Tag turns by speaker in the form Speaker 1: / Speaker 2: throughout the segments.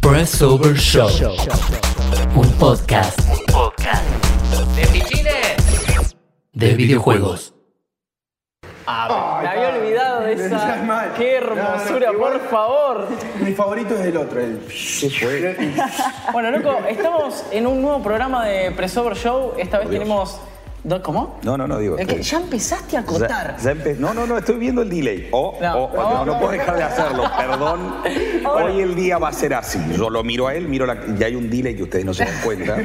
Speaker 1: Crossover Show. Un podcast
Speaker 2: ¡De pichines!
Speaker 1: de videojuegos.
Speaker 3: Me había olvidado de
Speaker 4: Ya es
Speaker 3: esa.
Speaker 4: mal.
Speaker 3: ¡Qué
Speaker 4: No,
Speaker 3: hermosura,
Speaker 4: no, igual-
Speaker 3: por favor!
Speaker 4: Mi favorito es el otro, el.
Speaker 5: pues.
Speaker 3: Bueno, loco, estamos en un nuevo programa de Presover Show. Esta vez tenemos. dos- ¿Cómo?
Speaker 5: No, no, no, digo.
Speaker 3: Es que
Speaker 5: estoy-
Speaker 3: ya empezaste a
Speaker 5: Ya-
Speaker 3: acotar.
Speaker 5: ya empe- no, no, no, estoy viendo el delay. Oh,
Speaker 3: No,
Speaker 5: oh,
Speaker 3: no,
Speaker 5: no, no,
Speaker 3: no.
Speaker 5: puedo dejar de hacerlo, perdón. Hoy el día va a ser así. Yo lo miro a él, miro la. Ya hay un delay que ustedes no se dan cuenta,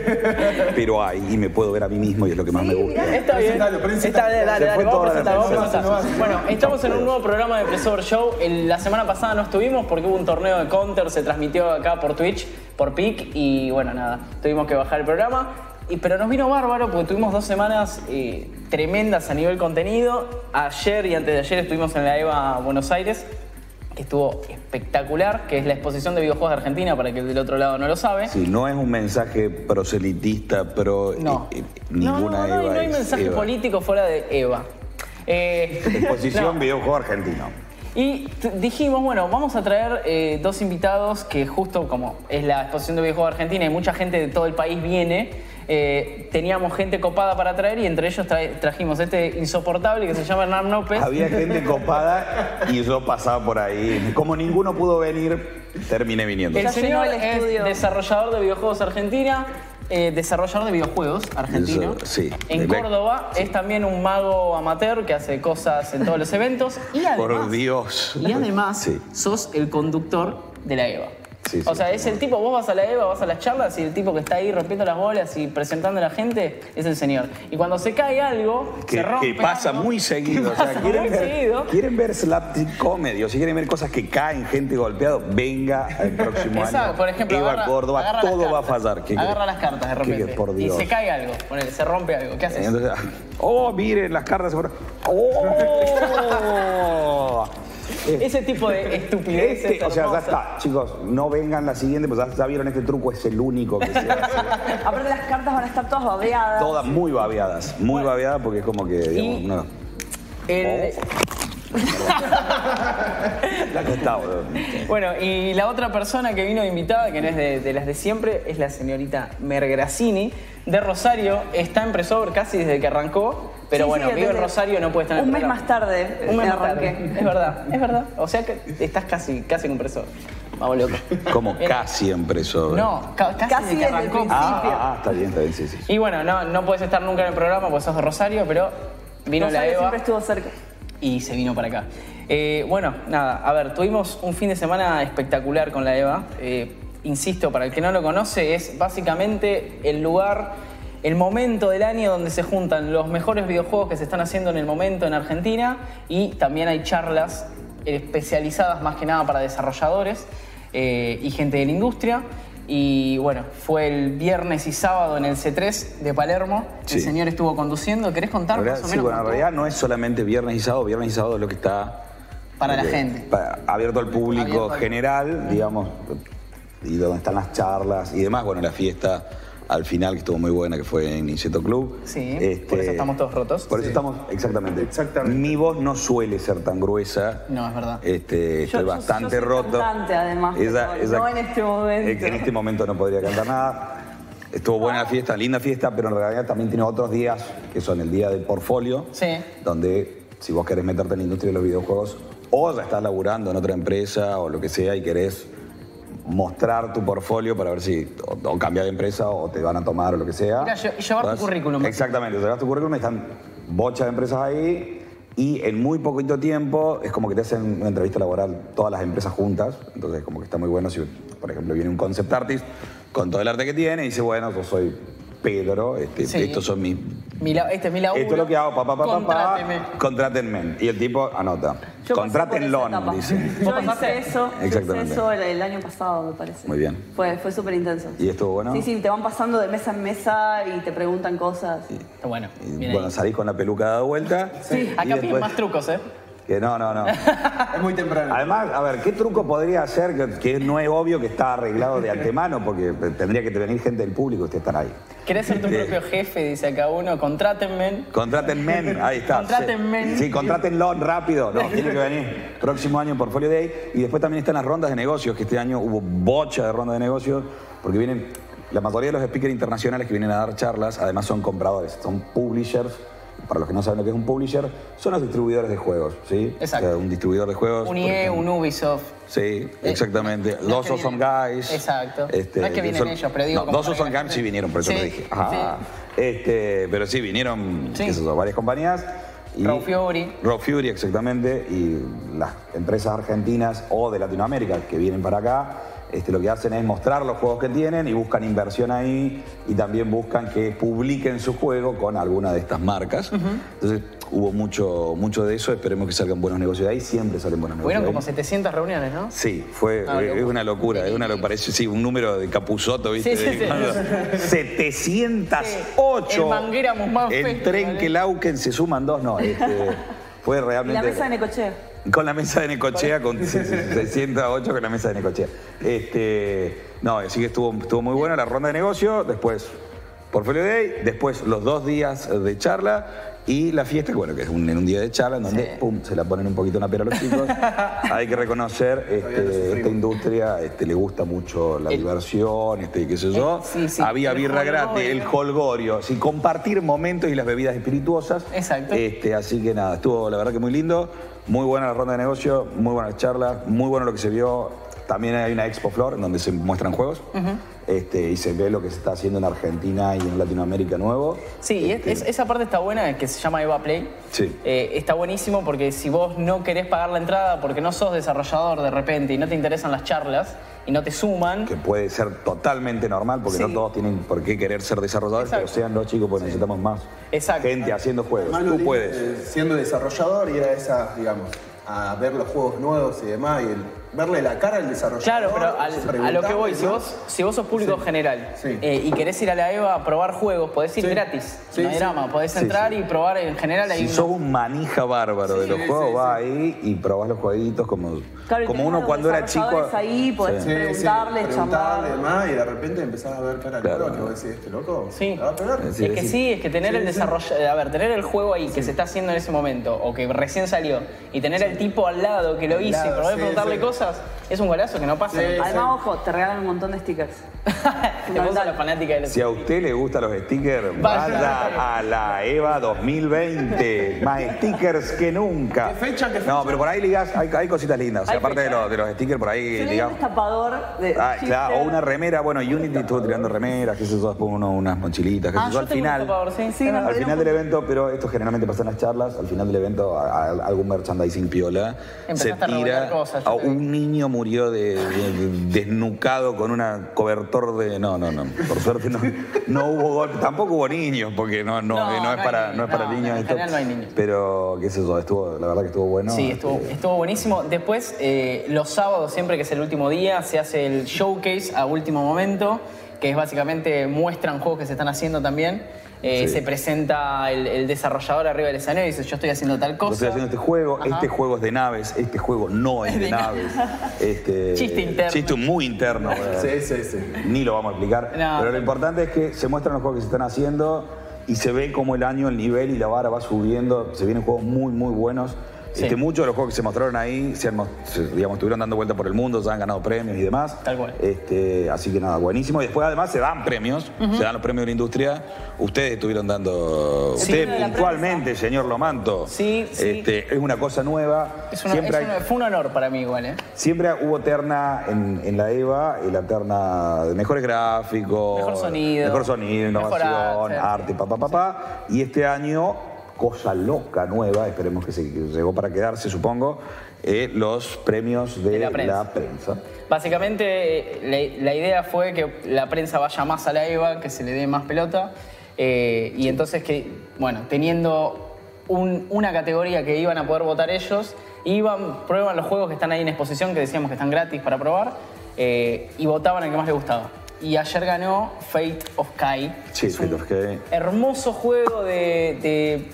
Speaker 5: pero hay, y me puedo ver a mí mismo y es lo que más me gusta.
Speaker 3: Está bien.
Speaker 4: Presentalo, presentalo.
Speaker 3: Está bien, dale,
Speaker 5: Se
Speaker 3: dale,
Speaker 5: fue
Speaker 3: vamos a
Speaker 5: toda la
Speaker 3: presentar, vamos a
Speaker 4: atención.
Speaker 3: presentar.
Speaker 4: No vas, no vas.
Speaker 3: Bueno, estamos en un nuevo programa de Presover Show. El- la semana pasada no estuvimos porque hubo un torneo de Counter, se transmitió acá por Twitch, por PIC, y bueno, nada, tuvimos que bajar el programa. Y, pero nos vino bárbaro porque tuvimos dos semanas eh, tremendas a nivel contenido. Ayer y antes de ayer estuvimos en la EVA Buenos Aires, que estuvo espectacular, que es la exposición de videojuegos de Argentina, para que el del otro lado no lo sabe.
Speaker 5: Sí, no es un mensaje proselitista, pero
Speaker 3: No.
Speaker 5: eh, eh, ninguna
Speaker 3: no, no, no, y
Speaker 5: Eva
Speaker 3: no hay
Speaker 5: es
Speaker 3: mensaje
Speaker 5: Eva.
Speaker 3: político fuera de Eva. Eh,
Speaker 5: Exposición
Speaker 3: no.
Speaker 5: videojuego argentino.
Speaker 3: Y t- dijimos, bueno, vamos a traer eh, dos invitados que justo como es la exposición de videojuegos de Argentina y mucha gente de todo el país viene, eh, teníamos gente copada para traer y entre ellos trae- trajimos este insoportable que se llama Hernán López.
Speaker 5: Había gente copada y yo pasaba por ahí. Como ninguno pudo venir, terminé viniendo.
Speaker 3: El
Speaker 6: Ya llenó
Speaker 3: señor
Speaker 6: el
Speaker 3: es
Speaker 6: estudio.
Speaker 3: desarrollador de videojuegos argentina, eh, desarrollador de videojuegos argentino.
Speaker 5: Eso, sí.
Speaker 3: En
Speaker 5: De Bec-
Speaker 3: Córdoba es también un mago amateur que hace cosas en todos los eventos y además,
Speaker 5: Por Dios.
Speaker 3: y además
Speaker 5: Sí.
Speaker 3: sos el conductor de la EVA.
Speaker 5: Sí, sí,
Speaker 3: o sea, es el tipo, vos vas a la EVA, vas a las charlas y el tipo que está ahí rompiendo las bolas y presentando a la gente es el señor. Y cuando se cae algo, se
Speaker 5: Que,
Speaker 3: rompe
Speaker 5: que pasa
Speaker 3: algo,
Speaker 5: muy seguido. o sea,
Speaker 3: pasa
Speaker 5: quieren,
Speaker 3: muy
Speaker 5: ver,
Speaker 3: seguido.
Speaker 5: quieren ver slapstick comedy, o si quieren ver cosas que caen, gente golpeada, venga el próximo
Speaker 3: Exacto,
Speaker 5: año.
Speaker 3: por ejemplo,
Speaker 5: Eva
Speaker 3: agarra-
Speaker 5: Córdoba,
Speaker 3: agarra
Speaker 5: todo
Speaker 3: las
Speaker 5: va a
Speaker 3: cartas.
Speaker 5: fallar. ¿Qué
Speaker 3: Agarra
Speaker 5: querés?
Speaker 3: las cartas de
Speaker 5: ¿Qué
Speaker 3: repente
Speaker 5: querés? por
Speaker 3: y
Speaker 5: Dios.
Speaker 3: se cae algo, ponele, se rompe algo. ¿Qué haces?
Speaker 5: Entonces, oh, miren, las cartas se fueron. ¡Oh!
Speaker 3: Ese tipo de estupidez.
Speaker 5: Este, o sea, ya está, chicos, no vengan la siguiente, pues ya, ya vieron este truco, es el único que se hace.
Speaker 6: Aparte las cartas van a estar todas babeadas.
Speaker 5: Todas muy babeadas, muy babeadas porque es como que, digamos,
Speaker 3: Y-
Speaker 5: no, Oh, la que está, boludo.
Speaker 3: Bueno, y la otra persona que vino invitada, que no es de, de las de siempre, es la señorita Mergracini de Rosario. Está en Presover casi desde que arrancó, pero
Speaker 6: Sí,
Speaker 3: bueno,
Speaker 6: sí,
Speaker 3: vive en
Speaker 6: desde-
Speaker 3: Rosario, no puede estar en el
Speaker 6: Un mes
Speaker 3: programa.
Speaker 6: más tarde
Speaker 3: Un mes
Speaker 6: eh,
Speaker 3: más tarde.
Speaker 6: arranqué.
Speaker 3: Es verdad, es verdad. O sea que estás casi, casi con Presover. Vamos loco.
Speaker 5: Como
Speaker 3: Bien.
Speaker 5: casi empreso.
Speaker 3: No, ca- casi,
Speaker 6: Casi
Speaker 3: desde que
Speaker 6: desde el
Speaker 3: arrancó.
Speaker 6: principio.
Speaker 5: Ah, ah, ah, está bien, está bien, sí, sí. sí.
Speaker 3: Y bueno, no, no puedes estar nunca en el programa porque sos de Rosario, pero vino
Speaker 6: Rosario
Speaker 3: la Eva.
Speaker 6: siempre estuvo cerca.
Speaker 3: y se vino para acá. Eh, bueno, nada, a ver, tuvimos un fin de semana espectacular con la EVA. Eh, insisto, para el que no lo conoce, es básicamente el lugar, el momento del año donde se juntan los mejores videojuegos que se están haciendo en el momento en Argentina y también hay charlas especializadas más que nada para desarrolladores eh, y gente de la industria. Y bueno, fue el viernes y sábado en el C3 de Palermo.
Speaker 5: Sí.
Speaker 3: El señor estuvo conduciendo. ¿Querés
Speaker 5: La
Speaker 3: contar
Speaker 5: verdad,
Speaker 3: más o
Speaker 5: sí,
Speaker 3: menos?
Speaker 5: bueno, en
Speaker 3: cómo
Speaker 5: realidad no es solamente viernes y sábado, viernes y sábado es lo que está...
Speaker 3: Para la
Speaker 5: eh,
Speaker 3: gente.
Speaker 5: para- abierto al público
Speaker 3: Abierto al-
Speaker 5: general, digamos, y donde están las charlas y demás. Bueno, la fiesta al final, que estuvo muy buena, que fue en Inseto Club. Este,
Speaker 3: Sí, por eso estamos todos rotos.
Speaker 5: Por eso estamos, exactamente.
Speaker 4: Exactamente.
Speaker 5: Mi voz no suele ser tan gruesa.
Speaker 3: No, es verdad.
Speaker 5: Este, estoy
Speaker 6: yo
Speaker 5: bastante
Speaker 6: soy
Speaker 5: roto.
Speaker 6: cantante, además, pero no en este momento.
Speaker 5: En este momento no podría cantar nada. Estuvo buena la fiesta, linda fiesta, pero en realidad también tiene otros días, que son el día del portfolio,
Speaker 3: Sí.
Speaker 5: donde si vos querés meterte en la industria de los videojuegos o ya estás laburando en otra empresa o lo que sea y querés mostrar tu portfolio para ver si o, o cambiar de empresa o te van a tomar o lo que sea.
Speaker 3: Mira, lle- llevar tu currículum.
Speaker 5: Exactamente, llevas tu currículum, están bochas de empresas ahí y en muy poquito tiempo es como que te hacen una entrevista laboral todas las empresas juntas, entonces como que está muy bueno si, por ejemplo, viene un concept artist con todo el arte que tiene y dice, bueno, yo soy Pedro, este,
Speaker 3: Sí.
Speaker 5: estos son mis...
Speaker 3: Mi la- este es mi laburo.
Speaker 5: Esto es lo que hago, papá, papá, papá.
Speaker 3: Contráteme.
Speaker 5: Contrátenme. Y el tipo anota.
Speaker 6: Yo pasé por
Speaker 5: Contrátenlo,
Speaker 6: esa etapa.
Speaker 5: dice.
Speaker 3: ¿Vos
Speaker 6: Yo
Speaker 3: pasaste?
Speaker 6: hice eso, yo hice
Speaker 5: Exactamente.
Speaker 6: eso el, el año pasado, me parece.
Speaker 5: Muy bien.
Speaker 6: Fue, fue súper intenso.
Speaker 5: ¿Y estuvo bueno?
Speaker 6: Sí, sí, te van pasando de mesa en mesa y te preguntan cosas.
Speaker 3: Bueno,
Speaker 5: Y,
Speaker 3: bien
Speaker 5: bueno,
Speaker 3: ahí.
Speaker 5: salís con la peluca dada vuelta.
Speaker 6: Sí.
Speaker 5: y
Speaker 3: Acá piden
Speaker 5: después-
Speaker 3: más trucos, ¿eh?
Speaker 5: Que no, no, no.
Speaker 4: Es muy temprano.
Speaker 5: Además, a ver, ¿qué truco podría hacer que, que no es obvio que está arreglado de antemano? Porque tendría que venir gente del público y ustedes están ahí.
Speaker 3: ¿Querés ser tu
Speaker 5: Este.
Speaker 3: propio jefe? Dice acá uno, contrátenme.
Speaker 5: Contraten men, ahí está.
Speaker 3: Contraten men.
Speaker 5: Sí, contrátenlo rápido. No, tiene que venir próximo año en Portfolio Day. Y después también están las rondas de negocios, que este año hubo bocha de rondas de negocios, porque vienen, la mayoría de los speakers internacionales que vienen a dar charlas, además son compradores, son publishers. Para los que no saben lo que es un publisher, son los distribuidores de juegos, ¿sí?
Speaker 3: Exacto.
Speaker 5: O sea, un distribuidor de juegos.
Speaker 3: Un
Speaker 5: por
Speaker 3: IE,
Speaker 5: ejemplo.
Speaker 3: un Ubisoft. Eh,
Speaker 5: Sí, exactamente.
Speaker 3: no es
Speaker 5: Los
Speaker 3: que
Speaker 5: Awesome
Speaker 3: vienen-
Speaker 5: Guys.
Speaker 3: Exacto. No es que vienen ellos, pero digo
Speaker 5: Este, no, Dos
Speaker 3: como para que
Speaker 5: Awesome
Speaker 3: la
Speaker 5: Guys
Speaker 3: gente-
Speaker 5: sí vinieron, por eso
Speaker 3: Sí,
Speaker 5: lo dije. Ah, Ajá. Este, pero sí, vinieron
Speaker 3: Sí.
Speaker 5: qué sé yo, varias compañías. y-
Speaker 3: Raw Fury.
Speaker 5: Raw Fury, exactamente. Y las empresas argentinas o de Latinoamérica que vienen para acá. Este, lo que hacen es mostrar los juegos que tienen y buscan inversión ahí y también buscan que publiquen su juego con alguna de estas marcas. Entonces hubo mucho, mucho de eso, esperemos que salgan buenos negocios de ahí, siempre salen buenos negocios.
Speaker 3: Hubieron
Speaker 5: de
Speaker 3: como
Speaker 5: ahí.
Speaker 3: 700 reuniones, ¿no?
Speaker 5: Sí, fue
Speaker 3: Ah,
Speaker 5: es
Speaker 3: loco.
Speaker 5: una locura, es una lo parece sí, un número de capuzoto, ¿viste?
Speaker 3: Sí, sí, sí.
Speaker 5: Cuando- 708.
Speaker 3: Sí, el Manguera Guzmán
Speaker 5: En
Speaker 3: Festival, ¿eh?
Speaker 5: Trenquelauquen se suman dos, no, este, fue
Speaker 6: Y
Speaker 5: realmente
Speaker 6: la mesa de Necochea.
Speaker 5: con la mesa de Necochea, con 608 con la mesa de Necochea. Este, no, así que estuvo, estuvo muy buena la ronda de negocio, después Portfolio Day, después los dos días de charla y la fiesta, que bueno, que es un, en un día de charla en donde pum, se la ponen un poquito una pera a los chicos. Hay que reconocer, este, esta industria este, le gusta mucho la diversión, este, qué sé yo.
Speaker 3: Eh, sí, sí,
Speaker 5: Había
Speaker 3: el
Speaker 5: birra gratis,
Speaker 3: jolgorio.
Speaker 5: el colgorio, sí, compartir momentos y las bebidas espirituosas.
Speaker 3: Exacto.
Speaker 5: Este, así que nada, estuvo la verdad que muy lindo, muy buena la ronda de negocio, muy buenas charlas, muy bueno lo que se vio. También hay una Expo Flor en donde se muestran juegos este, y se ve lo que se está haciendo en Argentina y en Latinoamérica nuevo. Este,
Speaker 3: Sí,
Speaker 4: Este,
Speaker 3: es- es- esa parte está buena, que se llama Eva Play.
Speaker 5: Sí.
Speaker 3: Eh, está buenísimo porque si vos no querés pagar la entrada porque no sos desarrollador de repente y no te interesan las charlas y no te suman,
Speaker 5: Que puede ser totalmente normal porque no todos tienen por qué querer ser desarrolladores,
Speaker 3: Exacto.
Speaker 5: pero sean los chicos porque necesitamos más
Speaker 3: Exacto.
Speaker 5: gente haciendo juegos.
Speaker 4: Además, lo
Speaker 5: Tú
Speaker 4: lindo
Speaker 5: puedes.
Speaker 4: de eh, Siendo desarrollador, ir a esas, digamos, a ver los juegos nuevos y demás, y el- verle la cara al
Speaker 3: Claro,
Speaker 4: desarrollador.
Speaker 3: pero al- a lo que voy, si vos, si vos sos público general
Speaker 4: Sí.
Speaker 3: eh, y querés ir a la EVA a probar juegos, podés ir
Speaker 4: Sí.
Speaker 3: gratis,
Speaker 4: Sí,
Speaker 3: no hay
Speaker 4: sí.
Speaker 3: drama, podés
Speaker 5: Sí,
Speaker 3: entrar
Speaker 5: sí.
Speaker 3: y probar en general. hay
Speaker 5: Si
Speaker 3: un-
Speaker 5: sos un manija bárbaro de los
Speaker 4: sí,
Speaker 5: juegos,
Speaker 4: sí.
Speaker 5: va ahí y probás los jueguitos como,
Speaker 6: Claro, y
Speaker 5: como
Speaker 6: tenés a
Speaker 5: uno
Speaker 6: los
Speaker 5: cuando era chico.
Speaker 6: desarrolladores ahí, podés
Speaker 5: Sí.
Speaker 6: pues, preguntarle,
Speaker 4: y
Speaker 6: charlar.
Speaker 4: demás, y de repente empezás a ver cara al
Speaker 5: Claro.
Speaker 4: claro. que vos decís, este loco,
Speaker 3: Sí.
Speaker 4: ¿la va a pegar?
Speaker 5: Sí,
Speaker 3: es que
Speaker 5: sí.
Speaker 3: sí, es que tener
Speaker 4: Sí,
Speaker 3: el
Speaker 4: sí.
Speaker 3: desarrollo, a ver, tener el juego ahí que se está haciendo en ese momento o que recién salió y tener al tipo al lado que lo
Speaker 4: Al
Speaker 3: hizo y
Speaker 4: lado,
Speaker 3: poder
Speaker 4: sí,
Speaker 3: preguntarle
Speaker 4: sí.
Speaker 3: cosas, es un golazo que no pasa.
Speaker 4: Sí.
Speaker 3: en el-
Speaker 4: Ay,
Speaker 6: Además, ojo, te regalan un montón de stickers.
Speaker 3: Te gusta la fanática de los
Speaker 5: Si a usted le gustan los stickers,
Speaker 3: Vaya.
Speaker 5: vaya a la EVA 2020. Más stickers que nunca.
Speaker 4: ¿Qué fecha, qué fecha?
Speaker 5: No, pero por ahí ligás, hay, hay cositas lindas. O sea,
Speaker 6: Hay
Speaker 5: aparte de
Speaker 6: fecha.
Speaker 5: los, de los stickers, por ahí
Speaker 6: Yo leí un
Speaker 5: ligamos.
Speaker 6: destapador de
Speaker 5: Ah,
Speaker 6: stickers.
Speaker 5: claro, o una remera, bueno, Unity estuvo tirando remeras, que eso después uno, unas mochilitas, que
Speaker 3: Ah,
Speaker 5: eso
Speaker 3: yo
Speaker 5: al
Speaker 3: tengo un
Speaker 5: final.
Speaker 3: tapador, sí,
Speaker 6: Sí,
Speaker 3: es
Speaker 6: no,
Speaker 3: verdad.
Speaker 5: Al final del evento, pero esto generalmente pasa en las charlas, al final del evento a- a- algún merchandising piola se
Speaker 3: Empezaste a
Speaker 5: tira.
Speaker 3: revelar cosas, yo
Speaker 5: a
Speaker 3: te vi.
Speaker 5: un niño murió de, de- desnucado con una cobertor de. No, no, no. Por suerte no, no hubo golpe. Tampoco hubo niños, porque no, no,
Speaker 3: No,
Speaker 5: eh, no
Speaker 3: no
Speaker 5: es
Speaker 3: hay
Speaker 5: para,
Speaker 3: niños,
Speaker 5: no es para
Speaker 3: no,
Speaker 5: niños
Speaker 3: en
Speaker 5: esto.
Speaker 3: general no hay niños.
Speaker 5: Pero, qué sé yo, estuvo, la verdad que estuvo bueno.
Speaker 3: Sí, estuvo,
Speaker 5: Este,
Speaker 3: estuvo buenísimo. Después, eh, los sábados, siempre que es el último día, se hace el showcase a último momento, que es básicamente muestran juegos que se están haciendo también. Eh,
Speaker 5: Sí.
Speaker 3: Se presenta el, el desarrollador arriba del escenario y dice, yo estoy haciendo tal
Speaker 5: yo
Speaker 3: cosa.
Speaker 5: estoy haciendo este juego,
Speaker 3: Ajá.
Speaker 5: este juego es de naves, este juego no es de naves. Este,
Speaker 3: Chiste interno.
Speaker 5: Chiste muy interno. ¿verdad?
Speaker 4: Sí, sí, sí.
Speaker 5: ni lo vamos a explicar.
Speaker 3: No.
Speaker 5: pero lo importante es que se muestran los juegos que se están haciendo y se ve como el año, el nivel y la vara va subiendo. Se vienen juegos muy, muy buenos.
Speaker 3: Sí.
Speaker 5: Este, muchos de los juegos que se mostraron ahí, se han mos- se- digamos, estuvieron dando vuelta por el mundo, se han ganado premios y demás.
Speaker 3: Tal cual.
Speaker 5: Este, así que nada, buenísimo. Y después además se dan premios, se dan los premios de la industria. Ustedes estuvieron dando,
Speaker 3: Sí.
Speaker 5: usted
Speaker 3: Premio de la
Speaker 5: puntualmente, señor Lomanto.
Speaker 3: Sí, sí.
Speaker 5: Este, es una cosa nueva.
Speaker 3: Es una-
Speaker 5: Siempre
Speaker 3: es
Speaker 5: hay-
Speaker 3: una- fue un honor para mí igual, ¿eh?
Speaker 5: Siempre hubo terna en, en la EVA, y la terna de mejores gráficos,
Speaker 3: Mejor sonido.
Speaker 5: mejor sonido,
Speaker 3: Mejor
Speaker 5: innovación,
Speaker 3: arte.
Speaker 5: arte, papá, papá. Y este año, cosa loca nueva, esperemos que, se, que llegó para quedarse, supongo, eh, los premios de,
Speaker 3: De la prensa.
Speaker 5: la prensa.
Speaker 3: Básicamente, eh, la, la idea fue que la prensa vaya más a la EVA, que se le dé más pelota. eh, y entonces que, bueno, teniendo un- una categoría que iban a poder votar ellos, iban, prueban los juegos que están ahí en exposición, que decíamos que están gratis para probar, eh, y votaban el que más les gustaba. Y ayer ganó Fate of Kai.
Speaker 5: Sí,
Speaker 3: Es un
Speaker 5: Fate of Kai.
Speaker 3: Hermoso juego de, de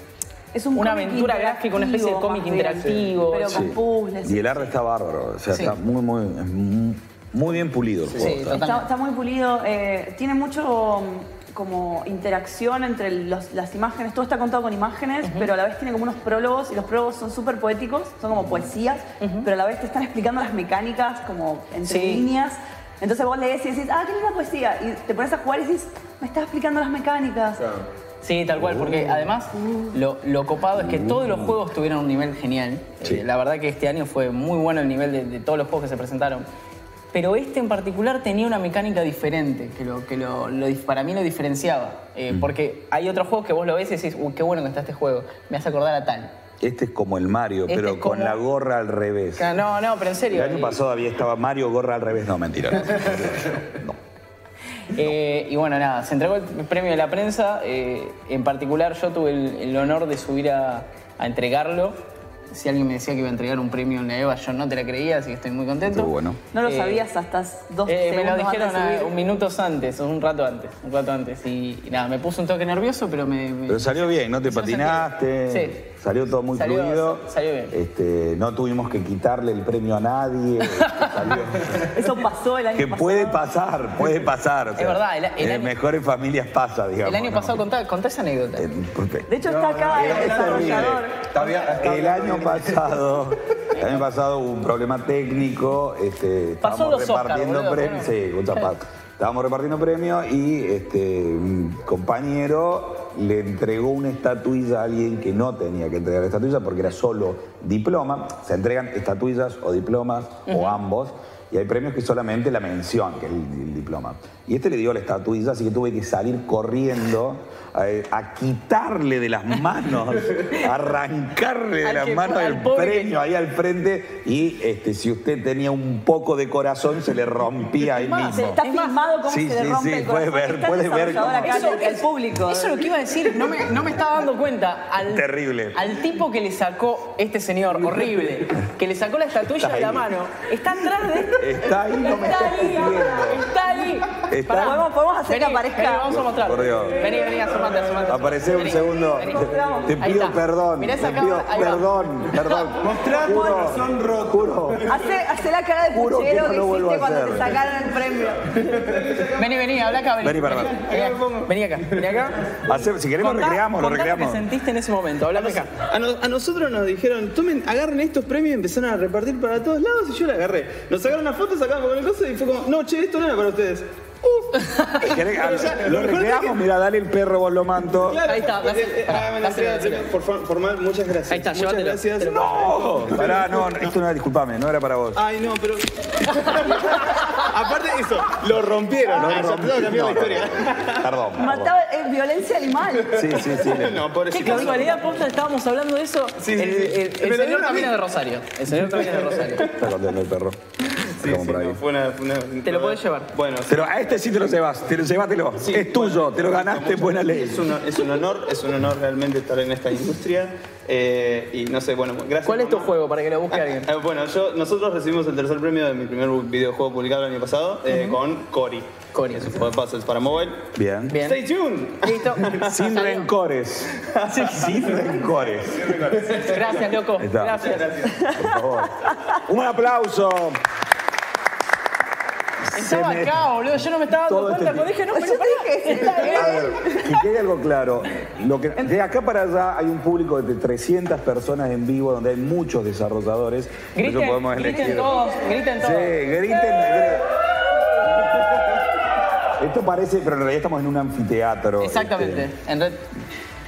Speaker 6: Es un
Speaker 3: una
Speaker 6: cómic
Speaker 3: aventura gráfica, una especie de
Speaker 6: interactivo,
Speaker 3: cómic
Speaker 6: más bien,
Speaker 3: interactivo.
Speaker 6: pero con
Speaker 3: Sí.
Speaker 6: puzzles.
Speaker 5: Y el arte está bárbaro. O sea,
Speaker 3: Sí.
Speaker 5: está muy, muy, es muy- muy bien pulido el juego.
Speaker 3: sí,
Speaker 5: está.
Speaker 3: total.
Speaker 6: Está, está muy pulido, eh, tiene mucho mm, como interacción entre los- las imágenes, todo está contado con imágenes, pero a la vez tiene como unos prólogos y los prólogos son súper poéticos, son como poesías, pero a la vez te están explicando las mecánicas como entre
Speaker 3: Sí.
Speaker 6: líneas. Entonces vos lees y decís, ah, qué linda poesía, y te pones a jugar y dices, me está explicando las mecánicas.
Speaker 3: Sí, tal cual, porque además lo, lo copado es que todos los juegos tuvieron un nivel genial.
Speaker 5: Sí.
Speaker 3: Eh, la verdad que este año fue muy bueno el nivel de, de todos los juegos que se presentaron. Pero este en particular tenía una mecánica diferente, que, lo, que lo, lo dif- para mí lo diferenciaba. Eh, Porque hay otros juegos que vos lo ves y decís, uy, qué bueno que está este juego, me hace acordar a tal.
Speaker 5: Este es como el Mario,
Speaker 3: Este
Speaker 5: pero
Speaker 3: es
Speaker 5: con
Speaker 3: como-
Speaker 5: la gorra al revés.
Speaker 3: Ah, No, no, pero
Speaker 5: El
Speaker 3: en serio.
Speaker 5: año
Speaker 3: y-
Speaker 5: pasado había estaba Mario gorra al revés. No, mentira. No.
Speaker 3: Eh, y bueno, nada, se entregó el premio de la prensa. eh, en particular, yo tuve el, el honor de subir a, a entregarlo. Si alguien me decía que iba a entregar un premio en la EVA, yo no te la creía, así que estoy muy contento.
Speaker 5: Estuvo bueno.
Speaker 6: No lo
Speaker 3: Eh,
Speaker 6: sabías hasta dos
Speaker 3: eh, me
Speaker 6: segundos
Speaker 3: lo
Speaker 6: antes de
Speaker 3: dijeron a-
Speaker 6: subir.
Speaker 3: un minutos antes, un rato antes, un rato antes. Y, y nada, me puso un toque nervioso, pero me... me-
Speaker 5: Pero salió bien, no te
Speaker 3: Sí, no
Speaker 5: patinaste.
Speaker 3: sentí. Sí.
Speaker 5: Salió todo muy
Speaker 3: Salió-
Speaker 5: fluido.
Speaker 3: salió bien.
Speaker 5: Este, no tuvimos que quitarle el premio a nadie. Salió-
Speaker 6: Eso pasó el año
Speaker 5: que
Speaker 6: pasado.
Speaker 5: puede pasar, puede pasar. o sea,
Speaker 3: verdad, el- el
Speaker 5: eh,
Speaker 3: año-
Speaker 5: mejores familias pasa, digamos.
Speaker 3: el año
Speaker 5: ¿no?
Speaker 3: pasado, contá, contá esa anécdota.
Speaker 5: Eh, porque-
Speaker 6: De hecho, está acá el desarrollador.
Speaker 4: Está bien, está
Speaker 5: El
Speaker 4: bien.
Speaker 5: año pasado, el año pasado hubo un problema técnico, este,
Speaker 3: Pasó
Speaker 5: estábamos
Speaker 3: los Oscar,
Speaker 5: repartiendo
Speaker 3: boludo,
Speaker 5: premios,
Speaker 3: bueno.
Speaker 5: sí, un zapato. Estábamos repartiendo premios y este un compañero le entregó una estatuilla a alguien que no tenía que entregar estatuilla porque era solo diploma. Se entregan estatuillas o diplomas o ambos. Y hay premios que solamente la mención, que es el, el diploma. Y este le dio la estatuilla, así que tuve que salir corriendo a, a quitarle de las manos, arrancarle de
Speaker 3: Al
Speaker 5: las
Speaker 3: que-
Speaker 5: manos
Speaker 3: al
Speaker 5: el
Speaker 3: pobre que-
Speaker 5: premio ahí al frente. Y este, si usted tenía un poco de corazón, se le rompía ahí
Speaker 3: más,
Speaker 5: mismo.
Speaker 6: Se está
Speaker 3: Es más,
Speaker 6: filmado cómo
Speaker 5: sí,
Speaker 6: se le
Speaker 5: sí,
Speaker 6: rompe
Speaker 5: sí,
Speaker 6: el
Speaker 5: puedes
Speaker 6: corazón.
Speaker 5: ver,
Speaker 6: Está el
Speaker 5: puedes ver
Speaker 6: desarrollador
Speaker 5: cómo-
Speaker 6: acá, el- el público.
Speaker 3: Eso es lo que iba a decir, no me, no me estaba dando cuenta. Al,
Speaker 5: Terrible.
Speaker 3: Al tipo que le sacó este señor, horrible, que le sacó la estatuilla
Speaker 5: Está
Speaker 3: de la
Speaker 5: ahí.
Speaker 3: mano, está atrás de.
Speaker 5: Está ahí, no me
Speaker 3: Está
Speaker 5: está
Speaker 3: ahí,
Speaker 5: escribiendo.
Speaker 3: está ahí.
Speaker 5: Está-
Speaker 6: Podemos- podemos hacer que
Speaker 3: Vení,
Speaker 6: aparezca.
Speaker 3: vení, vamos a mostrar.
Speaker 5: Por Dios.
Speaker 3: Vení, vení, asomate, asomate.
Speaker 5: Aparece un
Speaker 3: Vení,
Speaker 5: segundo.
Speaker 3: vení.
Speaker 5: Te
Speaker 3: Ahí
Speaker 5: pido
Speaker 3: está.
Speaker 5: perdón.
Speaker 3: Mirá esa
Speaker 5: Te pido
Speaker 3: cámara, ahí va.
Speaker 5: perdón, perdón.
Speaker 4: Mostrá tu
Speaker 5: Juro,
Speaker 4: corazón roto.
Speaker 5: Juro.
Speaker 6: Hace, hace la cara de
Speaker 5: Juro que
Speaker 6: puchero
Speaker 5: no
Speaker 6: que,
Speaker 5: lo vuelvo
Speaker 6: hiciste
Speaker 5: a
Speaker 6: cuando
Speaker 5: hacer.
Speaker 6: te sacaron el premio.
Speaker 3: Vení, vení, habla acá, vení.
Speaker 5: Vení para acá.
Speaker 3: Vení, vení acá, vení acá.
Speaker 5: Hace- si queremos,
Speaker 3: Contá-
Speaker 5: recreamos, lo
Speaker 3: contá
Speaker 5: recreamos.
Speaker 3: lo que sentiste en ese momento, hablame acá.
Speaker 7: A, no- a nosotros nos dijeron, tomen, agarren estos premios y empezaron a repartir para todos lados y yo la agarré. Nos sacaron una foto, sacamos con el coso y fue como, no, che, esto no era para ustedes. Uf.
Speaker 5: ¿Querés-
Speaker 7: Pero
Speaker 5: Lo
Speaker 7: ya, mejor es que-
Speaker 5: recreamos, mira, dale el perro, vos lo manto.
Speaker 7: Claro,
Speaker 3: Ahí está,
Speaker 7: eh, eh,
Speaker 3: pará,
Speaker 7: ah, bueno,
Speaker 3: dáselo,
Speaker 7: sí,
Speaker 3: dáselo.
Speaker 7: por fa- formal, muchas gracias.
Speaker 3: Ahí está,
Speaker 7: muchas
Speaker 3: llévatelo.
Speaker 7: gracias.
Speaker 3: Te lo-
Speaker 5: ¡No! Pará, no, esto no era, disculpame, no era para vos.
Speaker 3: Ah,
Speaker 7: Ay, no, pero. Aparte de eso, lo rompieron.
Speaker 5: No,
Speaker 7: Ah, ya
Speaker 5: no,
Speaker 7: empezaba a cambiar la
Speaker 5: no,
Speaker 7: historia.
Speaker 5: no. Perdón. perdón.
Speaker 6: Mataba eh, violencia animal.
Speaker 5: Sí, sí, sí.
Speaker 7: No,
Speaker 3: Qué
Speaker 7: pobrecito.
Speaker 3: casualidad, posta, estábamos hablando de eso.
Speaker 7: Sí, sí,
Speaker 3: el,
Speaker 7: sí.
Speaker 3: el-
Speaker 7: Me
Speaker 3: el
Speaker 7: lo
Speaker 3: señor
Speaker 7: dieron a mí.
Speaker 3: también es de Rosario. El señor también es de Rosario.
Speaker 5: Está contento el perro.
Speaker 7: Sí,
Speaker 5: Como
Speaker 7: sí,
Speaker 5: por ahí.
Speaker 7: no, fue una, fue una-
Speaker 3: Te lo podés llevar.
Speaker 7: Bueno, sí.
Speaker 5: Pero a este sí te lo llevas, te lo llévatelo. es tuyo, te lo ganaste, buena ley.
Speaker 7: Es un, es un honor, es un honor realmente estar en esta industria. eh, y no sé, bueno, gracias.
Speaker 3: ¿Cuál es tu
Speaker 7: mamá.
Speaker 3: juego para que lo busque alguien?
Speaker 7: Eh, bueno, yo, nosotros recibimos el tercer premio de mi primer videojuego publicado el año pasado eh, con Cory.
Speaker 3: Cory.
Speaker 7: Es un juego de puzzles para móvil.
Speaker 5: Bien.
Speaker 3: Bien.
Speaker 7: Stay tuned.
Speaker 3: Listo.
Speaker 5: Sin
Speaker 3: Salió.
Speaker 5: rencores. Sin rencores.
Speaker 3: Gracias, loco.
Speaker 5: Ahí está.
Speaker 3: Gracias.
Speaker 5: Por favor. Un aplauso.
Speaker 3: Estaba
Speaker 5: Se me-
Speaker 3: acá, boludo. Yo no me estaba dando
Speaker 5: Todo este
Speaker 3: cuenta. cuando dije, no, pero
Speaker 6: Yo te dije, sí.
Speaker 5: A ver, que quede algo claro. Lo que, de acá para allá hay un público de 300 personas en vivo donde hay muchos desarrolladores. Nosotros
Speaker 3: griten,
Speaker 5: podemos
Speaker 3: griten
Speaker 5: elegir.
Speaker 3: todos, griten
Speaker 5: Sí,
Speaker 3: todos. ¡Eh!
Speaker 5: griten. Esto parece, pero en realidad estamos en un anfiteatro.
Speaker 3: Exactamente.
Speaker 5: este.
Speaker 3: En red-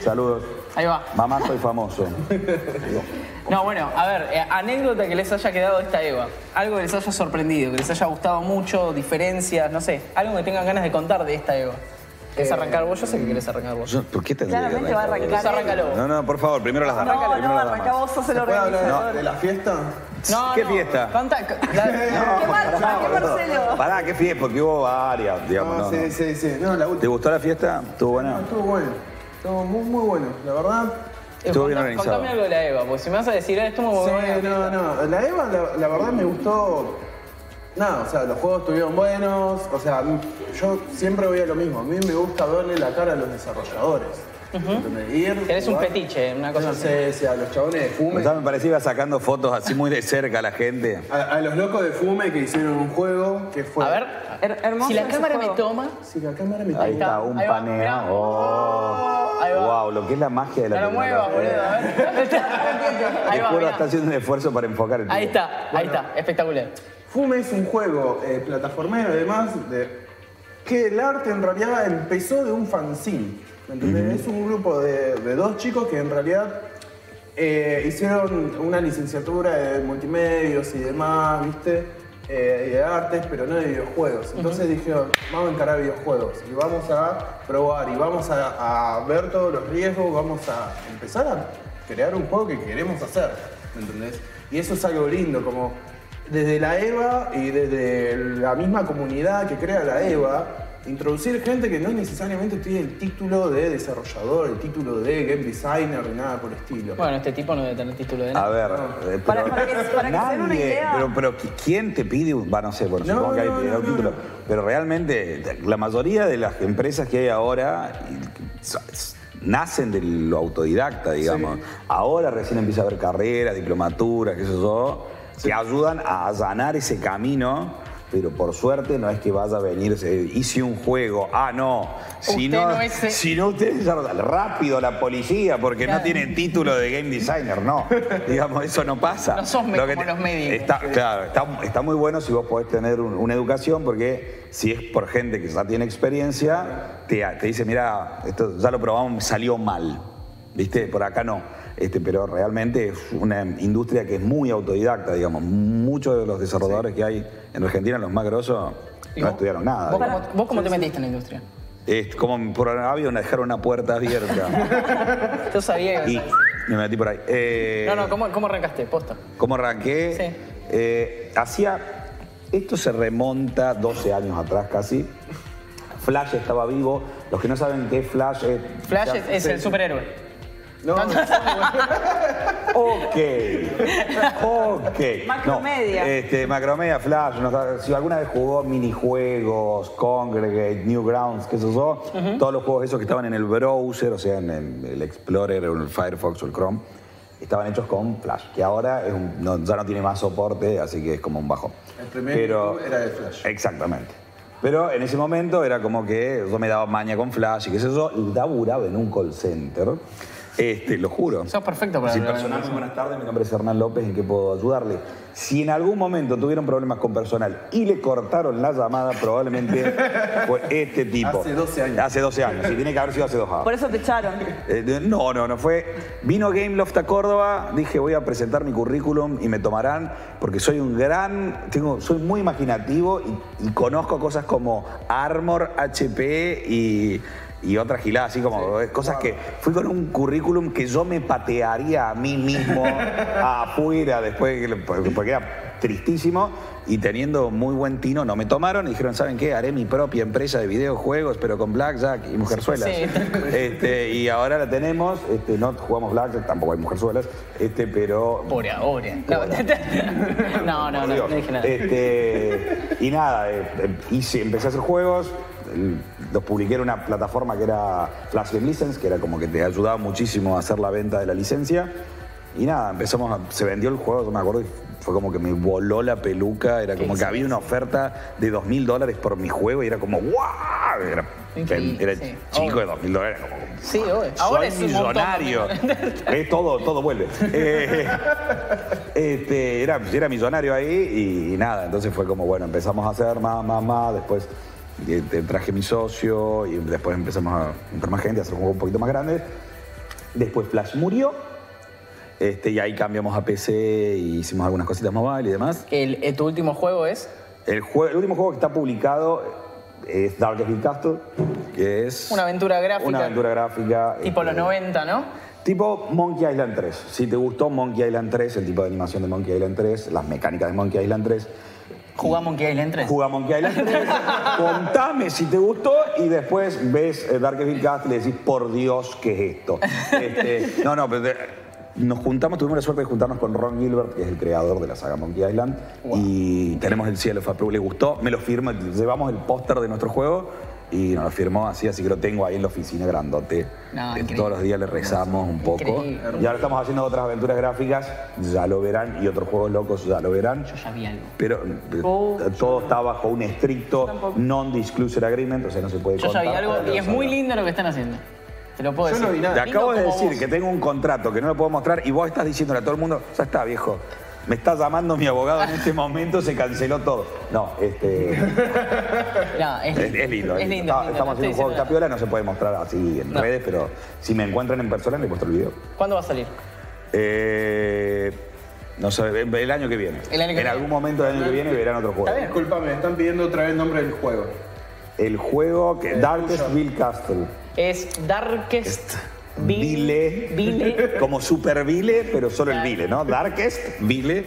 Speaker 5: saludos.
Speaker 3: Ahí va.
Speaker 5: Mamá, soy famoso.
Speaker 3: No, bueno, a ver, eh, anécdota que les haya quedado de esta Eva. Algo que les haya sorprendido, que les haya gustado mucho, diferencias, no sé. Algo que tengan ganas de contar de esta Eva. ¿Querés arrancar vos? Yo sé que querés arrancar vos.
Speaker 5: Yo, ¿Por qué tendría que
Speaker 6: Claramente va a
Speaker 5: arrancar?
Speaker 6: arrancar.
Speaker 3: Vos arrancalo vos.
Speaker 5: No, no, por favor, primero las
Speaker 6: No,
Speaker 5: damas.
Speaker 6: no,
Speaker 5: primero las
Speaker 6: arranca
Speaker 5: damas.
Speaker 6: vos sos el
Speaker 4: ¿Puedo hablar
Speaker 6: organizador.
Speaker 4: de, de la fiesta?
Speaker 3: No,
Speaker 5: ¿Qué
Speaker 3: no,
Speaker 5: fiesta?
Speaker 3: Contá, la-
Speaker 6: ¿Qué Marcelo? ¿Qué Marcelo?
Speaker 5: Pará, qué fiesta, porque hubo varias, digamos.
Speaker 4: No,
Speaker 5: no,
Speaker 4: sí,
Speaker 5: no.
Speaker 4: sí, sí. No, la
Speaker 5: ¿Te
Speaker 4: última.
Speaker 5: gustó la fiesta? ¿Estuvo buena?
Speaker 4: Estuvo bueno. Estuvo muy, muy bueno. La verdad.
Speaker 5: Estuvo bien
Speaker 3: contá-
Speaker 5: organizado.
Speaker 3: Contame algo de la Eva, porque si me vas a decir, "Ah, esto me
Speaker 4: Sí,
Speaker 3: voy
Speaker 4: no, no. La Eva, la, la verdad me gustó. Nada, o sea, los juegos estuvieron buenos. O sea, a mí- yo siempre voy a lo mismo. A mí me gusta verle la cara a los desarrolladores. ¿entendés? Ir,
Speaker 3: Eres un
Speaker 4: jugar.
Speaker 3: fetiche, una cosa
Speaker 4: Yo No sé si a los chabones de Fume,
Speaker 5: Ya me parecía iba sacando fotos así muy de cerca a la gente.
Speaker 4: a, a los locos de Fume que hicieron un juego que fue...
Speaker 3: A ver,
Speaker 6: Her- hermoso
Speaker 3: si la
Speaker 6: ese
Speaker 3: cámara
Speaker 6: juego.
Speaker 3: me toma,
Speaker 4: Si la cámara me
Speaker 5: Ahí
Speaker 3: está,
Speaker 5: está, un
Speaker 3: ahí va,
Speaker 5: paneo.
Speaker 3: mirá.
Speaker 5: Oh.
Speaker 3: Ahí va.
Speaker 5: Wow, lo que es la magia de la
Speaker 3: no lo
Speaker 5: tecnología.
Speaker 3: muevas, boludo. A ver.
Speaker 5: Te
Speaker 3: Ahí va,
Speaker 5: juro,
Speaker 3: mirá.
Speaker 5: está haciendo un esfuerzo para enfocar el
Speaker 3: Ahí
Speaker 5: video.
Speaker 3: está, ahí está, espectacular.
Speaker 4: Fume es un juego eh, plataformero, además, de, que el arte en realidad empezó de un fanzine. ¿me entendés? Es un grupo de, de dos chicos que en realidad eh, hicieron una licenciatura de multimedios y demás, ¿viste? Eh, y de artes, pero no de videojuegos. Entonces dijeron, vamos a encarar videojuegos y vamos a probar y vamos a, a ver todos los riesgos, vamos a empezar a crear un juego que queremos hacer, ¿me entendés? Y eso es algo lindo, como desde la EVA y desde la misma comunidad que crea la EVA, introducir gente que no necesariamente tiene el título de desarrollador, el título de game designer ni nada por el estilo.
Speaker 3: Bueno, este tipo no debe tener título de
Speaker 5: A
Speaker 3: nada.
Speaker 5: ver, eh, pero
Speaker 6: Para- para que- para que se den una
Speaker 5: nadie-
Speaker 6: idea.
Speaker 5: Pero, pero ¿qui- ¿quién te pide un.? Va, no sé, bueno,
Speaker 4: No,
Speaker 5: supongo que hay
Speaker 4: no,
Speaker 5: hay
Speaker 4: no,
Speaker 5: un
Speaker 4: no,
Speaker 5: título.
Speaker 4: no.
Speaker 5: Pero realmente, la mayoría de las empresas que hay ahora y- s- s- nacen de lo autodidacta, digamos. Ahora recién empieza a haber carreras, diplomaturas, qué sé yo, que ayudan a allanar ese camino. Pero por suerte no es que vaya a venir, eh, hice un juego, ah, no, si
Speaker 3: Usted
Speaker 5: no,
Speaker 3: no es-
Speaker 6: eh,
Speaker 5: si no ustedes desarrollan rápido la policía porque no
Speaker 3: Claro.
Speaker 5: tienen título de game designer, no. Digamos, eso no pasa.
Speaker 3: No sos
Speaker 5: Lo que
Speaker 3: como
Speaker 5: te-
Speaker 3: los médicos.
Speaker 5: Está, claro, está, está muy bueno si vos podés tener un- una educación, porque si es por gente que ya tiene experiencia, te, te dice, mira, esto ya lo probamos, salió mal. ¿Viste? Por acá no. Este, pero realmente es una industria que es muy autodidacta, digamos. Muchos de los desarrolladores que hay en Argentina, los más grosos,
Speaker 3: ¿Y
Speaker 5: no
Speaker 3: vos?
Speaker 5: estudiaron nada.
Speaker 3: ¿Vos,
Speaker 5: digamos.
Speaker 3: cómo, vos cómo te metiste en la industria?
Speaker 5: Es como por avión dejar una puerta abierta.
Speaker 3: Yo sabía que...
Speaker 5: y me metí por ahí. Eh,
Speaker 3: No, no, ¿cómo, cómo arrancaste? Posta.
Speaker 5: ¿Cómo arranqué?
Speaker 3: Sí.
Speaker 5: Eh, hacía. Esto se remonta 12 años atrás casi. Flash estaba vivo. Los que no saben qué es Flash es.
Speaker 3: Flash
Speaker 5: ya-
Speaker 3: es, es
Speaker 5: sí.
Speaker 3: el superhéroe.
Speaker 4: No,
Speaker 5: Ok. Ok.
Speaker 6: Macromedia.
Speaker 5: No, este, macromedia, Flash. no sabe- si alguna vez jugó minijuegos, Congregate, Newgrounds, qué sé yo, todos los juegos esos que estaban en el browser, o sea, en el, el Explorer, o el Firefox o el Chrome, estaban hechos con Flash, que ahora es un- no- ya no tiene más soporte, así que es como un bajón.
Speaker 4: El primer juego era de Flash.
Speaker 5: Exactamente. Pero en ese momento era como que yo me daba maña con Flash y qué sé yo, y laburaba en un call center. Este, lo juro.
Speaker 3: Sos perfecto para
Speaker 5: Sí,
Speaker 3: hablar de
Speaker 5: personal, muy buenas tardes. Mi nombre es Hernán López, ¿en qué puedo ayudarle? Si en algún momento tuvieron problemas con personal y le cortaron la llamada, probablemente fue este tipo.
Speaker 4: Hace 12 años.
Speaker 5: Hace 12 años, sí, tiene que haber sido hace dos años.
Speaker 6: Por eso te echaron.
Speaker 5: Eh, de- no, no, no fue. Vino Gameloft a Córdoba, dije voy a presentar mi currículum y me tomarán porque soy un gran, tengo, soy muy imaginativo y, y conozco cosas como Armor, HP y, y otras giladas, así como eh, cosas que fui con un currículum que yo me patearía a mí mismo afuera después, que lo- porque porque era tristísimo. Y teniendo muy buen tino, no me tomaron y dijeron, ¿saben qué? Haré mi propia empresa de videojuegos, pero con Blackjack y Mujerzuelas.
Speaker 3: Sí, tal cual.
Speaker 5: Este, y ahora la tenemos, este, no jugamos Blackjack, tampoco hay mujerzuelas, este, pero...
Speaker 3: Por ahora. No, no, no, no,
Speaker 5: Digo,
Speaker 3: no dije nada.
Speaker 5: Este, y nada, eh, eh, hice, empecé a hacer juegos, el- los publiqué en una plataforma que era Flash Game License, que era como que te ayudaba muchísimo a hacer la venta de la licencia. Y nada, empezamos, a- se vendió el juego, yo me acuerdo, y fue como que me voló la peluca, era como que había una oferta de dos mil dólares por mi juego y era como, ¡guau! Era,
Speaker 3: Increíble,
Speaker 5: era
Speaker 3: sí.
Speaker 5: chico de dos mil dólares, era como,
Speaker 3: Sí, obvio. Ahora
Speaker 5: soy
Speaker 3: es un montón.
Speaker 5: millonario. Eh, todo, todo vuelve. Eh, este, era, era millonario ahí y, y nada, entonces fue como, bueno, empezamos a hacer más, más, más, después eh, te- traje mi socio y después empezamos a juntar más gente, a hacer un juego un poquito más grande. Después Flash murió. Este, y ahí cambiamos a PC y hicimos algunas cositas mobile y demás.
Speaker 3: El- eh, tu último juego es
Speaker 5: El, jue- el último juego que está publicado es Darkest Big Castle, que es...
Speaker 3: Una aventura gráfica.
Speaker 5: Una aventura gráfica.
Speaker 3: tipo los
Speaker 5: este,
Speaker 3: 90, ¿no?
Speaker 5: Tipo Monkey Island 3. Si te gustó Monkey Island 3, el tipo de animación de Monkey Island 3, las mecánicas de Monkey Island 3,
Speaker 3: Jugá Monkey Island 3.
Speaker 5: juega Monkey Island 3, contame si te gustó y después ves eh, Darkest Big Castle y decís, por Dios, ¿qué es esto? Este, no, no, pero te- nos juntamos, tuvimos la suerte de juntarnos con Ron Gilbert, que es el creador de la saga Monkey Island, y tenemos el cielo, fue, le gustó, me lo firma, llevamos el póster de nuestro juego Y nos lo firmó así, así que lo tengo ahí en la oficina grandote.
Speaker 3: No,
Speaker 5: Eh,
Speaker 3: increíble.
Speaker 5: Todos los días le rezamos un poco.
Speaker 3: Increíble.
Speaker 5: Y ahora estamos haciendo otras aventuras gráficas, ya lo verán, y otros juegos locos, ya lo verán.
Speaker 3: Yo ya vi algo.
Speaker 5: Pero eh,
Speaker 6: Oh,
Speaker 5: todo está bajo un estricto
Speaker 6: tampoco.
Speaker 5: non-disclosure agreement, o sea, no se puede
Speaker 3: Yo ya
Speaker 5: contar.
Speaker 3: vi algo
Speaker 5: pero
Speaker 3: y es
Speaker 5: no.
Speaker 3: muy lindo lo que están haciendo. Te lo puedo
Speaker 4: Yo
Speaker 3: decir.
Speaker 4: no vi nada.
Speaker 5: Te
Speaker 3: Lindo
Speaker 5: acabo de
Speaker 3: como
Speaker 5: decir
Speaker 3: vos.
Speaker 5: que tengo un contrato que no lo puedo mostrar y vos estás diciéndole a todo el mundo, ya está, viejo. Me está llamando mi abogado en este momento, se canceló todo. No, este. es,
Speaker 3: No, es,
Speaker 5: es lindo.
Speaker 3: Es
Speaker 5: es lindo.
Speaker 3: lindo. es
Speaker 5: Está-
Speaker 3: lindo,
Speaker 5: estamos haciendo
Speaker 3: no estoy
Speaker 5: un juego de
Speaker 3: diciendo nada.
Speaker 5: tapiola, no se puede mostrar así en
Speaker 3: No.
Speaker 5: redes, pero si me encuentran en persona, les muestro el video.
Speaker 3: ¿Cuándo va a salir?
Speaker 5: Eh, no sé, el año que viene.
Speaker 3: El año que
Speaker 5: en
Speaker 3: viene.
Speaker 5: algún momento del año que viene verán otro juego.
Speaker 3: Está bien.
Speaker 4: Disculpame, están pidiendo otra vez el nombre del juego.
Speaker 5: El juego que. Darkest Bill Castle.
Speaker 3: Es Darkest
Speaker 5: Este. Vile.
Speaker 3: Vile.
Speaker 5: Como Super Vile, pero solo el Vile, ¿no? Darkest, Vile,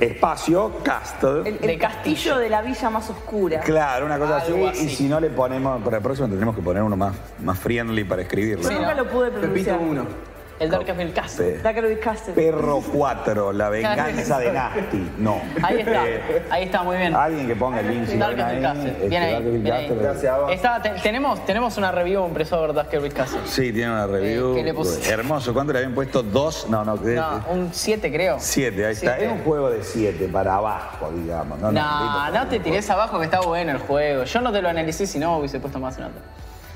Speaker 5: espacio,
Speaker 6: El,
Speaker 5: Castle.
Speaker 6: el
Speaker 3: De
Speaker 6: castillo de la villa más oscura.
Speaker 5: Claro, una cosa así,
Speaker 3: Algo
Speaker 5: Y
Speaker 3: así.
Speaker 5: si no le ponemos, para el próximo tendremos que poner uno más, más friendly para escribirlo.
Speaker 6: Yo nunca
Speaker 3: ¿no?
Speaker 6: lo pude
Speaker 4: Pepito
Speaker 6: pronunciar.
Speaker 4: uno.
Speaker 3: El Darkest Bill Castle.
Speaker 5: Pe-
Speaker 6: Dacre Castle.
Speaker 5: Perro 4, la venganza de Nasty. No.
Speaker 3: Ahí está.
Speaker 5: Eh,
Speaker 3: Ahí está, muy bien.
Speaker 5: alguien que ponga el link. si lo ven
Speaker 3: Darkest Bill Castle.
Speaker 5: este,
Speaker 3: Bien ahí.
Speaker 5: Darkest Bill
Speaker 3: bien ahí.
Speaker 5: Castle.
Speaker 4: Gracias, Abba.
Speaker 3: Está- te- tenemos, tenemos una review impresa de Darkest Bill Castle.
Speaker 5: Sí, tiene una
Speaker 3: Eh,
Speaker 5: review.
Speaker 3: ¿qué le puse?
Speaker 5: Hermoso. ¿Cuánto le habían puesto? ¿Dos? No, no. que-
Speaker 3: No, un 7 creo.
Speaker 5: Siete, ahí está.
Speaker 3: Siete.
Speaker 5: Es un juego de siete para abajo, digamos. No, no,
Speaker 3: No, no te tires abajo que está bueno el juego. Yo no te lo analicé si no hubiese puesto más nota.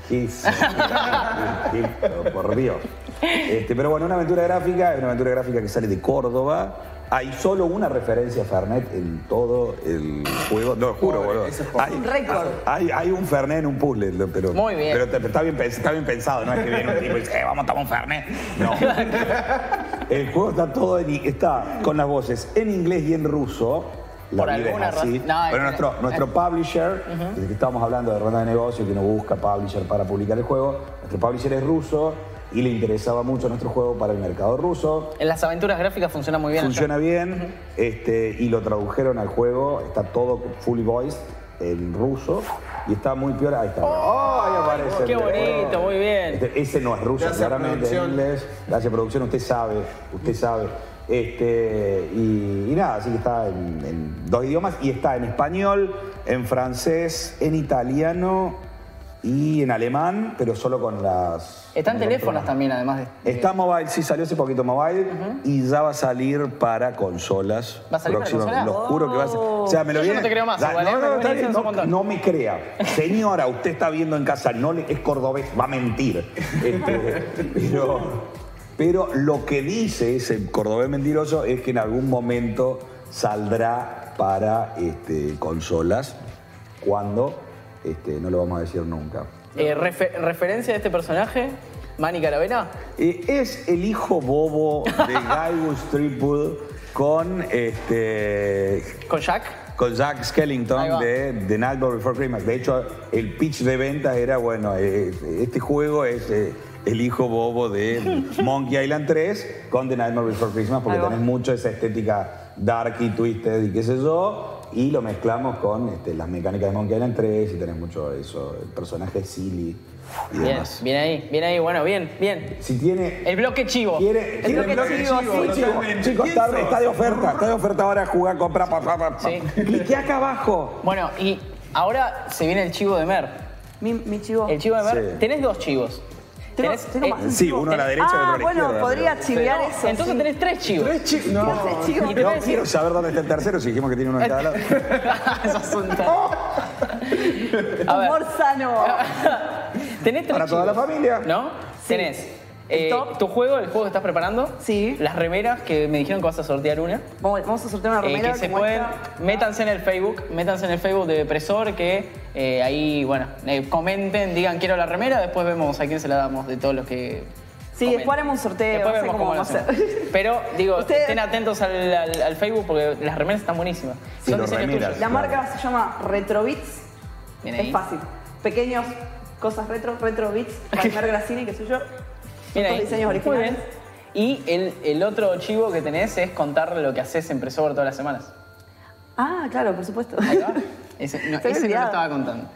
Speaker 5: Jesús, Cristo, por Dios. Este, pero bueno, una aventura gráfica, es una aventura gráfica que sale de Córdoba. Hay solo una referencia a Fernet en todo el juego. No, juro, boludo. Hay,
Speaker 6: Un récord.
Speaker 5: Hay, hay un Fernet en un puzzle, lo- pero.
Speaker 3: Muy bien.
Speaker 5: Pero te- pero está bien, pens- está bien pensado, no es que viene un tipo y dice, "Eh, vamos a tomar un Fernet. No. el juego está todo en, está con las voces en inglés y en ruso. La
Speaker 3: Por
Speaker 5: vida es
Speaker 3: alguna razón-
Speaker 5: así.
Speaker 3: no,
Speaker 5: pero
Speaker 3: es- eh.
Speaker 5: nuestro, nuestro publisher, desde que estábamos hablando de ronda de negocio, que uno busca publisher para publicar el juego, nuestro publisher es ruso y le interesaba mucho nuestro juego para el mercado ruso.
Speaker 3: En las aventuras gráficas funciona muy bien.
Speaker 5: Funciona bien este, y lo tradujeron al juego, está todo fully voiced en ruso y está muy peor. Ahí está. ¡Oh! ahí aparece.
Speaker 3: qué bonito, muy bien.
Speaker 5: Este, ese no es ruso,
Speaker 4: Gracias,
Speaker 5: claramente Eh, es
Speaker 4: producción.
Speaker 5: inglés. Gracias, producción, usted sabe, usted sabe. Este, y, y nada, así que está en, en dos idiomas y está en español, en francés, en italiano y en alemán, pero solo con las.
Speaker 3: Están
Speaker 5: con los
Speaker 3: teléfonos
Speaker 5: programas.
Speaker 3: también, además de.
Speaker 5: Está mobile, sí, salió hace poquito mobile y ya va a salir para consolas.
Speaker 3: ¿Va a salir para consolas? Oh.
Speaker 5: Lo juro que va a salir. O sea, me lo
Speaker 3: Yo ya
Speaker 5: viene-
Speaker 3: no te creo más,
Speaker 5: Ya,
Speaker 3: igual,
Speaker 5: no,
Speaker 3: ¿eh?
Speaker 5: no,
Speaker 3: Me
Speaker 5: no,
Speaker 3: venís
Speaker 5: está bien,
Speaker 3: haciendo un
Speaker 5: no-
Speaker 3: montón.
Speaker 5: no me crea. Señora, usted está viendo en casa, no le- es cordobés, va a mentir. Este, pero, pero lo que dice ese cordobés mentiroso es que en algún momento saldrá para este, consolas cuando este, no lo vamos a decir nunca.
Speaker 3: Eh, refe- referencia de este personaje, Manny Calavera.
Speaker 5: Eh, es el hijo bobo de Guy Triple con este.
Speaker 3: Con Jack.
Speaker 5: Con Jack
Speaker 3: Ahí va.
Speaker 5: Skellington de The Nightmare Before Christmas. De hecho, el pitch de ventas era, bueno, eh, este juego es eh, el hijo bobo de Monkey Island 3 con The Nightmare Before Christmas porque
Speaker 6: Ahí va.
Speaker 5: tenés mucho esa estética dark y twisted y qué sé yo. Y lo mezclamos con este, las mecánicas de Monkey Island 3 y tenés mucho eso, el personaje silly y
Speaker 3: Bien,
Speaker 5: demás.
Speaker 3: bien ahí, bien ahí, bueno, bien, bien.
Speaker 5: Si tiene
Speaker 3: El bloque chivo.
Speaker 5: ¿Quiere, quiere
Speaker 6: bloque
Speaker 5: bloque
Speaker 6: chivo,
Speaker 5: chivo,
Speaker 6: sí,
Speaker 5: chico?
Speaker 4: chico.
Speaker 5: Chicos,
Speaker 4: ¿Quién
Speaker 5: está,
Speaker 4: sos?
Speaker 5: está de oferta, está de oferta ahora, jugar, comprar, pa, pa, pa, pa.
Speaker 3: Sí.
Speaker 5: Cliqué acá abajo.
Speaker 3: Bueno, y ahora se viene el chivo de Mer.
Speaker 6: Mi, mi chivo.
Speaker 3: El chivo de Mer,
Speaker 5: Sí.
Speaker 3: tenés dos chivos.
Speaker 6: Tengo-
Speaker 3: Tenés-
Speaker 6: tengo
Speaker 3: eh,
Speaker 6: más.
Speaker 5: Sí, uno a la derecha y otro a
Speaker 6: Ah,
Speaker 5: la
Speaker 6: bueno,
Speaker 5: izquierda,
Speaker 6: podría
Speaker 5: pero-
Speaker 6: chivear eso.
Speaker 3: Entonces
Speaker 6: sí.
Speaker 3: tenés tres chivos.
Speaker 4: Tres chicos. No,
Speaker 6: Chivo.
Speaker 3: Y te
Speaker 5: No
Speaker 3: voy a decir-
Speaker 5: quiero saber dónde está el tercero si dijimos que tiene uno en cada lado.
Speaker 3: Sos un tarado. A ver.
Speaker 6: Humor sano.
Speaker 3: Tenés tres
Speaker 5: Para toda la
Speaker 3: chivos,
Speaker 5: familia.
Speaker 3: ¿No? Tenés
Speaker 6: El
Speaker 3: eh,
Speaker 6: top.
Speaker 3: tu juego, el juego que estás preparando.
Speaker 6: Sí.
Speaker 3: Las remeras que me dijeron que vas a sortear una.
Speaker 6: Vamos, vamos a sortear una
Speaker 3: Eh,
Speaker 6: remera.
Speaker 3: que se
Speaker 6: como
Speaker 3: pueden,
Speaker 6: esta.
Speaker 3: métanse en el Facebook, métanse en el Facebook de Depresor, que eh, ahí, bueno, eh, comenten, digan quiero la remera, después vemos a quién se la damos de todos los que.
Speaker 6: Sí,
Speaker 3: comenten.
Speaker 6: después haremos un sorteo,
Speaker 3: Después
Speaker 6: no sé
Speaker 3: vemos
Speaker 6: cómo
Speaker 3: cómo lo
Speaker 6: vamos a
Speaker 3: hacemos. Pero, digo,
Speaker 6: Ustedes-
Speaker 3: estén atentos al, al- al Facebook porque las remeras están buenísimas.
Speaker 5: Sí, los
Speaker 3: diseños
Speaker 5: remeras.
Speaker 3: tuyos.
Speaker 6: La marca se llama Retrobits.
Speaker 3: Bien ahí.
Speaker 6: Es fácil. Pequeños cosas retro, Retrobits. Palmer Gracini, que soy yo.
Speaker 3: Bien
Speaker 6: Son
Speaker 3: ahí.
Speaker 6: todos diseños
Speaker 3: Muy
Speaker 6: originales.
Speaker 3: bien. Y el, el otro chivo que tenés es contarle lo que haces en Presor todas las semanas.
Speaker 6: Ah, claro, por supuesto.
Speaker 3: Ahí va. Ese no,
Speaker 6: Se me
Speaker 3: ese no lo
Speaker 6: olvidaba.
Speaker 3: estaba contando.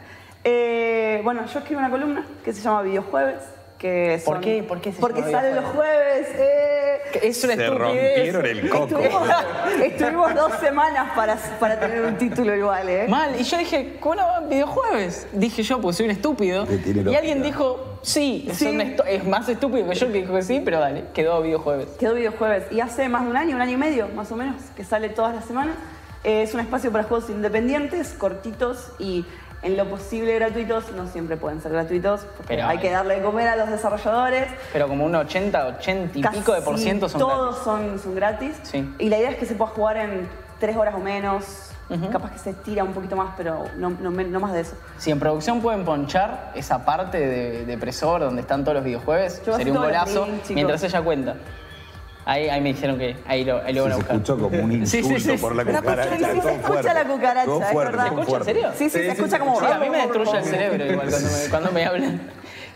Speaker 6: Eh, bueno, yo escribo una columna que se llama Videojueves. Que
Speaker 3: ¿Por
Speaker 6: son-
Speaker 3: qué? ¿Por qué se
Speaker 6: Porque
Speaker 3: llama
Speaker 6: sale los jueves. eh.
Speaker 3: Es una
Speaker 5: Se
Speaker 3: estupidez.
Speaker 5: rompieron el coco.
Speaker 6: Estuvimos, estuvimos dos semanas para, para tener un título igual, ¿eh?
Speaker 3: Mal, y yo dije, ¿cómo no van videojueves? Dije yo, pues soy un estúpido.
Speaker 5: Sí, tiene
Speaker 3: Y
Speaker 5: lógica.
Speaker 3: alguien dijo, sí, es, un estu- es más estúpido que yo el que dijo que sí, pero dale, quedó videojueves.
Speaker 6: Quedó videojueves. Y hace más de un año, un año y medio, más o menos, que sale todas las semanas. Eh, es un espacio para juegos independientes, cortitos y en lo posible gratuitos. No siempre pueden ser gratuitos, porque
Speaker 3: Pero
Speaker 6: hay
Speaker 3: hay-
Speaker 6: que darle de comer a los desarrolladores.
Speaker 3: Pero como un 80, 80 y
Speaker 6: Casi
Speaker 3: pico de por ciento son
Speaker 6: todos
Speaker 3: gratis.
Speaker 6: Son, son gratis.
Speaker 3: Sí.
Speaker 6: Y la idea es que se pueda jugar en tres horas o menos. Capaz que se estira un poquito más, pero no, no men- no más de eso.
Speaker 3: Si en producción pueden ponchar esa parte de, de Presor donde están todos los videojueves,
Speaker 6: Yo
Speaker 3: sería un
Speaker 6: estoy
Speaker 3: golazo.
Speaker 6: bien, chicos.
Speaker 3: mientras ella cuenta. Ahí, ahí me dijeron que ahí lo, ahí lo van
Speaker 5: Sí, se
Speaker 3: a buscar.
Speaker 5: escuchó como un
Speaker 3: Sí, sí,
Speaker 5: insulto
Speaker 3: sí, sí.
Speaker 5: por la
Speaker 6: La
Speaker 5: cucaracha.
Speaker 6: cucaracha,
Speaker 5: Estuvo
Speaker 6: se escucha
Speaker 5: fuerte,
Speaker 6: la cucaracha,
Speaker 5: estuvo
Speaker 6: es
Speaker 5: fuerte,
Speaker 6: verdad.
Speaker 5: estuvo
Speaker 3: ¿Se escucha? ¿En
Speaker 5: fuerte.
Speaker 3: serio?
Speaker 6: Sí, sí, se escucha como.
Speaker 3: Sí, a mí me
Speaker 6: "Vamos,
Speaker 3: destruye el
Speaker 6: vamos".
Speaker 3: cerebro igual cuando me, cuando me hablan.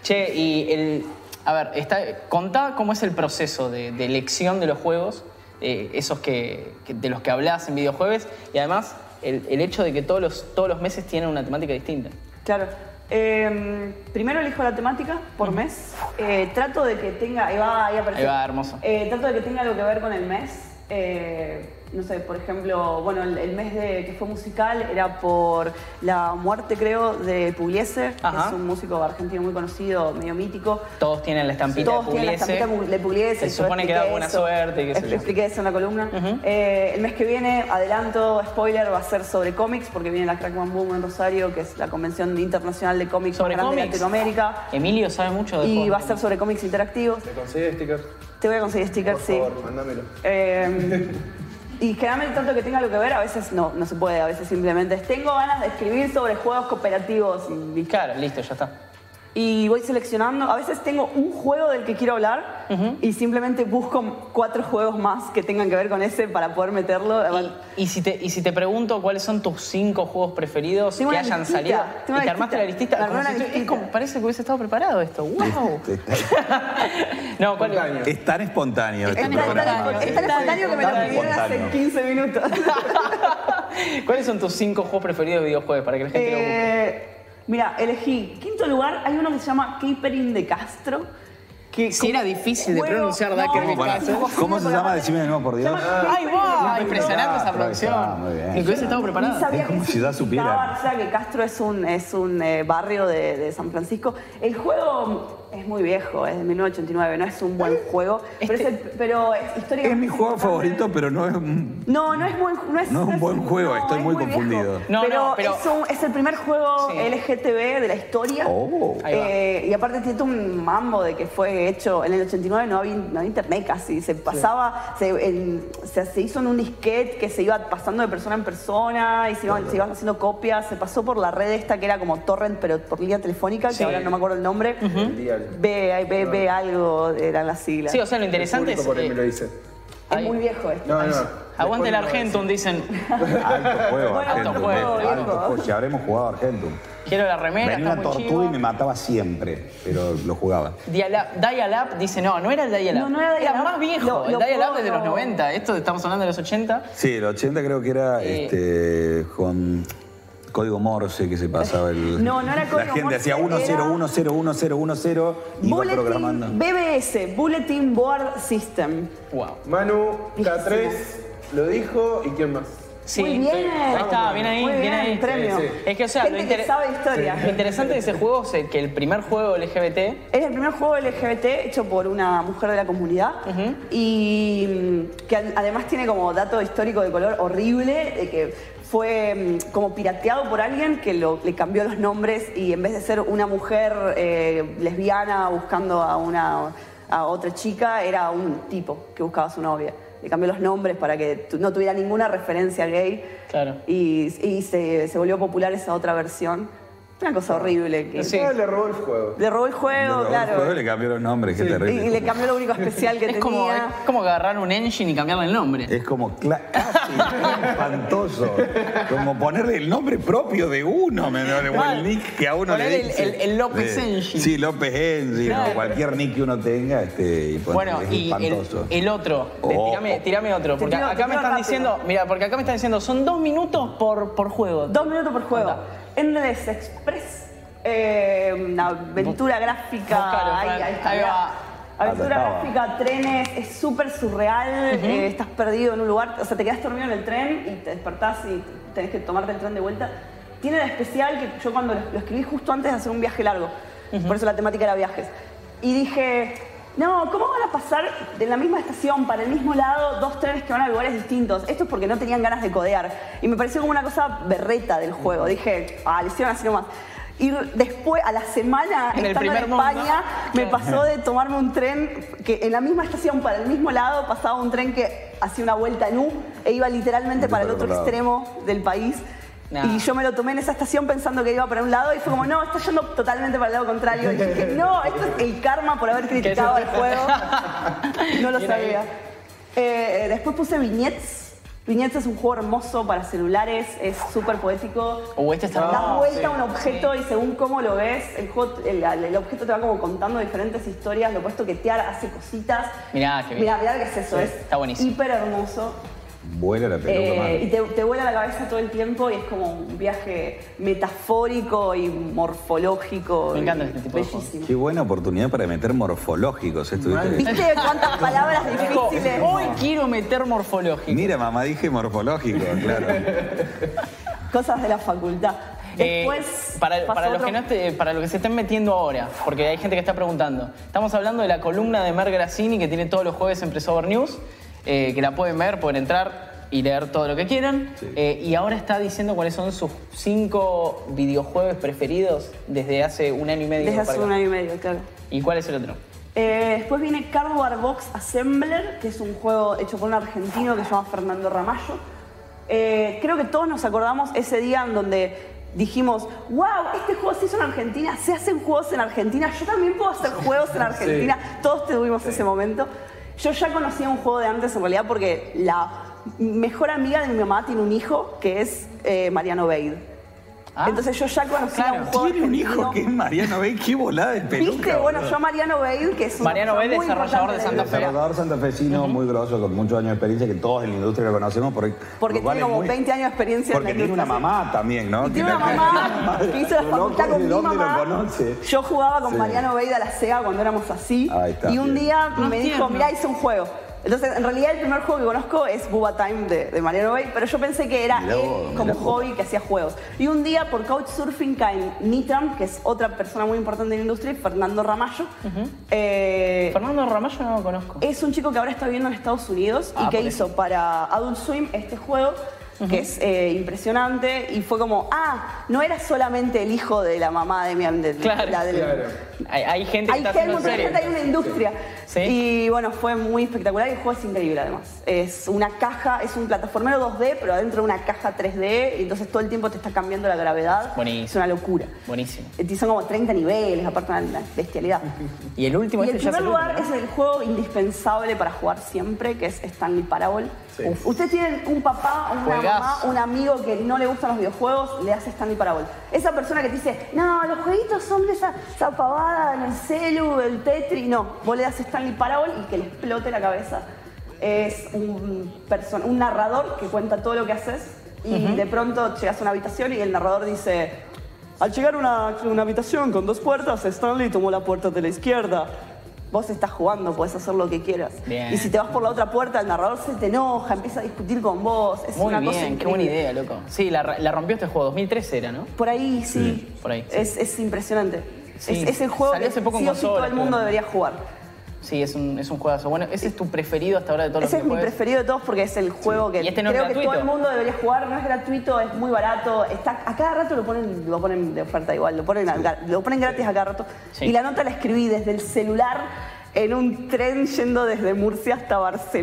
Speaker 3: Che, y el. A ver, está, contá cómo es el proceso de, de elección de los juegos, eh, esos que, que- de los que hablás en videojueves, y además el, el hecho de que todos los, todos los meses tienen una temática distinta.
Speaker 6: Claro. Eh, primero elijo la temática por mes. Eh, trato de que tenga. Ahí va, ahí apareció.
Speaker 3: Ahí va, hermoso.
Speaker 6: Eh, trato de que tenga algo que ver con el mes. Eh, no sé, por ejemplo, bueno, el, el mes de, que fue musical era por la muerte, creo, de Pugliese, que
Speaker 3: Ajá.
Speaker 6: es un músico argentino muy conocido, medio mítico.
Speaker 3: Todos tienen la estampita
Speaker 6: Todos
Speaker 3: de
Speaker 6: tienen la
Speaker 3: Pugliese.
Speaker 6: estampita pu- de Pugliese.
Speaker 3: Se
Speaker 6: yo
Speaker 3: supone que
Speaker 6: expliqué
Speaker 3: da buena
Speaker 6: eso.
Speaker 3: suerte y qué sé yo.
Speaker 6: Expliqué eso en la columna.
Speaker 3: Ujú.
Speaker 6: Eh, el mes que viene, adelanto, spoiler, va a ser sobre cómics, porque viene la Crackman Boom en Rosario, que es la convención internacional de cómics
Speaker 3: Sobre
Speaker 6: más grande de
Speaker 3: cómics.
Speaker 6: Latinoamérica.
Speaker 3: Emilio sabe mucho de
Speaker 6: Y
Speaker 3: juegos.
Speaker 6: va a ser sobre cómics interactivos.
Speaker 7: ¿Me consigues stickers?
Speaker 6: Te voy a conseguir stickers,
Speaker 7: Por
Speaker 6: sí.
Speaker 7: favor, mándamelo.
Speaker 6: Eh, y generalmente tanto que tenga algo que ver, a veces no, no se puede, a veces simplemente es, tengo ganas de escribir sobre juegos cooperativos y
Speaker 3: Claro, listo, ya está.
Speaker 6: y voy seleccionando. A veces tengo un juego del que quiero hablar y simplemente busco cuatro juegos más que tengan que ver con ese para poder meterlo.
Speaker 3: Y si, te, y si te pregunto cuáles son tus cinco juegos preferidos
Speaker 6: Tengo
Speaker 3: que
Speaker 6: una
Speaker 3: hayan
Speaker 6: listita,
Speaker 3: salido.
Speaker 6: tengo
Speaker 3: Y
Speaker 6: una
Speaker 3: te armaste
Speaker 6: listita,
Speaker 3: la listita.
Speaker 6: me armé
Speaker 3: como
Speaker 6: una
Speaker 3: si tu- es
Speaker 6: listita.
Speaker 3: como- parece que hubiese estado preparado esto. ¡Wow! no, ¿cuál
Speaker 7: Espontáneo.
Speaker 5: Es tan espontáneo
Speaker 6: Es
Speaker 5: este
Speaker 6: tan
Speaker 5: programa.
Speaker 6: espontáneo, es tan espontáneo que me lo pidieron hace
Speaker 5: Espontáneo.
Speaker 6: 15 minutos.
Speaker 3: ¿Cuáles son tus cinco juegos preferidos de videojuegos para que la gente lo busque?
Speaker 6: Eh, Mira, elegí. Quinto lugar, hay uno que se llama Capering de Castro. Que
Speaker 3: Sí, era difícil de pronunciar,
Speaker 6: da
Speaker 3: Dacre de
Speaker 5: Castro. ¿Cómo se llama? Decime de nuevo, por Dios.
Speaker 3: ¡Ay, wow! Impresionante esa
Speaker 5: Ah, está, muy
Speaker 3: producción.
Speaker 5: bien.
Speaker 3: Ni que hubiese estado
Speaker 6: Ni
Speaker 3: preparado.
Speaker 6: sabía
Speaker 5: Es como
Speaker 6: que
Speaker 5: si
Speaker 6: eso
Speaker 5: ya supiera.
Speaker 6: existía, O sea, que Castro es un, es un eh, barrio de, de San Francisco. El juego es muy viejo, es de 1989, no es un buen juego. Pero
Speaker 3: Este
Speaker 6: es, el- pero es histórico.
Speaker 5: Es mi juego favorito, pero no es un-
Speaker 6: No, no es, buen, no es,
Speaker 5: No es un buen juego, estoy
Speaker 6: es
Speaker 5: muy
Speaker 6: viejo.
Speaker 5: confundido.
Speaker 3: No,
Speaker 6: pero
Speaker 3: no, pero-
Speaker 6: es, un- es el primer juego
Speaker 3: Sí.
Speaker 6: LGTB de la historia.
Speaker 5: Oh.
Speaker 3: Ahí va.
Speaker 6: Eh, y aparte tiene todo un mambo de que fue hecho en el 89, no había, no había internet casi. Se pasaba, se, en- se- se hizo en un disquete que se iba pasando de persona en persona y se iban, se iban haciendo copias. Se pasó por la red esta que era como torrent, pero por línea telefónica,
Speaker 3: Sí.
Speaker 6: que ahora no me acuerdo el nombre. B, B, B algo, eran las siglas.
Speaker 3: Sí, o sea, lo interesante
Speaker 7: Ah. El
Speaker 3: es.
Speaker 7: público por ahí
Speaker 3: eh,
Speaker 7: me lo dice.
Speaker 6: es
Speaker 3: ahí-
Speaker 6: muy viejo este esto.
Speaker 7: No, no, no.
Speaker 3: Aguante el
Speaker 7: Después me lo
Speaker 3: Argentum, dicen.
Speaker 5: alto juego.
Speaker 6: Bueno,
Speaker 5: Argentum,
Speaker 3: alto juego,
Speaker 5: eh, alto
Speaker 6: viejo.
Speaker 5: juego. Si habremos jugado Argentum.
Speaker 3: Quiero la remera,
Speaker 5: Venía
Speaker 3: está
Speaker 5: una
Speaker 3: muy
Speaker 5: tortuga y me
Speaker 3: chiva.
Speaker 5: mataba siempre, pero lo jugaba.
Speaker 3: Dial-up- Dial-up dice, no, no era el Dial-up.
Speaker 6: No, no era Dial-up.
Speaker 3: más viejo.
Speaker 6: Lo-
Speaker 3: el
Speaker 6: lo
Speaker 3: Dial-up
Speaker 6: puedo-
Speaker 3: desde los 90. Esto estamos hablando de los 80.
Speaker 5: Sí, el 80 creo que era
Speaker 3: Eh.
Speaker 5: este, con código Morse que se pasaba el.
Speaker 6: No, no era
Speaker 5: La
Speaker 6: código
Speaker 5: gente
Speaker 6: Morse,
Speaker 5: hacía
Speaker 6: era-
Speaker 5: 10101010 y iba programando.
Speaker 6: Bulletin, BBS, Bulletin Board System.
Speaker 3: Wow.
Speaker 7: Manu K3 lo dijo y quién más.
Speaker 3: Sí,
Speaker 6: Muy bien.
Speaker 3: ahí está, bien ahí,
Speaker 6: Muy
Speaker 3: bien,
Speaker 6: bien,
Speaker 3: ahí.
Speaker 6: premio.
Speaker 7: Sí,
Speaker 3: Es que, o sea,
Speaker 6: Gente
Speaker 3: lo, inter-
Speaker 6: que sabe historia.
Speaker 3: lo interesante de ese juego es el que el primer juego LGBT
Speaker 6: Es el primer juego LGBT hecho por una mujer de la comunidad y mm, que ad- además tiene como dato histórico de color horrible de que fue mm, como pirateado por alguien que lo- le cambió los nombres y en vez de ser una mujer eh, lesbiana buscando a una a otra chica era un tipo que buscaba a su novia. Le cambió los nombres para que tu- no tuviera ninguna referencia gay.
Speaker 3: Claro.
Speaker 6: Y, y se, se volvió popular esa otra versión. Una cosa horrible. Que
Speaker 3: Sí.
Speaker 7: Ah, le robó el juego.
Speaker 6: Le robó el juego,
Speaker 5: Pero
Speaker 6: claro.
Speaker 5: al juego le cambió los nombres, qué
Speaker 6: Y,
Speaker 5: terrible.
Speaker 6: y le cambió lo único especial que
Speaker 3: es
Speaker 6: tenía.
Speaker 3: como, es como agarrar un engine y cambiarle el nombre.
Speaker 5: Es como cla- casi espantoso. Como ponerle el nombre propio de uno, me duele, o
Speaker 3: Mal.
Speaker 5: el nick que a uno
Speaker 3: Poner
Speaker 5: le
Speaker 3: el-
Speaker 5: dice.
Speaker 3: el- el López
Speaker 5: Eh,
Speaker 3: Engine.
Speaker 5: Sí, López Engine,
Speaker 3: Claro.
Speaker 5: o cualquier nick que uno tenga, este, y poner-
Speaker 3: Bueno,
Speaker 5: es
Speaker 3: y el,
Speaker 5: espantoso.
Speaker 3: el otro, de-
Speaker 5: Oh.
Speaker 3: tirame, tirame otro, porque
Speaker 6: tiro- te
Speaker 3: acá me
Speaker 6: tiro
Speaker 3: están
Speaker 6: rápido.
Speaker 3: diciendo, mira, porque acá me están diciendo, son dos minutos por, por juego.
Speaker 6: Dos minutos por juego. NDS Express, eh, una aventura gráfica.
Speaker 3: Búscalo,
Speaker 6: Ay,
Speaker 3: Fran.
Speaker 6: ahí está,
Speaker 3: Ahí
Speaker 6: mirá.
Speaker 3: va.
Speaker 6: Aventura
Speaker 5: Acertaba.
Speaker 6: gráfica, trenes, es súper surreal, eh, estás perdido en un lugar, o sea, te quedas dormido en el tren y te despertás y tenés que tomarte el tren de vuelta. Tiene de especial que yo cuando lo, lo escribí justo antes de hacer un viaje largo, por eso la temática era viajes, y dije, no, ¿cómo van a pasar de la misma estación para el mismo lado dos trenes que van a lugares distintos? Esto es porque no tenían ganas de codear. Y me pareció como una cosa berreta del juego. Dije, ah, le hicieron así nomás. Y después, a la semana,
Speaker 3: En el
Speaker 6: estando en
Speaker 3: primer mundo.
Speaker 6: España, me pasó de tomarme un tren que en la misma estación, para el mismo lado, pasaba un tren que hacía una vuelta en U e iba literalmente para el otro
Speaker 5: lado.
Speaker 6: extremo del país.
Speaker 3: Nah.
Speaker 6: Y yo me lo tomé en esa estación pensando que iba para un lado y fue como, no, está yendo totalmente para el lado contrario. Y dije, no, esto es el karma por haber criticado el juego. No lo
Speaker 3: Bien ahí.
Speaker 6: sabía. Eh, eh, después puse Vignettes. Vignettes es un juego hermoso para celulares, es súper poético.
Speaker 3: Uh, este está
Speaker 6: Das
Speaker 3: hermoso,
Speaker 6: vuelta a
Speaker 3: sí.
Speaker 6: un objeto y según cómo lo ves, el, juego- el- el objeto te va como contando diferentes historias, lo puedes toquetear, hace cositas.
Speaker 3: Mirá, qué bien.
Speaker 6: Mirá, mirá lo que es eso,
Speaker 3: Sí,
Speaker 6: es
Speaker 3: está buenísimo.
Speaker 6: hiper hermoso.
Speaker 5: Vuela la peluca,
Speaker 6: Eh,
Speaker 5: mano.
Speaker 6: y te, te vuela la cabeza todo el tiempo y es como un viaje metafórico y morfológico.
Speaker 3: Me
Speaker 6: y
Speaker 3: encanta este tipo de juegos.
Speaker 6: Bellísimo.
Speaker 5: Qué buena oportunidad para meter morfológicos. ¿eh? Estuviste...
Speaker 6: ¿Viste cuántas palabras
Speaker 3: Dijo,
Speaker 6: difíciles?
Speaker 3: hoy quiero meter morfológico.
Speaker 5: Mira, mamá, dije morfológico, claro.
Speaker 6: Cosas de la facultad.
Speaker 3: Eh,
Speaker 6: Después.
Speaker 3: para,
Speaker 6: pasó
Speaker 3: para los
Speaker 6: otro-
Speaker 3: que no esté- para los que se estén metiendo ahora, porque hay gente que está preguntando, estamos hablando de la columna de Mer Grassini que tiene todos los jueves en Presover News, eh, que la pueden ver, pueden entrar y leer todo lo que quieran. Eh, y ahora está diciendo cuáles son sus cinco videojuegos preferidos desde hace un año y medio.
Speaker 6: Desde
Speaker 3: para
Speaker 6: hace
Speaker 3: acá.
Speaker 6: un año y medio, claro.
Speaker 3: ¿Y cuál es el otro?
Speaker 6: Eh, después viene Cardboard Box Assembler, que es un juego hecho por un argentino que se llama Fernando Ramallo. Eh, creo que todos nos acordamos ese día en donde dijimos, wow, este juego se hizo en Argentina, se hacen juegos en Argentina, yo también puedo hacer juegos en Argentina. Todos tuvimos ese momento. Yo ya conocía un juego de antes en realidad porque la mejor amiga de mi mamá tiene un hijo que es eh, Mariano Beid.
Speaker 3: Ah.
Speaker 6: Entonces yo ya conocía
Speaker 3: Claro.
Speaker 6: un juego
Speaker 5: Tiene un hijo
Speaker 6: argentino.
Speaker 5: que es Mariano Bey, qué volada de peluca.
Speaker 6: Viste, bueno,
Speaker 5: boludo.
Speaker 6: yo a Mariano Bale, que es un
Speaker 3: Mariano Bale,
Speaker 6: muy
Speaker 3: desarrollador de
Speaker 6: importante
Speaker 3: Santa
Speaker 5: El
Speaker 3: Fe.
Speaker 5: Salvador santafesino, muy grosso, con muchos años de experiencia, que todos en la industria lo conocemos. Porque,
Speaker 6: Porque
Speaker 5: lo cual
Speaker 6: tiene
Speaker 5: es
Speaker 6: como
Speaker 5: muy-
Speaker 6: 20 años de experiencia
Speaker 5: Porque
Speaker 6: en la
Speaker 5: tiene una
Speaker 6: industria.
Speaker 5: mamá también, ¿no?
Speaker 6: Y tiene una mamá que hizo la
Speaker 5: Lo loco
Speaker 6: facultad
Speaker 5: es
Speaker 6: con
Speaker 5: de
Speaker 6: mi
Speaker 5: dónde lo
Speaker 6: mamá.
Speaker 5: conoce.
Speaker 6: Yo jugaba con
Speaker 5: Sí.
Speaker 6: Mariano Bale a la SEA cuando éramos así.
Speaker 5: Ahí está,
Speaker 6: Y un
Speaker 5: bien.
Speaker 6: día
Speaker 3: Más
Speaker 6: me dijo,
Speaker 3: Ah, tierno.
Speaker 6: mirá, hice un juego. Entonces, en realidad el primer juego que conozco es Bubba Time de, de Mariano Bale, pero yo pensé que era
Speaker 5: Mirá vos,
Speaker 6: él como
Speaker 5: mirá vos.
Speaker 6: hobby que hacía juegos. Y un día por Couchsurfing cae Nitram, que es otra persona muy importante de la industria, y Fernando Ramallo. Eh,
Speaker 3: Fernando Ramallo no lo conozco. Ah,
Speaker 6: es un chico que ahora está viviendo en Estados Unidos y que hizo para Adult Swim este juego que es eh, impresionante y fue como, ah, no era solamente el hijo de la mamá de mi de-
Speaker 3: Claro.
Speaker 6: la del-
Speaker 3: Hay, hay gente
Speaker 6: Hay
Speaker 3: que está
Speaker 6: gente,
Speaker 3: haciendo
Speaker 6: mucha
Speaker 3: serie.
Speaker 6: gente, hay una industria.
Speaker 3: Sí.
Speaker 6: Y bueno, fue muy espectacular y el juego es increíble además. Es una caja, es un plataformero 2D, pero adentro de una caja 3D, y entonces todo el tiempo te está cambiando la gravedad.
Speaker 3: Buenísimo.
Speaker 6: Es una locura.
Speaker 3: Buenísimo.
Speaker 6: Y Son como 30 niveles, aparte una una bestialidad.
Speaker 3: Y el último,
Speaker 6: Y
Speaker 3: este
Speaker 6: en
Speaker 3: ya es
Speaker 6: primer
Speaker 3: el
Speaker 6: lugar
Speaker 3: último,
Speaker 6: es
Speaker 3: ¿no?
Speaker 6: el juego indispensable para jugar siempre, que es Stanley Parable. Uf. Ustedes tienen un papá, una
Speaker 3: Juegazo.
Speaker 6: mamá, un amigo que no le gustan los videojuegos, le hace Stanley Parable. Esa persona que te dice, no, los jueguitos son de esa, esa pavada en el celu, el Tetris. No, vos le das Stanley Parable y que le explote la cabeza. Es un, person- un narrador que cuenta todo lo que haces y de pronto llegas a una habitación y el narrador dice, al llegar a una, una habitación con dos puertas, Stanley tomó la puerta de la izquierda. Vos estás jugando, podés hacer lo que quieras.
Speaker 3: Bien.
Speaker 6: Y si te vas por la otra puerta, el narrador se te enoja, empieza a discutir con vos. Es
Speaker 3: Muy
Speaker 6: una
Speaker 3: bien,
Speaker 6: cosa
Speaker 3: qué
Speaker 6: increíble.
Speaker 3: buena idea, loco. Sí, la, la rompió este juego, 2013 era, ¿no?
Speaker 6: Por ahí sí.
Speaker 3: Sí, por ahí, sí.
Speaker 6: Es, es impresionante.
Speaker 3: Sí,
Speaker 6: Es, es el juego
Speaker 3: salió
Speaker 6: que
Speaker 3: hace poco en
Speaker 6: sí o sí
Speaker 3: consola,
Speaker 6: todo el mundo
Speaker 3: creo.
Speaker 6: debería jugar.
Speaker 3: Sí, es un, es un juegazo. Bueno, ese es tu preferido hasta ahora de todos
Speaker 6: Ese es
Speaker 3: los
Speaker 6: mi
Speaker 3: videojuegos?
Speaker 6: preferido de todos porque es el juego que
Speaker 3: Y este no es
Speaker 6: creo que todo
Speaker 3: gratuito.
Speaker 6: el mundo debería jugar. No es gratuito, es muy barato. Está, a cada rato lo ponen, lo ponen de oferta igual, lo ponen, al- lo ponen gratis a cada rato.
Speaker 3: Sí.
Speaker 6: Y la nota la escribí desde el celular en un tren yendo desde Murcia hasta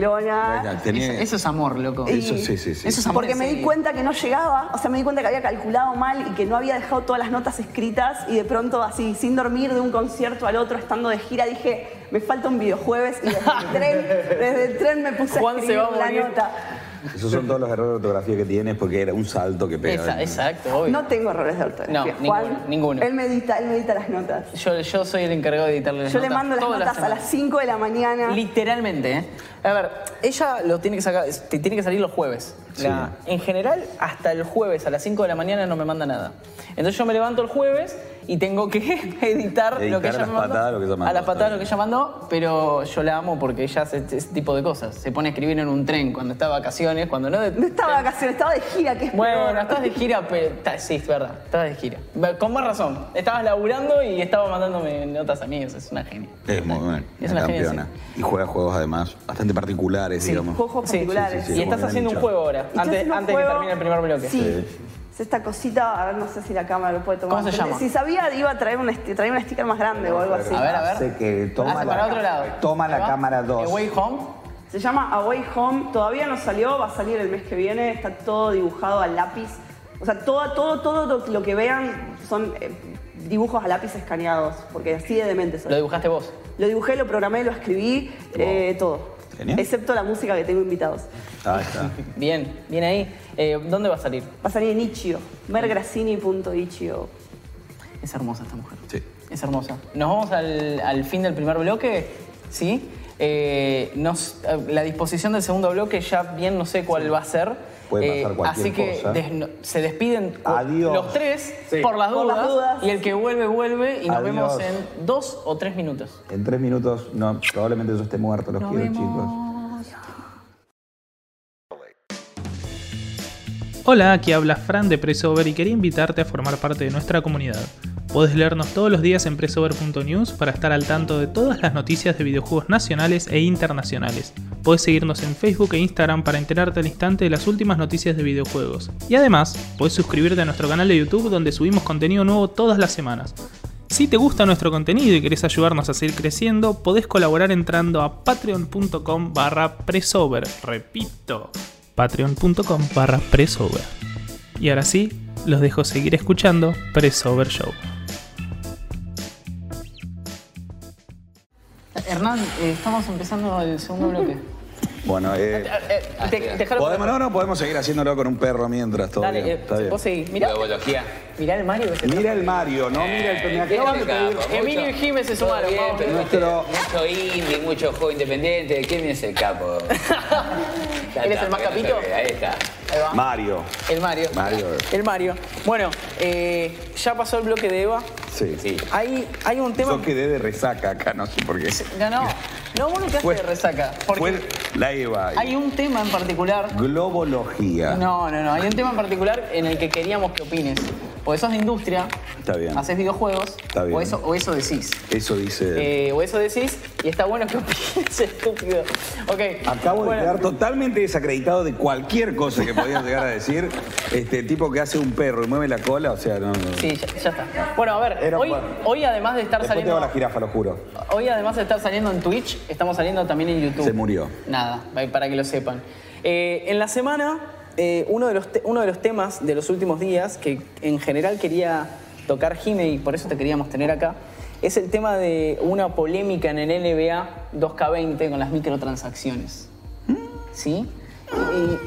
Speaker 6: Barcelona.
Speaker 5: Ya, tenía-
Speaker 3: Eso, eso es amor, loco.
Speaker 6: Y-
Speaker 5: eso sí, sí, sí.
Speaker 3: Eso es amor.
Speaker 6: Porque me di
Speaker 3: Sí.
Speaker 6: cuenta que no llegaba, o sea, me di cuenta que había calculado mal y que no había dejado todas las notas escritas y de pronto así, sin dormir de un concierto al otro, estando de gira, dije, me falta un videojueves y desde el tren, desde el tren me puse
Speaker 3: Juan
Speaker 6: a
Speaker 3: se
Speaker 6: escribir
Speaker 3: va a
Speaker 6: la
Speaker 3: morir.
Speaker 6: nota.
Speaker 5: Esos son todos los errores de ortografía que tienes porque era un salto que pega.
Speaker 3: Esa- exacto, obvio.
Speaker 6: No tengo errores de ortografía.
Speaker 3: No,
Speaker 6: Juan,
Speaker 3: ninguno, ninguno.
Speaker 6: Él medita, él medita las notas.
Speaker 3: Yo, yo soy el encargado de editarle las
Speaker 6: Yo le
Speaker 3: notas
Speaker 6: mando las
Speaker 3: todas
Speaker 6: notas a
Speaker 3: semanas.
Speaker 6: las 5 de la mañana.
Speaker 3: Literalmente, ¿eh? A ver, ella lo tiene que sacar, es- te tiene que salir los jueves. La- en general, hasta el jueves a las 5 de la mañana no me manda nada. Entonces yo me levanto el jueves y tengo que editar,
Speaker 5: Editar
Speaker 3: lo que ella
Speaker 5: a las
Speaker 3: me mandó.
Speaker 5: patadas lo que ella mandó,
Speaker 3: A las patadas
Speaker 5: está
Speaker 3: lo que ella mandó, pero yo la amo porque ella hace ese tipo de cosas. Se pone a escribir en un tren cuando está de vacaciones, cuando no... de-
Speaker 6: No estaba de vacaciones, estaba de gira, que es peor.
Speaker 3: Bueno, estás de gira, pero... está- sí, es verdad, estás de gira. Ve- Con más razón, estabas laburando y estaba mandándome notas a mí, o sea, es una genia.
Speaker 5: Es muy buena.
Speaker 3: Es
Speaker 5: una
Speaker 3: una genia,
Speaker 5: campeona. Y juega juegos además bastante particulares, digamos.
Speaker 6: Juegos
Speaker 3: Sí,
Speaker 6: particulares.
Speaker 5: sí, sí,
Speaker 3: y estás
Speaker 5: como
Speaker 3: haciendo
Speaker 5: bien dicho.
Speaker 3: un juego ahora,
Speaker 6: Estoy
Speaker 3: antes,
Speaker 6: haciendo un
Speaker 3: antes de que
Speaker 6: juego-
Speaker 3: termine el primer bloque.
Speaker 6: Sí.
Speaker 5: Sí.
Speaker 6: Es esta cosita, a ver, no sé si la cámara lo puede tomar.
Speaker 3: ¿Cómo se
Speaker 6: Pero
Speaker 3: llama?
Speaker 6: Si sabía, iba a traer un, esti- traer un sticker más grande o algo así.
Speaker 3: A ver, a ver.
Speaker 5: Hace que toma
Speaker 3: Hace
Speaker 5: la-
Speaker 3: para otro lado.
Speaker 5: toma
Speaker 3: Ahí
Speaker 5: la
Speaker 3: va. Eh,
Speaker 5: cámara dos.
Speaker 3: Away Home.
Speaker 6: Se llama Away Home. Todavía no salió, va a salir el mes que viene. Está todo dibujado al lápiz. O sea, todo, todo, todo lo- lo que vean son eh, dibujos a lápiz escaneados, porque así de demente soy.
Speaker 3: Lo dibujaste vos.
Speaker 6: Lo dibujé, lo programé, lo escribí, eh, todo.
Speaker 5: Genial.
Speaker 6: Excepto la música que tengo invitados.
Speaker 5: Ah, está.
Speaker 3: Bien, bien ahí. Eh, ¿Dónde va a salir?
Speaker 6: Va a salir en Ichio, mergracini.ichio.
Speaker 3: Es hermosa esta mujer.
Speaker 5: Sí.
Speaker 3: Es hermosa. Nos vamos al, al fin del primer bloque, ¿sí? Eh, nos- eh, la disposición del segundo bloque ya bien no sé cuál va a ser. Eh,
Speaker 5: Puede pasar cualquier
Speaker 3: Así que
Speaker 5: cosa.
Speaker 3: des- no- se despiden cu-
Speaker 5: Adiós.
Speaker 3: los tres
Speaker 4: Sí.
Speaker 3: por, las,
Speaker 6: Por
Speaker 3: dudas,
Speaker 6: las dudas.
Speaker 3: Y el que vuelve, vuelve. Y nos
Speaker 5: Adiós.
Speaker 3: vemos en dos o tres minutos.
Speaker 5: En tres minutos, no, probablemente yo esté muerto, los quiero, chicos.
Speaker 8: Hola, aquí habla Fran de Pressover y quería invitarte a formar parte de nuestra comunidad. Podés leernos todos los días en pressover.news para estar al tanto de todas las noticias de videojuegos nacionales e internacionales. Podés seguirnos en Facebook e Instagram para enterarte al instante de las últimas noticias de videojuegos. Y además, podés suscribirte a nuestro canal de YouTube donde subimos contenido nuevo todas las semanas. Si te gusta nuestro contenido y querés ayudarnos a seguir creciendo, podés colaborar entrando a patreon.com barra presover. Repito, patreon.com barra presover. Y ahora sí, los dejo seguir escuchando Presover Show.
Speaker 3: Hernán, eh, estamos empezando el segundo bloque.
Speaker 5: Bueno, eh,
Speaker 3: Eh, te- dejalo-
Speaker 5: podemos, no, no, podemos seguir haciéndolo con un perro mientras, todo
Speaker 3: Dale,
Speaker 5: bien,
Speaker 3: eh,
Speaker 5: está bien.
Speaker 3: vos seguís. Mirá,
Speaker 2: Globología.
Speaker 3: mirá el Mario. ese-
Speaker 5: Mira el Mario,
Speaker 2: Eh,
Speaker 5: no mira el perro. Me acaban de pedir-
Speaker 3: Emilio y Jiménez se sumaron,
Speaker 2: Todo bien,
Speaker 3: vamos.
Speaker 2: pero
Speaker 5: Nuestro-
Speaker 2: Mucho indie, mucho juego independiente. ¿Quién es el capo? Ya
Speaker 3: ¿Él es
Speaker 2: está,
Speaker 3: el más
Speaker 2: porque no
Speaker 3: capito?
Speaker 2: se ve, Ahí está.
Speaker 5: Mario.
Speaker 3: El Mario.
Speaker 5: Mario.
Speaker 3: El Mario. Bueno, eh, ya pasó el bloque de Eva.
Speaker 5: Sí.
Speaker 2: Sí.
Speaker 3: Hay, hay un tema.
Speaker 5: Yo quedé de resaca acá, no sé por qué.
Speaker 3: No, no. No, vos no te
Speaker 5: Fue-
Speaker 3: de resaca.
Speaker 5: Fue
Speaker 3: Porque
Speaker 5: la Eva.
Speaker 3: hay un tema en particular.
Speaker 5: Globología.
Speaker 3: No, no, no. Hay un tema en particular en el que queríamos que opines. Porque sos de industria.
Speaker 5: Está bien.
Speaker 3: Haces videojuegos.
Speaker 5: Está bien.
Speaker 3: O eso, o eso decís.
Speaker 5: Eso dice.
Speaker 3: Eh, o eso decís. Y está bueno que opines, estúpido. Ok.
Speaker 5: Acabo
Speaker 3: bueno,
Speaker 5: de quedar totalmente desacreditado de cualquier cosa que podías llegar a decir. Este tipo que hace un perro y mueve la cola, o sea, no. no.
Speaker 3: Sí, ya, ya está. Bueno, a ver.
Speaker 5: Era
Speaker 3: Hoy,
Speaker 5: bueno.
Speaker 3: hoy además de estar
Speaker 5: Después te hago
Speaker 3: saliendo.
Speaker 5: la jirafa, lo juro.
Speaker 3: Hoy además de estar saliendo en Twitch, estamos saliendo también en YouTube.
Speaker 5: Se murió.
Speaker 3: Nada, pa- para que lo sepan. Eh, en la semana, eh, uno, de los te- uno de los temas de los últimos días que en general quería tocar Jime y por eso te queríamos tener acá, es el tema de una polémica en el NBA 2K20 con las microtransacciones. ¿Sí? Y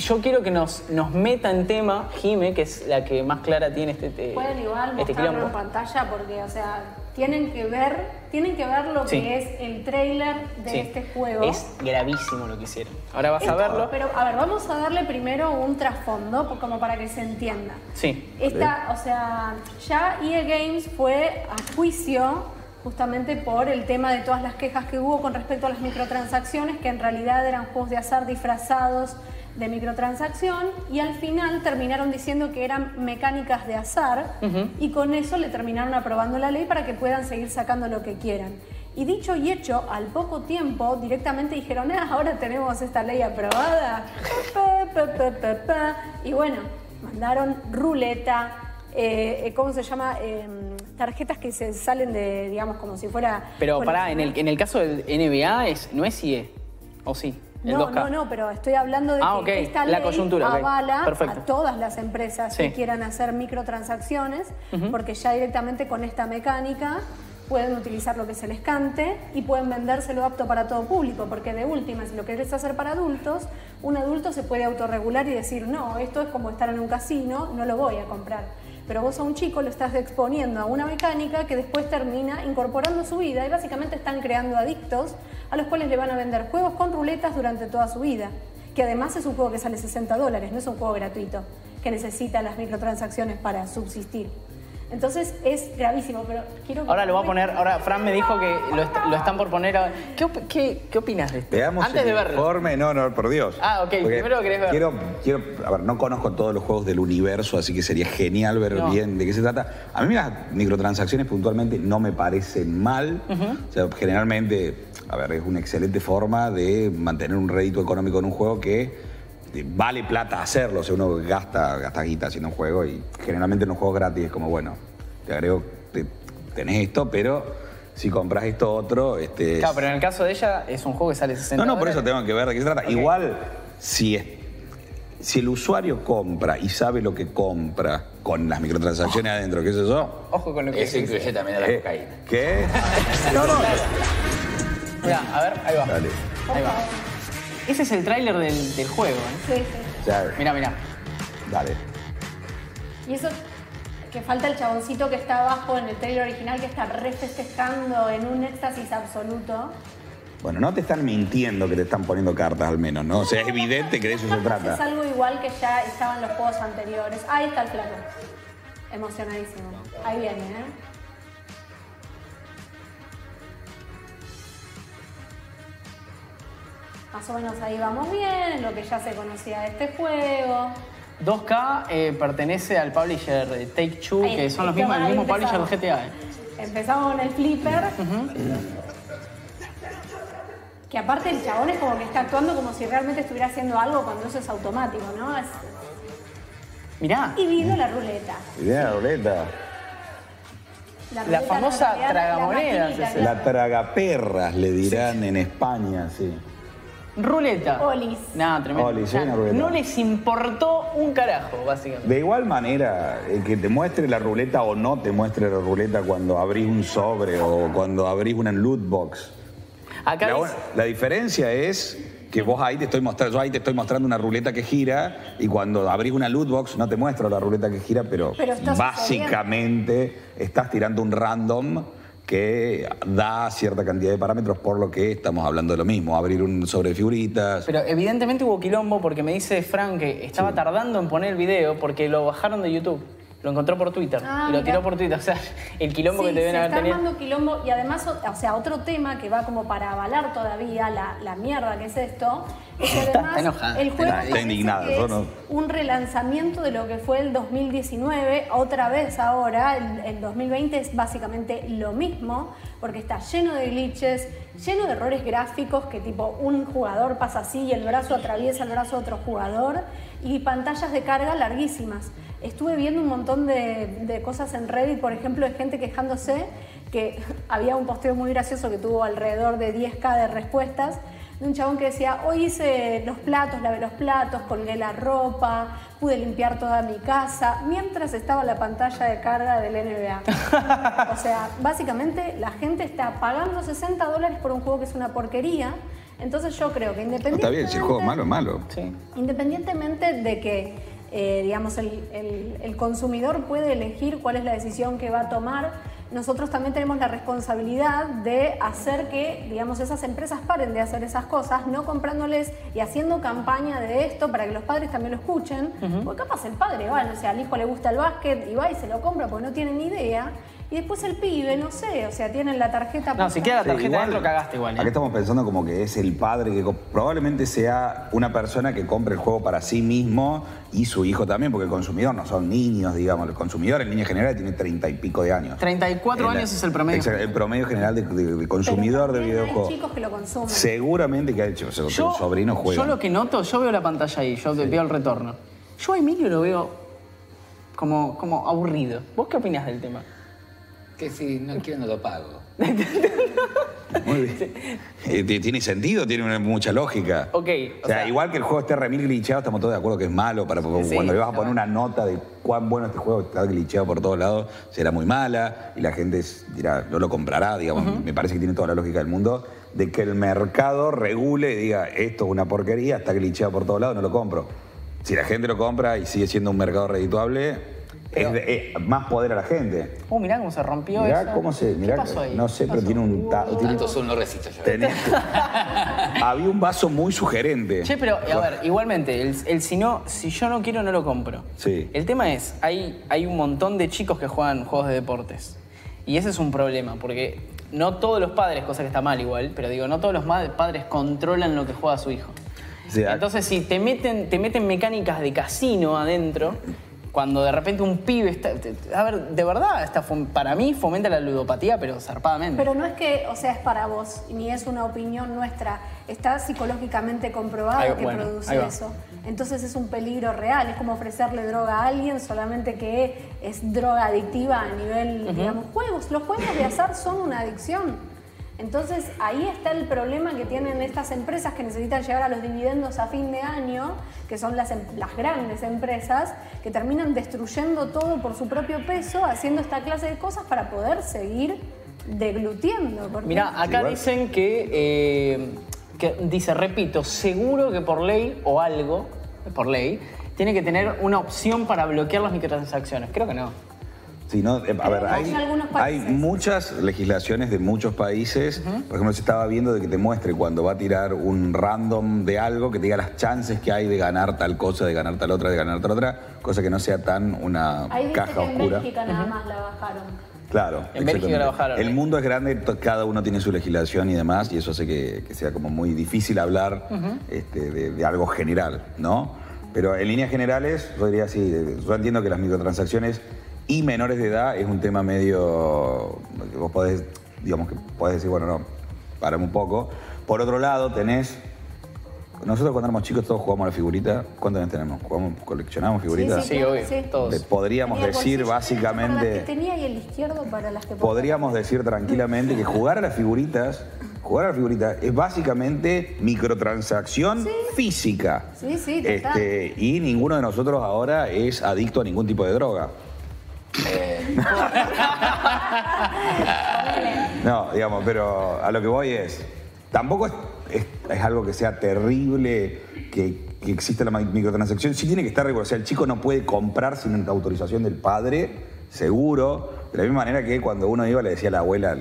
Speaker 3: yo quiero que nos, nos meta en tema Jime, que es la que más clara tiene este, te-
Speaker 9: Pueden igual
Speaker 3: este
Speaker 9: mostrarlo en
Speaker 3: quilombo.
Speaker 9: pantalla porque, o sea, tienen que ver, tienen que ver lo
Speaker 3: Sí.
Speaker 9: que es el trailer de
Speaker 3: Sí.
Speaker 9: este juego.
Speaker 3: Es gravísimo lo que hicieron. Ahora vas a
Speaker 9: Esto-
Speaker 3: verlo.
Speaker 9: Pero, a ver, vamos a darle primero un trasfondo po- como para que se entienda.
Speaker 3: Sí.
Speaker 9: Esta, o sea, ya EA Games fue a juicio justamente por el tema de todas las quejas que hubo con respecto a las microtransacciones, que en realidad eran juegos de azar disfrazados de microtransacción, y al final terminaron diciendo que eran mecánicas de azar, y con eso le terminaron aprobando la ley para que puedan seguir sacando lo que quieran. Y dicho y hecho, al poco tiempo directamente dijeron, ah, ahora tenemos esta ley aprobada. Pa, pa, pa, pa, pa. Y bueno, mandaron ruleta, eh, eh, ¿cómo se llama? Em, tarjetas que se salen de, digamos, como si fuera...
Speaker 3: Pero
Speaker 9: con-
Speaker 3: pará, en el, en el caso del NBA es, no es IE, ¿o sí? El
Speaker 9: No,
Speaker 3: 2K.
Speaker 9: no, no, pero estoy hablando de
Speaker 3: Ah,
Speaker 9: que
Speaker 3: ok,
Speaker 9: esta
Speaker 3: la
Speaker 9: ley
Speaker 3: coyuntura, ok,
Speaker 9: avala
Speaker 3: perfecto.
Speaker 9: a todas las empresas
Speaker 3: Sí.
Speaker 9: que quieran hacer microtransacciones, porque ya directamente con esta mecánica pueden utilizar lo que se les cante y pueden vendérselo apto para todo público, porque de última, si lo querés hacer para adultos, un adulto se puede autorregular y decir, no, esto es como estar en un casino, no lo voy a comprar. Pero vos a un chico lo estás exponiendo a una mecánica que después termina incorporando su vida y básicamente están creando adictos a los cuales le van a vender juegos con ruletas durante toda su vida que además es un juego que sale 60 dólares, no es un juego gratuito, que necesita las microtransacciones para subsistir. Entonces es gravísimo, pero quiero que-
Speaker 3: Ahora lo va a poner, ahora Fran me dijo que lo, est- lo están por poner. a- ¿Qué, op- qué, qué opinas de esto?
Speaker 5: Veamos
Speaker 3: Antes
Speaker 5: el
Speaker 3: de verlo.
Speaker 5: informe. No, no, por Dios.
Speaker 3: Ah, ok,
Speaker 5: Porque
Speaker 3: primero querés ver.
Speaker 5: Quiero, quiero, a ver, no conozco todos los juegos del universo, así que sería genial ver
Speaker 3: No.
Speaker 5: bien de qué se trata. A mí las microtransacciones puntualmente no me parecen mal. O sea, generalmente, a ver, es una excelente forma de mantener un rédito económico en un juego que eh, vale plata hacerlo. O sea, uno gasta, gasta guita haciendo un juego y generalmente en los juegos gratis es como, bueno, te agrego, te- tenés esto, pero si compras esto otro, este...
Speaker 3: Claro, pero en el caso de ella es un juego que sale 60
Speaker 5: No, no, por eso
Speaker 3: dólares.
Speaker 5: tengo que ver de qué se trata.
Speaker 3: Ok.
Speaker 5: Igual, si, es- si el usuario compra y sabe lo que compra con las microtransacciones adentro, qué sé yo.
Speaker 3: Ojo con Ah. lo que
Speaker 2: Eso incluye también a la
Speaker 5: eh,
Speaker 2: cocaína.
Speaker 5: ¿Qué? no, no.
Speaker 3: Mirá, a ver, ahí va.
Speaker 5: Dale.
Speaker 3: Ahí va. Ese es el tráiler del, del juego. ¿eh?
Speaker 9: Sí, sí.
Speaker 5: ya,
Speaker 3: Mirá, mirá.
Speaker 5: Dale.
Speaker 9: Y eso que falta el chaboncito que está abajo en el trailer original que está re festejando en un éxtasis absoluto.
Speaker 5: Bueno, no te están mintiendo que te están poniendo cartas al menos, ¿no? O sea, es evidente que de eso se
Speaker 9: Es
Speaker 5: trata.
Speaker 9: algo igual que ya estaba en los juegos anteriores. Ahí está el flaco. Emocionadísimo. Ahí viene, ¿eh? Más o menos ahí vamos bien, lo que ya se conocía de este juego.
Speaker 3: 2K eh, pertenece al publisher eh, Take Two,
Speaker 9: Ahí-
Speaker 3: que son los
Speaker 9: ahí
Speaker 3: mismos, el mismo
Speaker 9: empezamos.
Speaker 3: publisher del GTA. ¿eh?
Speaker 9: Empezamos con el flipper.
Speaker 5: Mm.
Speaker 9: Que aparte el chabón es como que está actuando como si realmente estuviera haciendo algo cuando eso es automático, ¿no? Es-
Speaker 5: Ah.
Speaker 3: Mirá,
Speaker 9: Y vino la ruleta.
Speaker 5: Mirá la ruleta.
Speaker 9: La,
Speaker 3: La famosa
Speaker 9: norteamericana, la
Speaker 3: tragamonedas,
Speaker 9: maquinita,
Speaker 3: ese.
Speaker 9: claro.
Speaker 5: La tragaperras le dirán en España, sí.
Speaker 3: ruleta.
Speaker 9: Olis.
Speaker 3: Nah, tremendo.
Speaker 5: Olis, sí, ¿eh? una
Speaker 3: Nah,
Speaker 5: ruleta.
Speaker 3: No les importó un carajo, básicamente.
Speaker 5: De igual manera, el que te muestre la ruleta o no te muestre la ruleta cuando abrís un sobre o cuando abrís una loot box.
Speaker 3: Acá
Speaker 5: La,
Speaker 3: dice-
Speaker 5: la diferencia es que vos ahí te estoy mostrando, yo ahí te estoy mostrando una ruleta que gira y cuando abrís una loot box no te muestro la ruleta que gira, pero,
Speaker 9: Pero está
Speaker 5: básicamente estás tirando un random que da cierta cantidad de parámetros por lo que estamos hablando de lo mismo, abrir un sobre de figuritas.
Speaker 3: Pero evidentemente hubo quilombo porque me dice Frank que estaba tardando en poner el video porque lo bajaron de YouTube. Lo encontró por Twitter
Speaker 9: Ah,
Speaker 3: y lo
Speaker 9: mirá.
Speaker 3: tiró por Twitter. O sea, el quilombo
Speaker 9: Sí,
Speaker 3: que deben
Speaker 9: se
Speaker 3: haber
Speaker 9: está
Speaker 3: tenido.
Speaker 9: armando quilombo y además, o, o sea, otro tema que va como para avalar todavía la, la mierda que es esto, es que
Speaker 3: Está-
Speaker 9: además
Speaker 3: está enojada.
Speaker 9: el juego
Speaker 5: Está- está
Speaker 9: parece
Speaker 5: indignada,
Speaker 9: que
Speaker 5: yo
Speaker 9: es
Speaker 5: no.
Speaker 9: un relanzamiento de lo que fue el 2019, otra vez ahora, el, el 2020 es básicamente lo mismo, porque está lleno de glitches, lleno de errores gráficos, que tipo un jugador pasa así y el brazo atraviesa el brazo de otro jugador, y pantallas de carga larguísimas. Estuve viendo un montón de, de cosas en Reddit, por ejemplo, de gente quejándose que había un posteo muy gracioso que tuvo alrededor de 10k de respuestas de un chabón que decía, hoy hice los platos, lavé los platos, colgué la ropa, pude limpiar toda mi casa, mientras estaba la pantalla de carga del NBA. o sea, básicamente la gente está pagando 60 dólares por un juego que es una porquería. Entonces yo creo que
Speaker 5: No,
Speaker 9: independientemente...
Speaker 5: está bien, si el juego es malo, es malo.
Speaker 3: Sí.
Speaker 9: Independientemente de que, eh, digamos, el, el- el consumidor puede elegir cuál es la decisión que va a tomar, nosotros también tenemos la responsabilidad de hacer que, digamos, esas empresas paren de hacer esas cosas, no comprándoles y haciendo campaña de esto para que los padres también lo escuchen, porque capaz el padre va, o sea, al hijo le gusta el básquet y va y se lo compra porque no tiene ni idea, y después el pibe, no sé, o sea, tienen la tarjeta...
Speaker 3: No, si queda la
Speaker 5: Sí,
Speaker 3: tarjeta
Speaker 5: igual,
Speaker 3: adentro, cagaste igual. ¿eh?
Speaker 5: Acá estamos pensando como que es el padre que co- probablemente sea una persona que compre el juego para sí mismo y su hijo también, porque el consumidor no son niños, digamos. El consumidor, en línea general, tiene treinta y pico de años.
Speaker 3: 34
Speaker 5: El-
Speaker 3: años es el promedio.
Speaker 5: Exacto, el promedio general de, de- de
Speaker 9: Pero
Speaker 5: consumidor de
Speaker 9: también hay
Speaker 5: videojuegos.
Speaker 9: chicos que lo consumen.
Speaker 5: Seguramente que ha hecho, o sea, tu sobrino juega.
Speaker 3: yo lo que noto, yo veo la pantalla ahí, yo veo el retorno. Yo a Emilio lo veo como, como aburrido. ¿Vos qué opinás del tema?
Speaker 2: Que si no quiero no lo pago.
Speaker 5: Muy bien. Eh, ti- tiene sentido, tiene una- mucha lógica.
Speaker 3: Ok,
Speaker 5: O
Speaker 3: o
Speaker 5: sea,
Speaker 3: sea-
Speaker 5: igual que el juego esté remil glitchado, estamos todos de acuerdo que es malo. Para, porque
Speaker 3: Sí,
Speaker 5: cuando le vas a
Speaker 3: no.
Speaker 5: poner una nota de cuán bueno este juego está glitchado por todos lados, será muy mala y la gente s- dirá, no lo comprará, digamos. Me parece que tiene toda la lógica del mundo de que el mercado regule y diga, esto es una porquería, está glitchado por todos lados, no lo compro. Si la gente lo compra y sigue siendo un mercado redituable, Es de- eh, más poder a la gente.
Speaker 3: Uh, mirá cómo se rompió
Speaker 5: Mirá
Speaker 3: eso.
Speaker 5: cómo se.
Speaker 3: ¿Qué
Speaker 5: Mirá,
Speaker 3: pasó ahí?
Speaker 5: no sé,
Speaker 3: ¿Qué
Speaker 5: pero
Speaker 3: pasó?
Speaker 5: tiene un. ta-
Speaker 3: Uh.
Speaker 5: tiene-
Speaker 2: Tanto azul no resisto yo.
Speaker 5: tenés- había un vaso muy sugerente.
Speaker 3: Che, pero a ver, igualmente, el, el si no, si yo no quiero, no lo compro.
Speaker 5: Sí.
Speaker 3: El tema es, hay, hay un montón de chicos que juegan juegos de deportes. Y ese es un problema, porque no todos los padres, cosa que está mal igual, pero digo, no todos los ma- padres controlan lo que juega su hijo.
Speaker 5: Sí, a-
Speaker 3: Entonces, si te meten, te meten mecánicas de casino adentro, cuando de repente un pibe está. te- te- A ver, de verdad, está fom- para mí fomenta la ludopatía, pero zarpadamente.
Speaker 9: Pero no es que, o sea, es para vos, ni es una opinión nuestra. Está psicológicamente comprobado
Speaker 3: Ahí va,
Speaker 9: que
Speaker 3: bueno, ahí
Speaker 9: produce
Speaker 3: va.
Speaker 9: eso. Entonces es un peligro real. Es como ofrecerle droga a alguien, solamente que es droga adictiva a nivel, digamos, juegos. Los juegos de azar son una adicción. Entonces ahí está el problema que tienen estas empresas que necesitan llegar a los dividendos a fin de año, que son las, em- las grandes empresas, que terminan destruyendo todo por su propio peso, haciendo esta clase de cosas para poder seguir deglutiendo. porque-
Speaker 3: Mira, acá
Speaker 5: Igual.
Speaker 3: dicen que, eh, que dice, repito, seguro que por ley o algo, por ley, tiene que tener una opción para bloquear las microtransacciones. Creo que no.
Speaker 5: Sí, no, eh, a ver,
Speaker 9: hay
Speaker 5: hay,
Speaker 9: algunos
Speaker 5: hay
Speaker 9: países.
Speaker 5: muchas legislaciones de muchos países. Por ejemplo, se estaba viendo de que te muestre cuando va a tirar un random de algo, que te diga las chances que hay de ganar tal cosa, de ganar tal otra, de ganar tal otra, cosa que no sea tan una
Speaker 9: Ahí dice
Speaker 5: caja
Speaker 9: que en
Speaker 5: oscura.
Speaker 9: Bélgica nada más la bajaron.
Speaker 5: Claro.
Speaker 3: En Bélgica
Speaker 5: exactamente.
Speaker 3: la bajaron. ¿eh?
Speaker 5: El mundo es grande, to- cada uno tiene su legislación y demás, y eso hace que, que sea como muy difícil hablar este, de, de algo general, ¿no? Pero en líneas generales, yo diría así, eh, yo entiendo que las microtransacciones y menores de edad es un tema medio que vos podés, digamos que podés decir, bueno, no, parame un poco. Por otro lado, tenés. Nosotros cuando éramos chicos todos jugamos a la figurita. ¿Cuántos años tenemos? ¿Jugamos, coleccionamos figuritas?
Speaker 3: Sí,
Speaker 9: claro,
Speaker 3: obvio,
Speaker 9: sí.
Speaker 3: todos.
Speaker 5: Le podríamos
Speaker 9: Tenía el
Speaker 5: decir
Speaker 9: bolsillo derecho
Speaker 5: básicamente.
Speaker 9: Para las que tenía y el izquierdo para las que
Speaker 5: Podríamos decir tranquilamente que jugar a las figuritas, jugar a las figuritas es básicamente microtransacción física.
Speaker 9: Sí, sí, total.
Speaker 5: este, y ninguno de nosotros ahora es adicto a ningún tipo de droga. no, digamos, pero a lo que voy es, tampoco es, es- es algo que sea terrible que, que exista la ma- microtransacción. Sí tiene que estar regulado. O sea, el chico no puede comprar sin la autorización del padre, seguro. De la misma manera que cuando uno iba le decía a la abuela,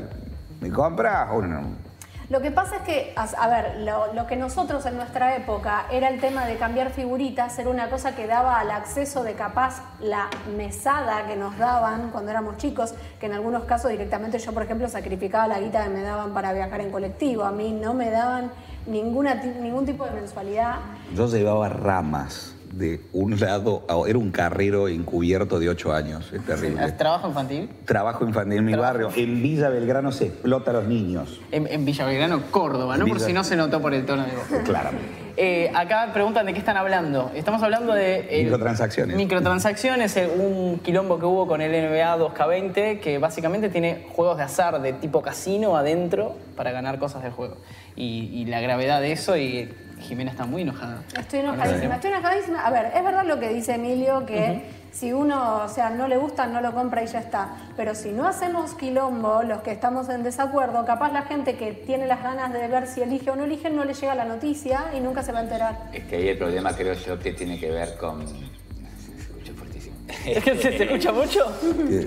Speaker 5: ¿me compras? Uno no.
Speaker 9: Lo que pasa es que, as- a ver, lo, lo que nosotros en nuestra época era el tema de cambiar figuritas, era una cosa que daba al acceso de capaz la mesada que nos daban cuando éramos chicos, que en algunos casos directamente yo, por ejemplo, sacrificaba la guita que me daban para viajar en colectivo. A mí no me daban ninguna, ti- ningún tipo de mensualidad.
Speaker 5: Yo llevaba ramas de un lado a Era un carrero encubierto de ocho años. Es terrible.
Speaker 3: ¿Es trabajo infantil?
Speaker 5: Trabajo infantil en mi barrio. En Villa Belgrano se explota a los niños.
Speaker 3: En, en Villa Belgrano, Córdoba, ¿no?
Speaker 5: En
Speaker 3: Por
Speaker 5: Villa-
Speaker 3: si no se notó por el tono de voz.
Speaker 5: Claramente.
Speaker 3: Eh, acá preguntan de qué están hablando. Estamos hablando de... el-
Speaker 5: Microtransacciones.
Speaker 3: Microtransacciones, eh, un quilombo que hubo con el NBA 2K20, que básicamente tiene juegos de azar de tipo casino adentro para ganar cosas del juego. Y, y la gravedad de eso, y Jimena está muy enojada.
Speaker 9: Estoy enojadísima, estoy enojadísima. A ver, es verdad lo que dice Emilio, que si uno, o sea, no le gusta, no lo compra y ya está. Pero si no hacemos quilombo, los que estamos en desacuerdo, capaz la gente que tiene las ganas de ver si elige o no elige, no le llega la noticia y nunca se va a enterar.
Speaker 2: Es que ahí el problema creo yo que tiene que ver con... Se escucha fuertísimo.
Speaker 3: ¿Es que se, se escucha mucho?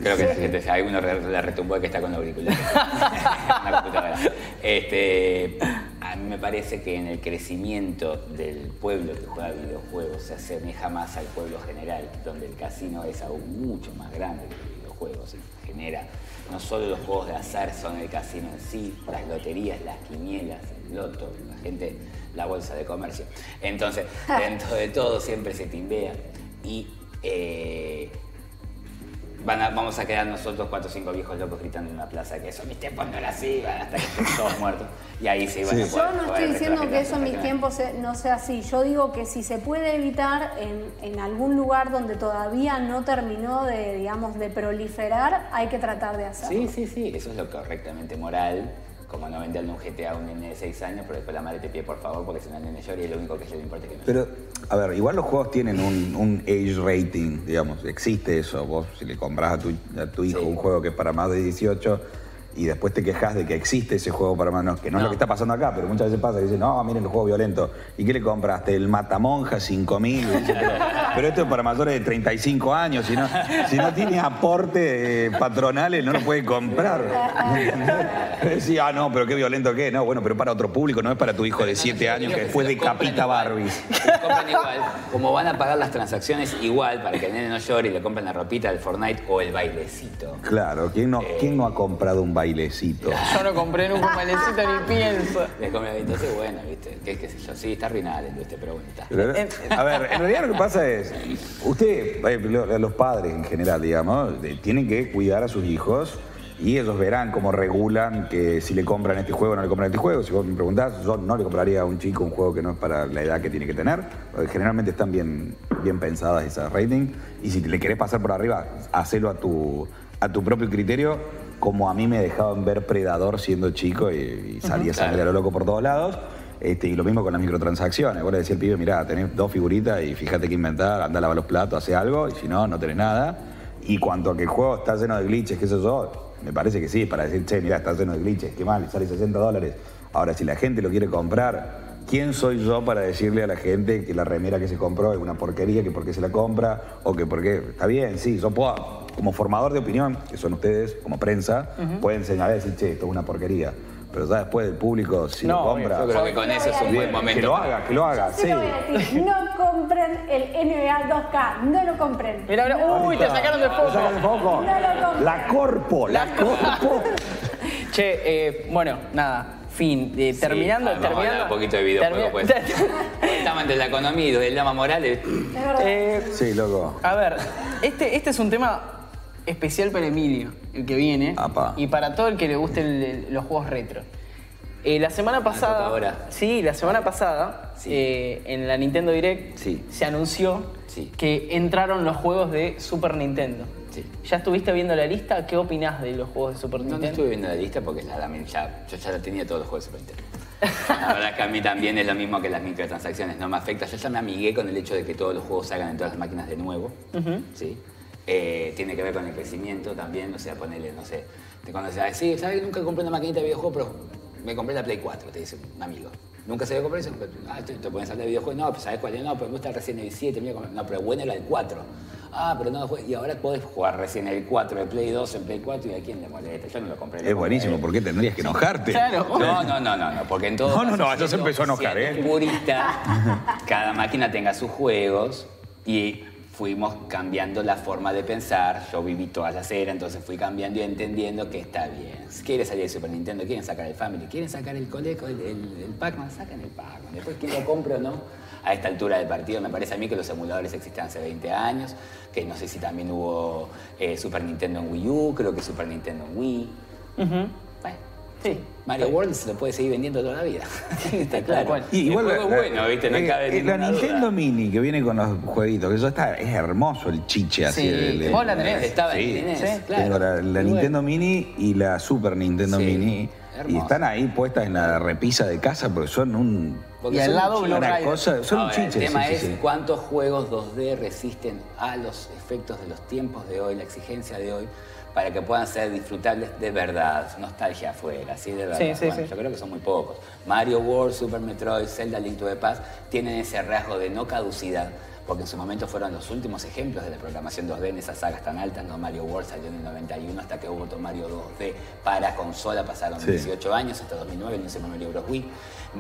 Speaker 2: Creo que sí, entonces alguno re- la retumbó que está con auriculares. Una computadora. Este, a mí me parece que en el crecimiento del pueblo que juega videojuegos se asemeja más al pueblo general, donde el casino es aún mucho más grande que los videojuegos y genera. No solo los juegos de azar son el casino en sí, las loterías, las quinielas, el loto, la gente, la bolsa de comercio. Entonces, dentro de todo siempre se timbea y eh, Van a- vamos a quedar nosotros cuatro o cinco viejos locos gritando en una plaza que eso en mis tiempos no era así, van a estar todos muertos. Y ahí sí van a poder
Speaker 9: Yo no
Speaker 2: joder
Speaker 9: estoy diciendo que eso en mis
Speaker 2: retrogeneraciones.
Speaker 9: tiempos se- no sea así. Yo digo que si se puede evitar en, en algún lugar donde todavía no terminó de, digamos, de proliferar, hay que tratar de hacerlo.
Speaker 2: Sí, sí, sí, eso es lo correctamente moral. Como no venderle un GTA a un nene de 6 años, pero después la madre te pide por favor porque si no el nene llora y lo único que a ella le importa es que no
Speaker 5: Pero, a ver, igual los juegos tienen un, un age rating, digamos. Existe eso. Vos, si le compras a tu, a tu hijo
Speaker 2: Sí.
Speaker 5: un juego que es para más de 18 y después te quejas de que existe ese juego para más. No, que no, es lo que está pasando acá, pero muchas veces pasa. que Dicen, no, miren el juego violento. ¿Y qué le compraste? El Matamonja 5000. Y dicen, pero, Pero esto es para mayores de 35 años. Si no, si no tiene aporte eh, patronales, no lo puede comprar. Sí, ah, no, pero qué violento que es. No, bueno, pero para otro público, no es para tu hijo de 7 años que después decapita Barbies.
Speaker 2: Lo compran igual. Como van a pagar las transacciones igual para que el nene no llore y le compren la ropita, el Fortnite o el bailecito.
Speaker 5: Claro, ¿quién no, ¿quién no ha comprado un bailecito?
Speaker 3: Yo no compré nunca un malecito ni pienso.
Speaker 2: Le compran- entonces, bueno, ¿viste? ¿Qué, qué sé yo? Sí, está arruinado, ¿viste? Pero bueno, está.
Speaker 5: Pero, a ver, en realidad lo que pasa es, usted, eh, lo- los padres en general, digamos, de- tienen que cuidar a sus hijos y ellos verán cómo regulan que si le compran este juego o no le compran este juego. Si vos me preguntás, yo no le compraría a un chico un juego que no es para la edad que tiene que tener. porque Generalmente están bien, bien pensadas esas rating. Y si le querés pasar por arriba, hacelo a tu, a tu propio criterio, como a mí me dejaban ver Predador siendo chico y, y salía sangre a lo loco por todos lados. Este, y lo mismo con las microtransacciones. Vos le decís al pibe, mirá, tenés dos figuritas y fíjate qué inventar, anda a lavar los platos, hace algo, y si no, no tenés nada. Y cuanto a que el juego está lleno de glitches, qué sé yo, me parece que sí, para decir, che, mirá, está lleno de glitches, qué mal, sale 60 dólares. Ahora, si la gente lo quiere comprar, ¿quién soy yo para decirle a la gente que la remera que se compró es una porquería, que por qué se la compra, o que por qué... Está bien, sí, yo puedo, como formador de opinión, que son ustedes, como prensa, pueden señalar y decir, che, esto es una porquería. Pero ya después del público, si
Speaker 3: No,
Speaker 5: lo compra...
Speaker 2: Yo creo que con eso es un buen momento.
Speaker 5: Que lo haga, que lo haga,
Speaker 9: Sí,
Speaker 5: sí.
Speaker 9: lo voy a decir, no compren el NBA 2K, no lo compren.
Speaker 3: Mira, mira, uy, te sacaron de
Speaker 5: Lo saca
Speaker 3: foco.
Speaker 5: de foco. La corpo, la corpo.
Speaker 3: Che, eh, bueno, nada, fin. Eh, terminando,
Speaker 2: Sí, vamos a hablar
Speaker 3: terminando.
Speaker 2: un poquito de videojuego,
Speaker 3: termi-
Speaker 2: pues. Estamos ante la economía y desde Lama Morales.
Speaker 9: De
Speaker 2: pues.
Speaker 9: verdad.
Speaker 3: Eh,
Speaker 5: Sí, loco.
Speaker 3: A ver, este, este es un tema especial para Emilio, el que viene.
Speaker 5: Apa.
Speaker 3: Y para todo el que le gusten el- los juegos retro. Eh, la semana pasada.
Speaker 2: toca ahora.
Speaker 3: Sí, la semana pasada,
Speaker 2: Sí.
Speaker 3: eh, en la Nintendo Direct,
Speaker 2: Sí.
Speaker 3: se anunció
Speaker 2: Sí.
Speaker 3: que entraron los juegos de Super Nintendo.
Speaker 2: Sí.
Speaker 3: ¿Ya estuviste viendo la lista? ¿Qué opinás de los juegos de Super
Speaker 2: No, no
Speaker 3: Nintendo?
Speaker 2: estuve viendo la lista porque la, la- ya, yo ya la tenía todos los juegos de Super Nintendo. La verdad es que a mí también es lo mismo que las microtransacciones, no me afecta. Yo ya me amigué con el hecho de que todos los juegos salgan en todas las máquinas de nuevo. ¿sí? Eh, tiene que ver con el crecimiento también, o sea, ponerle, no sé, te cuando se sí, ¿sabes? que Nunca compré una maquinita de videojuegos, pero me compré la Play 4, te dice un amigo. Nunca se había comprado eso. Ah, te, te pones a hablar de videojuegos. No, pues sabes cuál es. No, pero me gusta recién el 7. mira, como- No, pero bueno era el 4. Ah, pero no, jue- y ahora podés jugar recién el 4, el Play 2, el Play 4. ¿Y a quién le molesta? Yo no lo compré. lo
Speaker 5: Es buenísimo,
Speaker 2: compré.
Speaker 5: ¿por qué tendrías que enojarte?
Speaker 3: Claro.
Speaker 2: No, no, no, no, no, porque en todo.
Speaker 5: No, no,
Speaker 2: caso,
Speaker 5: no, ya se
Speaker 2: siendo-
Speaker 5: empezó a enojar,
Speaker 2: siendo
Speaker 5: ¿eh?
Speaker 2: Purista, cada máquina tenga sus juegos y fuimos cambiando la forma de pensar. Yo viví todas las eras, entonces fui cambiando y entendiendo que está bien. Quiere salir el Super Nintendo, quieren sacar el Family, quieren sacar el Coleco, el, el- el Pac-Man, sacan el Pac-Man. Después, ¿quién lo compra o no? a esta altura del partido. Me parece a mí que los emuladores existen hace 20 años, que no sé si también hubo eh, Super Nintendo en Wii U, creo que Super Nintendo en Wii. Bueno,
Speaker 3: Sí.
Speaker 2: Mario World se lo puede seguir vendiendo toda la vida. Está claro.
Speaker 3: cual.
Speaker 5: Y igual
Speaker 2: el juego
Speaker 5: la-
Speaker 2: es bueno, ¿viste? No
Speaker 5: eh,
Speaker 2: cabe
Speaker 5: eh,
Speaker 2: ninguna
Speaker 5: La
Speaker 2: duda.
Speaker 5: Nintendo Mini que viene con los jueguitos, que eso está, es hermoso el chiche así.
Speaker 3: Sí,
Speaker 5: el- el-
Speaker 3: vos la tenés.
Speaker 2: Estaba en Inés,
Speaker 3: sí,
Speaker 2: claro.
Speaker 5: Tengo la, la
Speaker 2: Muy
Speaker 5: Nintendo
Speaker 2: bueno.
Speaker 5: Mini y la Super Nintendo
Speaker 2: Sí,
Speaker 5: Mini. Y
Speaker 2: hermoso.
Speaker 5: están ahí puestas en la repisa de casa porque son un.
Speaker 2: Porque
Speaker 3: Y al
Speaker 2: son
Speaker 3: lado
Speaker 2: chiches.
Speaker 3: Blue
Speaker 5: una
Speaker 3: Rider.
Speaker 5: cosa- son un
Speaker 2: Ahora,
Speaker 5: chiche,
Speaker 2: El tema
Speaker 5: sí,
Speaker 2: es
Speaker 5: sí, sí.
Speaker 2: cuántos juegos 2D resisten a los efectos de los tiempos de hoy, la exigencia de hoy, para que puedan ser disfrutables de verdad. Nostalgia afuera, sí, de verdad.
Speaker 3: Sí, sí,
Speaker 2: Bueno,
Speaker 3: sí.
Speaker 2: Yo creo que son muy pocos. Mario World, Super Metroid, Zelda Link to the Past tienen ese rasgo de no caducidad. Porque en su momento fueron los últimos ejemplos de la programación 2D en esas sagas tan altas, ¿no? Mario World salió en el 91 hasta que hubo otro Mario 2D para consola, pasaron
Speaker 5: Sí.
Speaker 2: 18 años, hasta 2009, el Super Mario Bros. Wii,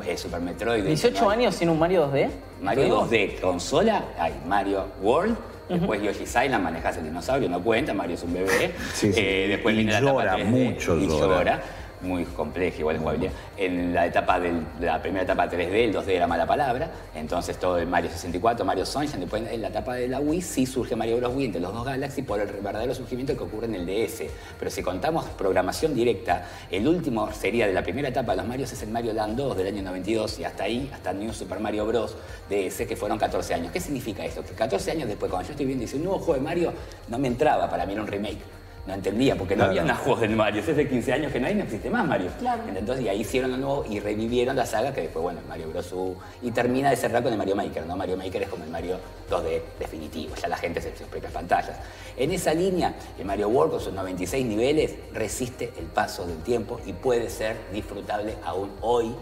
Speaker 2: eh, Super Metroid,
Speaker 3: 18
Speaker 2: 19.
Speaker 3: años sin un Mario 2D.
Speaker 2: Mario 2 de consola, hay Mario World, después Yoshi's Island, manejas el dinosaurio, no cuenta, Mario es un bebé.
Speaker 5: Sí, sí.
Speaker 2: Eh, después
Speaker 5: Y
Speaker 2: viene la
Speaker 5: llora,
Speaker 2: etapa 3D,
Speaker 5: mucho
Speaker 2: y
Speaker 5: llora.
Speaker 2: Muy compleja, igual es jugabilidad. En la etapa del- la primera etapa 3D, el 2D era mala palabra. Entonces todo el Mario 64, Mario Sunshine, después en la etapa de la Wii sí surge Mario Bros. Wii entre los dos Galaxy por el verdadero surgimiento que ocurre en el DS. Pero si contamos programación directa, el último sería de la primera etapa de los Marios es el Mario Land 2 del año 92 y hasta ahí, hasta New Super Mario Bros. DS, que fueron 14 años. ¿Qué significa esto? Que 14 años después, cuando yo estoy viendo y dice un nuevo juego de Mario, no me entraba, para mí era un remake. No entendía, porque no
Speaker 5: Claro.
Speaker 2: había más juegos de Pues Mario. Ese es de 15 años que no hay, no existe más Mario.
Speaker 9: Claro.
Speaker 2: Entonces, y ahí hicieron lo nuevo y revivieron la saga, que después, bueno, el Mario Bros. U, y termina de cerrar con el Mario Maker, ¿no? Mario Maker es como el Mario 2D definitivo, ya la gente se sus propias pantallas. En esa línea, el Mario World con sus 96 niveles resiste el paso del tiempo y puede ser disfrutable aún hoy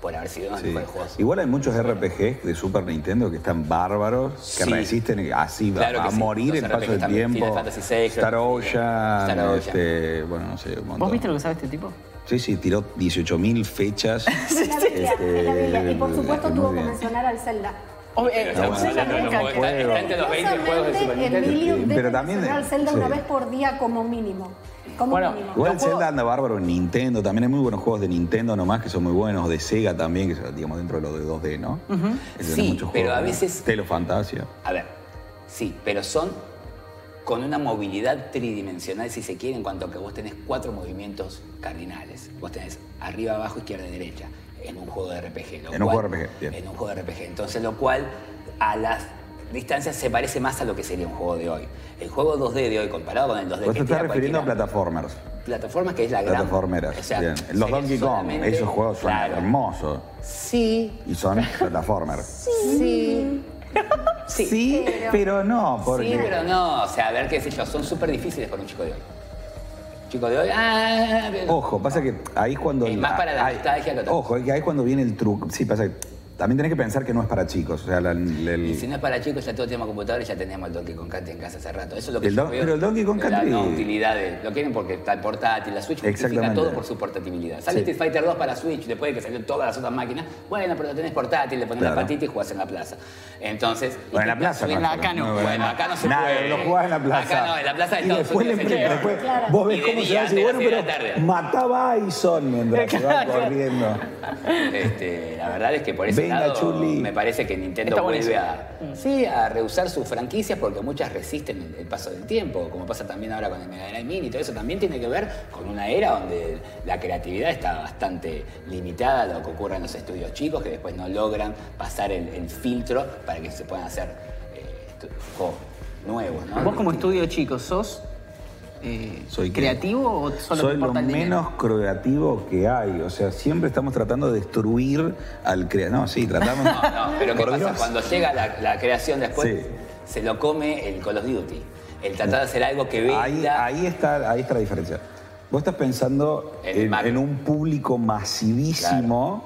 Speaker 2: por haber sido uno de
Speaker 5: Sí.
Speaker 2: los mejores juegos.
Speaker 5: Igual hay muchos RPGs de Super Nintendo que están bárbaros, que
Speaker 2: Sí.
Speaker 5: resisten así va-
Speaker 2: Claro
Speaker 5: a,
Speaker 2: que sí.
Speaker 5: morir
Speaker 2: Los
Speaker 5: el paso
Speaker 2: RPGs
Speaker 5: del
Speaker 2: también,
Speaker 5: tiempo.
Speaker 2: Final Fantasy VI,
Speaker 5: Star Ocean,
Speaker 2: Star Ocean.
Speaker 5: este, bueno, no sé, un montón.
Speaker 3: ¿Vos viste lo que sabe este tipo?
Speaker 5: Sí, sí, tiró 18.000 fechas. Este,
Speaker 9: Es la Biblia, es la Biblia. Y por supuesto
Speaker 5: muy
Speaker 9: tuvo que
Speaker 5: bien.
Speaker 9: mencionar al Zelda.
Speaker 3: Ob- eh,
Speaker 2: Pero estamos
Speaker 3: sí,
Speaker 2: hablando de los
Speaker 3: nunca-
Speaker 2: juegos- está- está entre los 20 juegos de Super
Speaker 9: Curiosamente,
Speaker 2: Nintendo.
Speaker 9: Emilio
Speaker 5: Sí,
Speaker 9: debe
Speaker 5: pero también-
Speaker 9: mencionar al Zelda
Speaker 5: sí.
Speaker 9: una vez por día como mínimo. Como
Speaker 3: Bueno,
Speaker 9: mínimo.
Speaker 5: Igual
Speaker 3: Los
Speaker 5: Zelda
Speaker 3: juegos-
Speaker 5: anda bárbaro en Nintendo, también hay muy buenos juegos de Nintendo nomás que son muy buenos, de Sega también, que son, digamos dentro de lo de 2D, ¿no? Tienen
Speaker 2: Mm. Sí,
Speaker 5: muchos
Speaker 2: pero
Speaker 5: juegos,
Speaker 2: a
Speaker 5: ¿no?
Speaker 2: veces-
Speaker 5: Telo Fantasia.
Speaker 2: A ver, sí, pero son con una movilidad tridimensional, si se quiere, en cuanto a que vos tenés cuatro movimientos cardinales. Vos tenés arriba, abajo, izquierda y derecha, en un juego de RPG. lo
Speaker 5: En un
Speaker 2: cual-
Speaker 5: juego de RPG, bien.
Speaker 2: En un juego de RPG. Entonces, lo cual a las distancias se parece más a lo que sería un juego de hoy. El juego 2D de hoy comparado con el 2D
Speaker 5: Vos
Speaker 2: que
Speaker 5: te estás
Speaker 2: tira
Speaker 5: Pues refiriendo a
Speaker 2: cualquiera-
Speaker 5: plataformers.
Speaker 2: plataformas que es la gran...
Speaker 5: Plataformeras.
Speaker 2: o sea,
Speaker 5: bien.
Speaker 2: sería
Speaker 5: Los Donkey Kong,
Speaker 2: solamente-
Speaker 5: esos juegos son
Speaker 2: Claro.
Speaker 5: hermosos.
Speaker 2: Sí,
Speaker 5: Y son plataformers.
Speaker 2: sí. Sí.
Speaker 5: Sí, pero no, porque.
Speaker 2: Sí, pero no, o sea, a ver qué sé yo, son súper difíciles para un chico de hoy. Chico de hoy, ah, pero-
Speaker 5: Ojo, pasa que ahí es cuando.
Speaker 2: Es más para la
Speaker 5: ahí-
Speaker 2: nostalgia que otra
Speaker 5: Ojo, es que ahí es cuando viene el truco. Sí, pasa que. También tenés que pensar que no es para chicos. O sea, la- el-
Speaker 2: Y si no es para chicos, ya todos tenemos computadores, ya teníamos el Donkey Kong Country en casa hace rato. Eso es lo que
Speaker 5: El
Speaker 2: yo
Speaker 5: Don-
Speaker 2: veo
Speaker 5: pero el Donkey Kong
Speaker 2: de la
Speaker 5: Country-
Speaker 2: no utilidad de- lo quieren porque está el portátil, la Switch justifica
Speaker 5: Exactamente.
Speaker 2: todo por su portatibilidad. Sale
Speaker 5: Sí.
Speaker 2: Street Fighter 2 para Switch, después de que salió todas las otras máquinas, bueno, pero tenés portátil, le pones
Speaker 5: Claro.
Speaker 2: la patita y jugás en la plaza. Entonces...
Speaker 5: Bueno, en la plaza.
Speaker 2: Switch-
Speaker 5: no,
Speaker 3: acá no.
Speaker 2: Bueno, acá no se
Speaker 5: Nada,
Speaker 2: puede.
Speaker 5: lo jugás en la plaza.
Speaker 2: Acá no, en la plaza de
Speaker 5: y
Speaker 2: Estados
Speaker 5: después
Speaker 2: Unidos
Speaker 5: le-
Speaker 2: se juega.
Speaker 5: después
Speaker 9: Claro.
Speaker 5: Vos ves
Speaker 2: Y de
Speaker 5: cómo se
Speaker 2: día,
Speaker 5: va a decir,
Speaker 2: de
Speaker 5: bueno,
Speaker 2: la
Speaker 5: pero
Speaker 2: tarde.
Speaker 5: mataba a Aison mientras se va corriendo.
Speaker 2: Este, la verdad es que por ese
Speaker 5: Venga,
Speaker 2: lado
Speaker 5: Chuli.
Speaker 2: me parece que Nintendo
Speaker 3: Está
Speaker 2: vuelve
Speaker 3: buenísimo. Mm.
Speaker 2: a, sí, a rehusar sus franquicias porque muchas resisten el, el paso del tiempo, como pasa también ahora con el Mega Drive Mini y todo eso también tiene que ver con una era donde la creatividad está bastante limitada, lo que ocurre en los estudios chicos que después no logran pasar el, el filtro para que se puedan hacer eh, estu- juegos nuevos. ¿no?
Speaker 3: Vos como
Speaker 2: Distintos.
Speaker 3: estudio chico, ¿sos eh,
Speaker 5: Soy
Speaker 3: creativo o solo te
Speaker 5: Soy lo
Speaker 3: importa el dinero?
Speaker 5: menos creativo que hay. O sea, siempre estamos tratando de destruir al creativo. No, sí, tratamos.
Speaker 2: No, pero ¿qué
Speaker 5: Por
Speaker 2: pasa?
Speaker 5: Dios.
Speaker 2: Cuando llega la, la creación después,
Speaker 5: Sí.
Speaker 2: se lo come el Call of Duty. El tratar de hacer algo que venda.
Speaker 5: Ahí, ahí está, ahí está la diferencia. Vos estás pensando
Speaker 2: En el
Speaker 5: en,
Speaker 2: macro.
Speaker 5: en un público masivísimo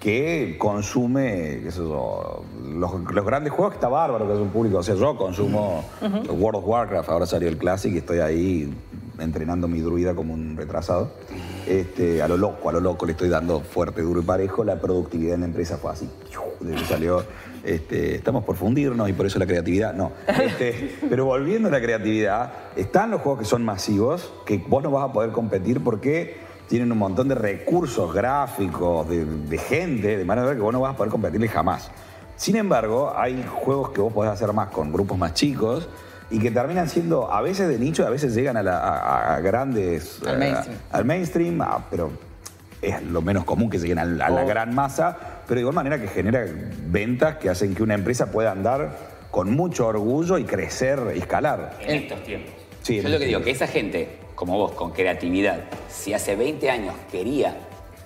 Speaker 5: que consume qué sé yo, los, los grandes juegos, que está bárbaro que es un público. O sea, yo consumo World of Warcraft, ahora salió el Classic y estoy ahí entrenando mi druida como un retrasado. Este, a lo loco, a lo loco le estoy dando fuerte, duro y parejo. La productividad en la empresa fue así. Desde que salió, este, estamos por fundirnos y por eso la creatividad. No. Este, pero volviendo a la creatividad, están los juegos que son masivos, que vos no vas a poder competir porque tienen un montón de recursos gráficos, de, de gente, de manera que vos no vas a poder competirle jamás. Sin embargo, hay juegos que vos podés hacer más con grupos más chicos y que terminan siendo a veces de nicho, a veces llegan a, la- a- a grandes...
Speaker 3: Al
Speaker 5: eh,
Speaker 3: mainstream.
Speaker 5: al mainstream, ah, pero es lo menos común que lleguen al- a,
Speaker 2: Oh.
Speaker 5: la gran masa, pero de igual manera que genera ventas que hacen que una empresa pueda andar con mucho orgullo y crecer, escalar.
Speaker 2: en estos tiempos.
Speaker 5: Eh, Sí, en
Speaker 2: Yo lo que
Speaker 5: estos
Speaker 2: digo, que esa gente, como vos, con creatividad, si hace 20 años quería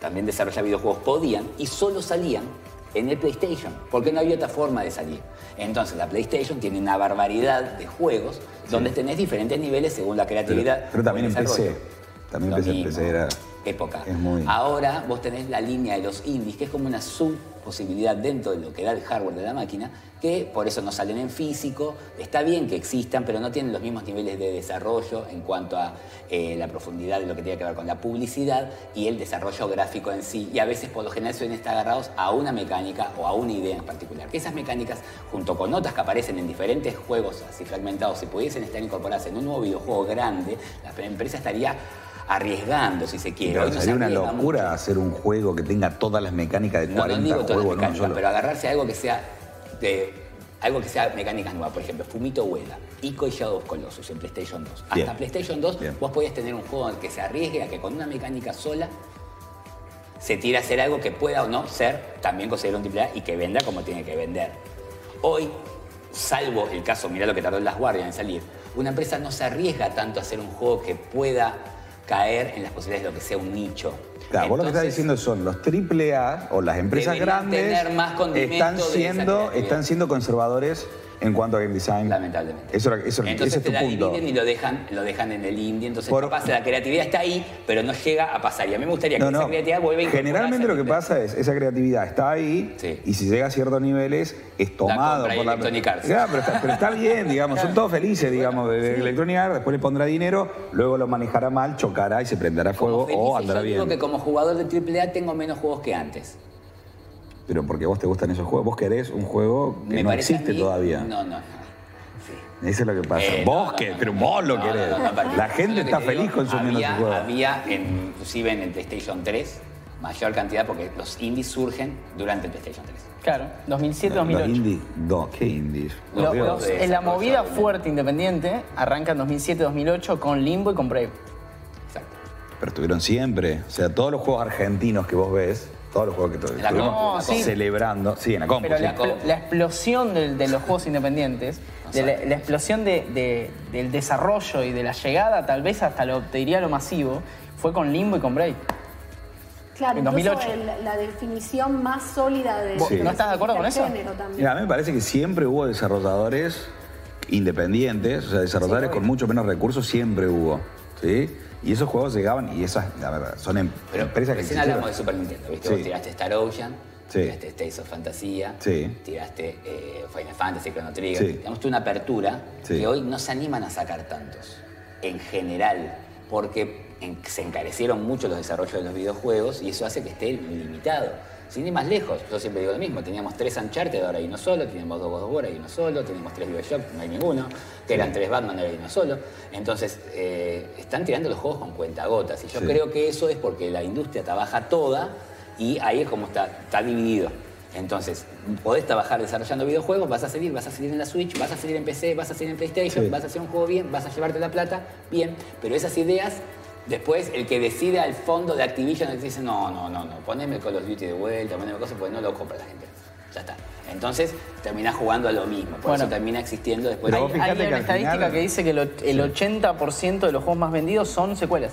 Speaker 2: también desarrollar videojuegos, podían y solo salían en el PlayStation, porque no había otra forma de salir. Entonces, la PlayStation tiene una barbaridad de juegos donde tenés diferentes niveles según la
Speaker 5: Pero,
Speaker 2: creatividad.
Speaker 5: pero también
Speaker 2: o el
Speaker 5: empecé.
Speaker 2: desarrollo.
Speaker 5: También
Speaker 2: Lo
Speaker 5: empecé,
Speaker 2: mismo.
Speaker 5: empecé era...
Speaker 2: época.
Speaker 5: es muy-
Speaker 2: Ahora vos tenés la línea de los indies, que es como una subposibilidad dentro de lo que da el hardware de la máquina, que por eso no salen en físico. Está bien que existan, pero no tienen los mismos niveles de desarrollo en cuanto a eh, la profundidad de lo que tiene que ver con la publicidad y el desarrollo gráfico en sí. Y a veces por lo general suelen estar agarrados a una mecánica o a una idea en particular. Que esas mecánicas, junto con otras que aparecen en diferentes juegos así fragmentados, si pudiesen estar incorporadas en un nuevo videojuego grande, la empresa estaría arriesgando, si se quiere.
Speaker 5: Pero
Speaker 2: Hoy no se
Speaker 5: sería una
Speaker 2: arriesga
Speaker 5: locura
Speaker 2: mucho.
Speaker 5: hacer un juego que tenga todas las mecánicas de
Speaker 2: No, no
Speaker 5: 40
Speaker 2: digo todas las
Speaker 5: juegos en uno
Speaker 2: mecánicas,
Speaker 5: solo.
Speaker 2: pero agarrarse a algo que sea de algo que sea mecánicas nuevas, por ejemplo, Fumito Ueda, Ico y Shadow of Colossus en PlayStation 2. Hasta
Speaker 5: Bien.
Speaker 2: PlayStation 2
Speaker 5: Bien.
Speaker 2: vos podías tener un juego en el que se arriesgue a que con una mecánica sola se tira a hacer algo que pueda o no ser también considerado un AAA y que venda como tiene que vender. Hoy, salvo el caso, mirá lo que tardó en las guardias en salir, una empresa no se arriesga tanto a hacer un juego que pueda caer en las posibilidades de lo que sea un nicho.
Speaker 5: Claro, vos lo que estás diciendo
Speaker 2: Entonces,
Speaker 5: son los triple A o las empresas
Speaker 2: Deberían
Speaker 5: grandes
Speaker 2: tener más condimento
Speaker 5: están
Speaker 2: de esa
Speaker 5: siendo,
Speaker 2: creatividad.
Speaker 5: están siendo conservadores en cuanto a game design.
Speaker 2: Lamentablemente.
Speaker 5: Eso era, eso era-
Speaker 2: entonces
Speaker 5: ese
Speaker 2: te
Speaker 5: es
Speaker 2: la
Speaker 5: tu punto.
Speaker 2: dividen y lo dejan, lo dejan en el indie. Entonces,
Speaker 5: Por-
Speaker 2: capaz la creatividad está ahí, pero no llega a pasar. Y a mí me gustaría que esa creatividad vuelva a incorporarse
Speaker 5: Generalmente lo que
Speaker 2: dentro.
Speaker 5: pasa es, esa creatividad está ahí
Speaker 2: Sí.
Speaker 5: y si llega a ciertos niveles es tomado
Speaker 2: compra
Speaker 5: por la...
Speaker 2: Electronic Arts.
Speaker 5: Claro, pero está, pero está bien, digamos, son todos felices, digamos, de, de Electronic Arts, después le pondrá dinero, luego lo manejará mal, chocará y se prenderá fuego
Speaker 2: Como felices,
Speaker 5: o Oh, andará
Speaker 2: yo
Speaker 5: bien.
Speaker 2: digo que como jugador de AAA tengo menos juegos que antes.
Speaker 5: Pero porque vos te gustan esos juegos, vos querés un juego que
Speaker 2: me
Speaker 5: no
Speaker 2: parece a
Speaker 5: existe
Speaker 2: mí-
Speaker 5: todavía.
Speaker 2: No, no. Sí.
Speaker 5: Eso es lo que pasa.
Speaker 2: Eh, no,
Speaker 5: vos
Speaker 2: no,
Speaker 5: querés,
Speaker 2: no,
Speaker 5: pero
Speaker 2: no,
Speaker 5: vos lo
Speaker 2: no,
Speaker 5: querés.
Speaker 2: no, no, no,
Speaker 5: la
Speaker 2: no,
Speaker 5: gente
Speaker 2: lo que
Speaker 5: está
Speaker 2: te
Speaker 5: feliz
Speaker 2: digo,
Speaker 5: consumiendo
Speaker 2: había,
Speaker 5: ese juego.
Speaker 2: Había, en- inclusive en el PlayStation 3, mayor cantidad porque los indies surgen durante el PlayStation 3.
Speaker 3: Claro, 2007, 2008.
Speaker 5: Los indie, no, qué indies.
Speaker 2: Los
Speaker 3: Lo-
Speaker 5: Dios.
Speaker 3: los-
Speaker 2: de
Speaker 3: en la
Speaker 2: desarrollo,
Speaker 3: movida
Speaker 2: obviamente.
Speaker 3: fuerte independiente arranca en 2007-2008 con Limbo y con Brave.
Speaker 2: Exacto.
Speaker 5: Pero estuvieron siempre. O sea, todos los juegos argentinos que vos ves, todos los juegos que
Speaker 2: la
Speaker 5: estuvimos
Speaker 3: compu, la compu.
Speaker 5: celebrando. Sí, en la compu.
Speaker 3: Pero
Speaker 5: sí.
Speaker 3: la,
Speaker 2: ¿cómo?
Speaker 3: expl- la explosión del- de, los juegos independientes, de la, la explosión de- de- del desarrollo y de la llegada, tal vez hasta lo, te diría lo masivo, fue con Limbo y con Brave.
Speaker 9: Claro,
Speaker 3: En
Speaker 9: incluso
Speaker 3: 2008.
Speaker 9: el- la definición más sólida de,
Speaker 3: ¿Vos-
Speaker 5: Sí.
Speaker 3: no estás de acuerdo con
Speaker 9: del
Speaker 3: eso?
Speaker 9: género también.
Speaker 5: Mira, a mí me parece que siempre hubo desarrolladores independientes, o sea, desarrolladores con mucho menos recursos, siempre hubo. ¿Sí? Y esos juegos llegaban y esas, la verdad, son em-
Speaker 2: Pero
Speaker 5: empresas que
Speaker 2: recién
Speaker 5: existieron.
Speaker 2: hablamos de Super Nintendo, ¿viste?
Speaker 5: Sí.
Speaker 2: Vos tiraste Star Ocean,
Speaker 5: Sí.
Speaker 2: tiraste Tales of Fantasía,
Speaker 5: Sí.
Speaker 2: tiraste eh, Final Fantasy, Chrono Trigger.
Speaker 5: Sí.
Speaker 2: Digamos, tuvo una apertura
Speaker 5: Sí.
Speaker 2: que hoy no se animan a sacar tantos, en general, porque en- se encarecieron mucho los desarrollos de los videojuegos y eso hace que esté limitado. Sin ir más lejos, yo siempre digo lo mismo, teníamos tres Uncharted, ahora hay uno solo, teníamos dos God of War, hay uno solo, tenemos tres Bioshock, no hay ninguno, que eran tres Batman, ahora hay uno solo. Entonces, eh, están tirando los juegos con cuentagotas y yo
Speaker 5: Sí.
Speaker 2: creo que eso es porque la industria trabaja toda y ahí es como está, está dividido. Entonces, podés trabajar desarrollando videojuegos, vas a salir, vas a salir en la Switch, vas a salir en PC, vas a salir en PlayStation,
Speaker 5: Sí.
Speaker 2: vas a hacer un juego bien, vas a llevarte la plata, bien. Pero esas ideas, después el que decide al fondo de Activision el que dice, no, no, no, no, poneme Call of Duty de vuelta, poneme cosas, porque no lo compra la gente. Ya está. Entonces, terminás jugando a lo mismo. Por
Speaker 3: Bueno.
Speaker 2: eso termina existiendo después.
Speaker 5: Pero
Speaker 2: Ahí-
Speaker 5: vos
Speaker 3: Hay
Speaker 5: fijate
Speaker 3: una
Speaker 5: que al
Speaker 3: estadística
Speaker 5: final-
Speaker 3: que dice que el, och- el 80% de los juegos más vendidos son secuelas.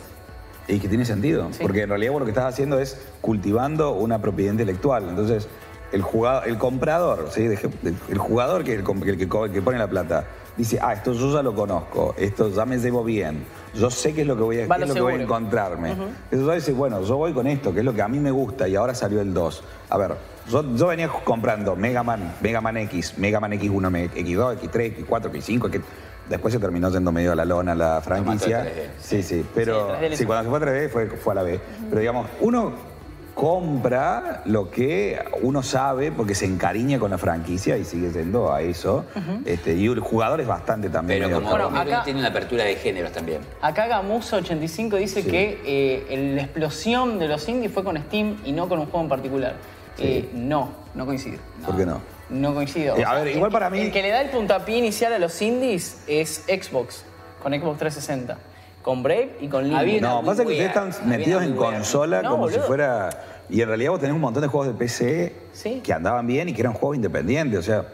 Speaker 5: Y que tiene sentido,
Speaker 3: Sí.
Speaker 5: porque en realidad vos lo que estás haciendo es cultivando una propiedad intelectual. Entonces, el, jugado, el comprador, ¿sí? Deje- el jugador que, el, com- que, que co- que pone la plata, dice, ah, esto yo ya lo conozco, esto ya me llevo bien, yo sé qué es lo que voy a,
Speaker 3: Va
Speaker 5: qué
Speaker 3: lo
Speaker 5: es lo que voy a
Speaker 3: seguro.
Speaker 5: encontrarme. Entonces, dice, bueno, yo voy con esto, que es lo que a mí me gusta, y ahora salió el 2. A ver, yo, yo venía comprando Mega Man, Mega Man X, Mega Man X1, Me- X2, X3, X4, X5, que después se terminó yendo medio a la lona la franquicia.
Speaker 2: el 3D.
Speaker 5: Sí, sí, pero
Speaker 3: el 3D le
Speaker 5: sí, cuando se fue a 3D fue, fue a la B. Pero digamos, uno compra lo que uno sabe porque se encariña con la franquicia y sigue yendo a eso. Este, y el jugador es bastante también.
Speaker 2: Pero
Speaker 5: medio
Speaker 2: como
Speaker 5: raro.
Speaker 3: Bueno, acá-
Speaker 2: tiene una apertura de géneros también.
Speaker 3: Acá Gamusa85 dice que eh, la explosión de los indies fue con Steam y no con un juego en particular. Eh, no, no coincido.
Speaker 5: ¿Por qué no?
Speaker 3: No coincido.
Speaker 5: Eh, a ver, igual
Speaker 3: el-
Speaker 5: para mí-
Speaker 3: El que le da el puntapié inicial a los indies es Xbox, con Xbox 360, con Brave y con Limbo.
Speaker 2: Había-
Speaker 5: No,
Speaker 2: muy
Speaker 5: pasa que
Speaker 2: buena,
Speaker 5: ustedes están
Speaker 2: había una
Speaker 5: metidos
Speaker 2: muy
Speaker 5: en
Speaker 2: buena.
Speaker 5: consola
Speaker 3: No,
Speaker 5: como si
Speaker 3: boludo.
Speaker 5: fuera. Y en realidad vos tenés un montón de juegos de PC
Speaker 3: Sí.
Speaker 5: que andaban bien y que eran juegos independientes. O sea,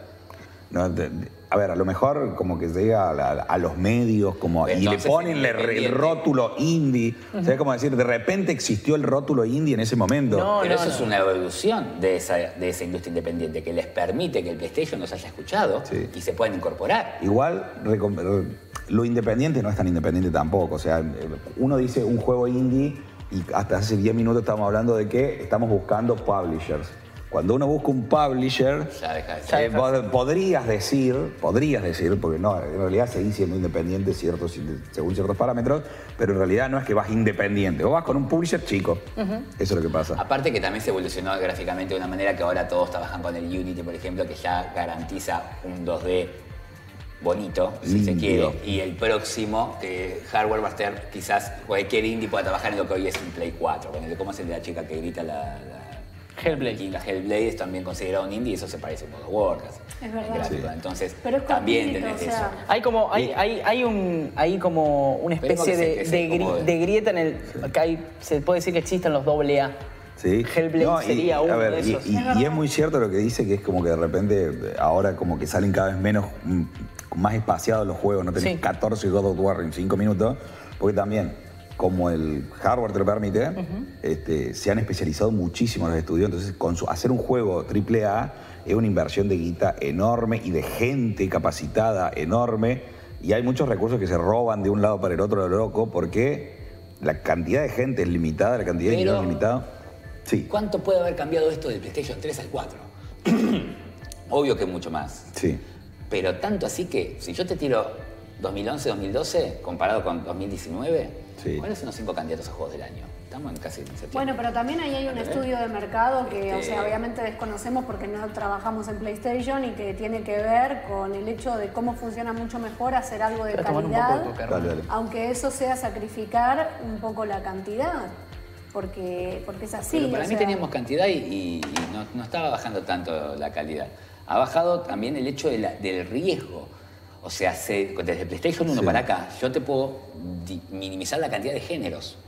Speaker 5: no, de- de- a ver, a lo mejor como que llega a, la- a los medios como, y le
Speaker 2: Entonces,
Speaker 5: ponen le- el
Speaker 2: independiente.
Speaker 5: rótulo indie. O sea, es como decir, de repente existió el rótulo indie en ese momento.
Speaker 3: No,
Speaker 2: Pero
Speaker 3: no,
Speaker 2: eso
Speaker 3: no.
Speaker 2: es una evolución de esa, de esa industria independiente que les permite que el PlayStation los haya escuchado
Speaker 5: Sí.
Speaker 2: y se puedan incorporar.
Speaker 5: Igual, recom- re- lo independiente no es tan independiente tampoco. O sea, el- uno dice un juego indie y hasta hace 10 minutos estamos hablando de que estamos buscando publishers. Cuando uno busca un publisher,
Speaker 2: Ya deja de ser.
Speaker 5: eh, pod- podrías decir, podrías decir, porque no, en realidad seguís siendo independiente ciertos, según ciertos parámetros, pero en realidad no es que vas independiente, vos vas con un publisher chico. Eso es lo que pasa.
Speaker 2: Aparte que también se evolucionó gráficamente de una manera que ahora todos trabajan con el Unity, por ejemplo, que ya garantiza un 2D bonito, si se
Speaker 5: Limpio.
Speaker 2: quiere. Y el próximo, que hardware va a ser quizás cualquier indie pueda trabajar en lo que hoy es un Play 4. Ponele, ¿Cómo es el de la chica que grita la... la-
Speaker 3: Hellblade.
Speaker 2: Y la Hellblade es también considerado un indie y eso se parece un modo War casi.
Speaker 9: Es verdad.
Speaker 2: en gráfico.
Speaker 5: Sí.
Speaker 2: Entonces,
Speaker 9: Pero es
Speaker 2: también
Speaker 9: cortito,
Speaker 2: tenés
Speaker 9: o sea,
Speaker 2: eso.
Speaker 3: Hay como, hay, hay, hay un, hay como una
Speaker 2: Pero es porque
Speaker 3: especie de,
Speaker 2: se- se
Speaker 3: de gri-
Speaker 2: acomode.
Speaker 3: de grieta en el. que hay- se puede decir que existen los doble A.
Speaker 5: ¿Sí?
Speaker 3: Hellblade
Speaker 5: No, y-
Speaker 3: sería
Speaker 5: a
Speaker 3: uno
Speaker 5: ver,
Speaker 3: de
Speaker 5: y-
Speaker 3: esos.
Speaker 5: Y, y es muy cierto lo que dice, que es como que de repente eh, ahora como que salen cada vez menos, mm, más espaciados los juegos, no tenés
Speaker 3: Sí.
Speaker 5: 14 God of War en 5 minutos, porque también como el hardware te lo permite, este, se han especializado muchísimo los estudios. Entonces, con su- hacer un juego AAA es una inversión de guita enorme y de gente capacitada enorme. Y hay muchos recursos que se roban de un lado para el otro de lo loco porque la cantidad de gente es limitada, la cantidad de dinero es
Speaker 10: Pero-
Speaker 5: limitada. Sí,
Speaker 10: ¿Cuánto puede haber cambiado esto del PlayStation 3 al 4?
Speaker 2: Obvio que mucho más.
Speaker 5: sí.
Speaker 2: Pero tanto así que, si yo te tiro 2011, 2012, comparado con 2019,
Speaker 5: Sí.
Speaker 2: ¿cuáles son los cinco candidatos a juegos del año? Estamos en casi en septiembre.
Speaker 9: Bueno, pero también ahí hay un estudio de mercado que, o sea, obviamente desconocemos porque no trabajamos en PlayStation y que tiene que ver con el hecho de cómo funciona mucho mejor hacer algo de
Speaker 3: Voy a tomar un poco de
Speaker 9: calidad,
Speaker 3: coca,
Speaker 5: Dale, dale.
Speaker 9: aunque eso sea sacrificar un poco la cantidad, porque, porque es así.
Speaker 2: Pero para
Speaker 9: o
Speaker 2: mí
Speaker 9: sea,
Speaker 2: teníamos cantidad y, y- y no, no estaba bajando tanto la calidad. Ha bajado también el hecho de la- del riesgo. O sea, se- desde PlayStation 1
Speaker 5: Sí.
Speaker 2: para acá, yo te puedo di- minimizar la cantidad de géneros.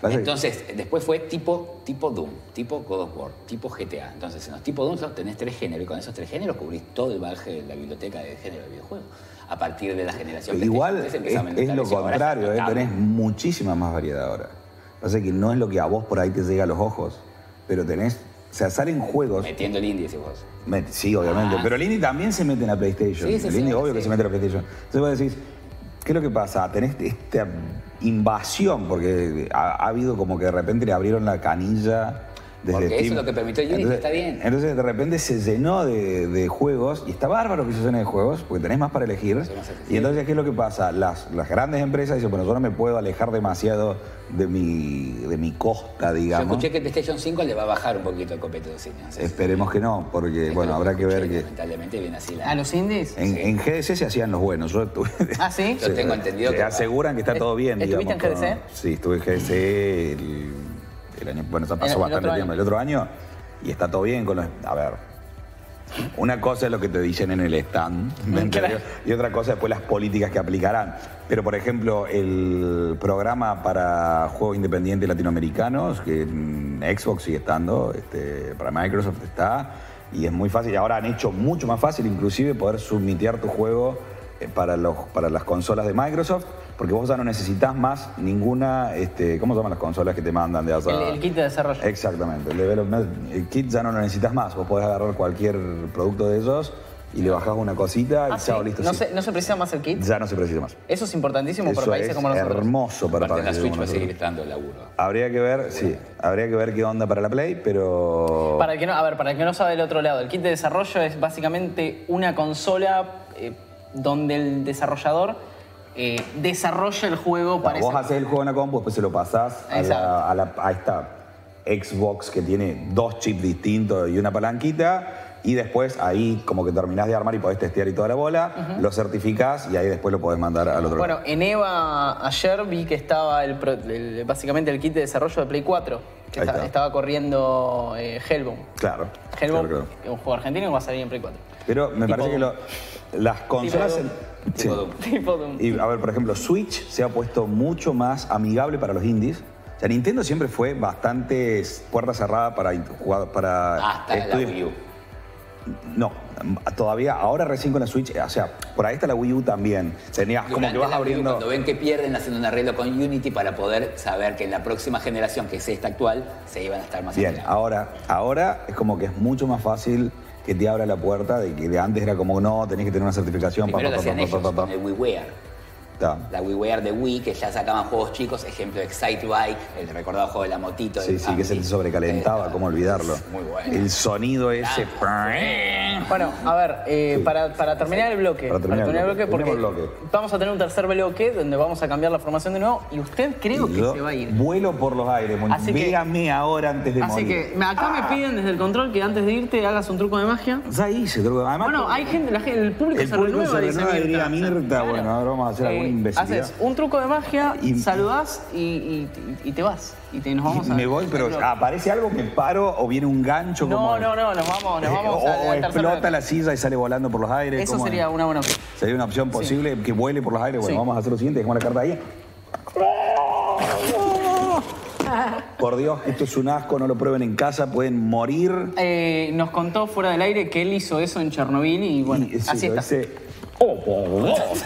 Speaker 5: Pasa que-
Speaker 2: Entonces, después fue tipo, tipo Doom, tipo God of War, tipo GTA. Entonces, en los tipos Doom solo tenés tres géneros y con esos tres géneros cubrís todo el bagaje de la biblioteca de género de videojuegos. A partir de la generación
Speaker 5: Pero
Speaker 2: PlayStation
Speaker 5: igual
Speaker 2: 3
Speaker 5: es,
Speaker 2: empieza a aumentar
Speaker 5: es lo
Speaker 2: eso. Ahora es
Speaker 5: contrario, ¿eh?
Speaker 2: notable.
Speaker 5: tenés muchísima más variedad ahora. Pasa que no es lo que a vos por ahí te llega a los ojos, pero tenés, o sea, salen juegos,
Speaker 2: Metiendo el indie, decís vos.
Speaker 5: met- sí, obviamente,
Speaker 2: Ah,
Speaker 5: pero el indie también se mete en la PlayStation.
Speaker 2: Sí, sí,
Speaker 5: el
Speaker 2: sí,
Speaker 5: indie
Speaker 2: ahora
Speaker 5: obvio que
Speaker 2: sí.
Speaker 5: se mete en la PlayStation. Entonces vos decís, ¿qué es lo que pasa? Tenés esta invasión, porque ha, ha habido como que de repente le abrieron la canilla desde
Speaker 2: Porque eso es
Speaker 5: Steam.
Speaker 2: lo que permitió el Unity, está bien.
Speaker 5: Entonces de repente se llenó de, de juegos, y está bárbaro que se llene de juegos, porque tenés más para elegir.
Speaker 2: Son más accesibles.
Speaker 5: Y entonces, ¿qué es lo que pasa? Las, las grandes empresas dicen, bueno, yo no me puedo alejar demasiado de mi, de mi costa,
Speaker 2: Yo
Speaker 5: digamos.
Speaker 2: escuché que el PlayStation 5 le va a bajar un poquito el copete de cine. así es.
Speaker 5: Esperemos que no, porque,
Speaker 2: Es
Speaker 5: bueno,
Speaker 2: lo
Speaker 5: habrá que ver
Speaker 2: escuché,
Speaker 5: que...
Speaker 2: Lamentablemente viene así la...
Speaker 3: ¿A los indies?
Speaker 5: En, en GDC se hacían los buenos. Yo tuve-
Speaker 3: ¿Ah, sí?
Speaker 2: Yo tengo entendido
Speaker 5: se
Speaker 2: que-
Speaker 5: aseguran que está todo bien.
Speaker 3: ¿Estuviste
Speaker 5: digamos,
Speaker 3: en GDC?
Speaker 5: con- Sí, estuve en GDC el, el año. Bueno, ya pasó
Speaker 3: El- el
Speaker 5: bastante
Speaker 3: otro
Speaker 5: tiempo.
Speaker 3: año.
Speaker 5: El otro año. Y está todo bien con los. A ver. Una cosa es lo que te dicen en el stand, ¿me entendés? y otra cosa después las políticas que aplicarán. Pero, por ejemplo, el programa para juegos independientes latinoamericanos, que en Xbox sigue estando, este, para Microsoft está, y es muy fácil. Y Ahora han hecho mucho más fácil, inclusive, poder submitear tu juego eh, para, los, para las consolas de Microsoft, porque vos ya no necesitas más ninguna, este, ¿cómo se llaman las consolas que te mandan de allá?
Speaker 3: El, el kit de desarrollo.
Speaker 5: Exactamente, el development el kit ya no lo necesitas más. Vos podés agarrar cualquier producto de ellos y le bajás una cosita y
Speaker 3: Ah,
Speaker 5: chao,
Speaker 3: sí.
Speaker 5: listo.
Speaker 3: No,
Speaker 5: sí.
Speaker 3: se, no se precisa más el kit.
Speaker 5: Ya no se precisa más.
Speaker 3: Eso es importantísimo para
Speaker 5: Eso
Speaker 3: países
Speaker 5: es
Speaker 3: como nosotros.
Speaker 5: hermoso para
Speaker 2: Aparte, la
Speaker 5: países
Speaker 2: Switch
Speaker 5: como
Speaker 2: va a seguir
Speaker 5: nosotros.
Speaker 2: estando el laburo.
Speaker 5: Habría que ver, sí, habría que ver qué onda para la Play, pero...
Speaker 3: Para el que no, a ver, para el que no sabe del otro lado, el kit de desarrollo es básicamente una consola eh, donde el desarrollador eh, desarrolla el juego
Speaker 5: No,
Speaker 3: para
Speaker 5: vos
Speaker 3: ese-
Speaker 5: haces el juego en la compu, después se lo pasás a, la- a la- a esta Xbox que tiene dos chips distintos y una palanquita. Y después ahí como que terminás de armar y podés testear y toda la bola, lo certificás y ahí después lo podés mandar al otro
Speaker 3: Bueno, en EVA ayer vi que estaba el pro- el- básicamente el kit de desarrollo de Play 4, que
Speaker 5: Ahí
Speaker 3: esta-
Speaker 5: está.
Speaker 3: estaba corriendo eh, Hellbound.
Speaker 5: Claro.
Speaker 3: Hellbound,
Speaker 5: claro, claro.
Speaker 3: que es un juego argentino que va a salir en Play 4.
Speaker 5: Pero me
Speaker 3: Tipo
Speaker 5: parece que lo- las consolas...
Speaker 3: Doom.
Speaker 5: en- sí.
Speaker 3: Tipo de un-
Speaker 5: Y a ver, por ejemplo, Switch se ha puesto mucho más amigable para los indies. O sea, Nintendo siempre fue bastante puerta cerrada para, in- jugar- para
Speaker 2: Hasta la
Speaker 5: estudios-
Speaker 2: Wii U.
Speaker 5: No, todavía, ahora recién con la Switch, eh, o sea, por ahí está la Wii U también. Tenías como
Speaker 2: Durante
Speaker 5: que vas
Speaker 2: la Wii U,
Speaker 5: abriendo.
Speaker 2: Cuando ven que pierden, hacen un arreglo con Unity para poder saber que en la próxima generación, que es esta actual, se iban a estar más
Speaker 5: Bien,
Speaker 2: enterados.
Speaker 5: ahora, ahora es como que es mucho más fácil que te abra la puerta de que de antes era como, no, tenés que tener una certificación. pa, pa,
Speaker 2: Primero lo
Speaker 5: pa,
Speaker 2: hacían
Speaker 5: pa, pa,
Speaker 2: ellos
Speaker 5: pa, pa.
Speaker 2: con el WiiWare.
Speaker 5: Está.
Speaker 2: La WiiWare de Wii, que ya sacaban juegos chicos, ejemplo Excite Bike, el recordado juego de la motito.
Speaker 5: Sí,
Speaker 2: del
Speaker 5: sí, que se te
Speaker 2: Family.
Speaker 5: sobrecalentaba,
Speaker 2: Eh,
Speaker 5: cómo olvidarlo.
Speaker 2: Muy bueno.
Speaker 5: El sonido ese.
Speaker 3: Bueno, a ver, eh, para, para terminar el bloque,
Speaker 5: Para terminar el bloque.
Speaker 3: porque
Speaker 5: Terminemos el bloque.
Speaker 3: vamos a tener un tercer bloque donde vamos a cambiar la formación de nuevo y usted creo que
Speaker 5: Yo
Speaker 3: se va a ir.
Speaker 5: Vuelo por los aires, Moni.
Speaker 3: Así que-
Speaker 5: Dígame ahora antes de
Speaker 3: Así
Speaker 5: morir.
Speaker 3: que me- acá me piden desde el control que antes de irte hagas un truco de magia.
Speaker 5: Ya hice, truco. Además,
Speaker 3: Bueno, hay gente, la gente- el público
Speaker 5: el
Speaker 3: se
Speaker 5: público
Speaker 3: renueva,
Speaker 5: se
Speaker 3: dice
Speaker 5: renueva y diría
Speaker 3: Mirta.
Speaker 5: Mirta. Bueno, ahora vamos a hacer alguna imbecilidad.
Speaker 3: Haces un truco de magia,
Speaker 5: Y-
Speaker 3: saludás y, y- y- y te vas. Y te, nos vamos a.
Speaker 5: me voy, pero aparece algo, me paro o viene un gancho como. eh,
Speaker 3: No, no, no, nos vamos, nos
Speaker 5: o,
Speaker 3: vamos
Speaker 5: o
Speaker 3: a
Speaker 5: explota la silla y sale volando por los aires.
Speaker 3: Eso
Speaker 5: ¿cómo es?
Speaker 3: sería una buena opción.
Speaker 5: Sería una opción posible que vuele por los aires. Bueno,
Speaker 3: Sí.
Speaker 5: vamos a hacer lo siguiente, dejamos la carta ahí. Por Dios, esto es un asco, no lo prueben en casa, pueden morir.
Speaker 3: Eh, nos contó fuera del aire que él hizo eso en Chernobyl y bueno,
Speaker 5: Y, eh, sí,
Speaker 3: así
Speaker 5: lo
Speaker 3: está.
Speaker 5: hice. Oh, por Dios.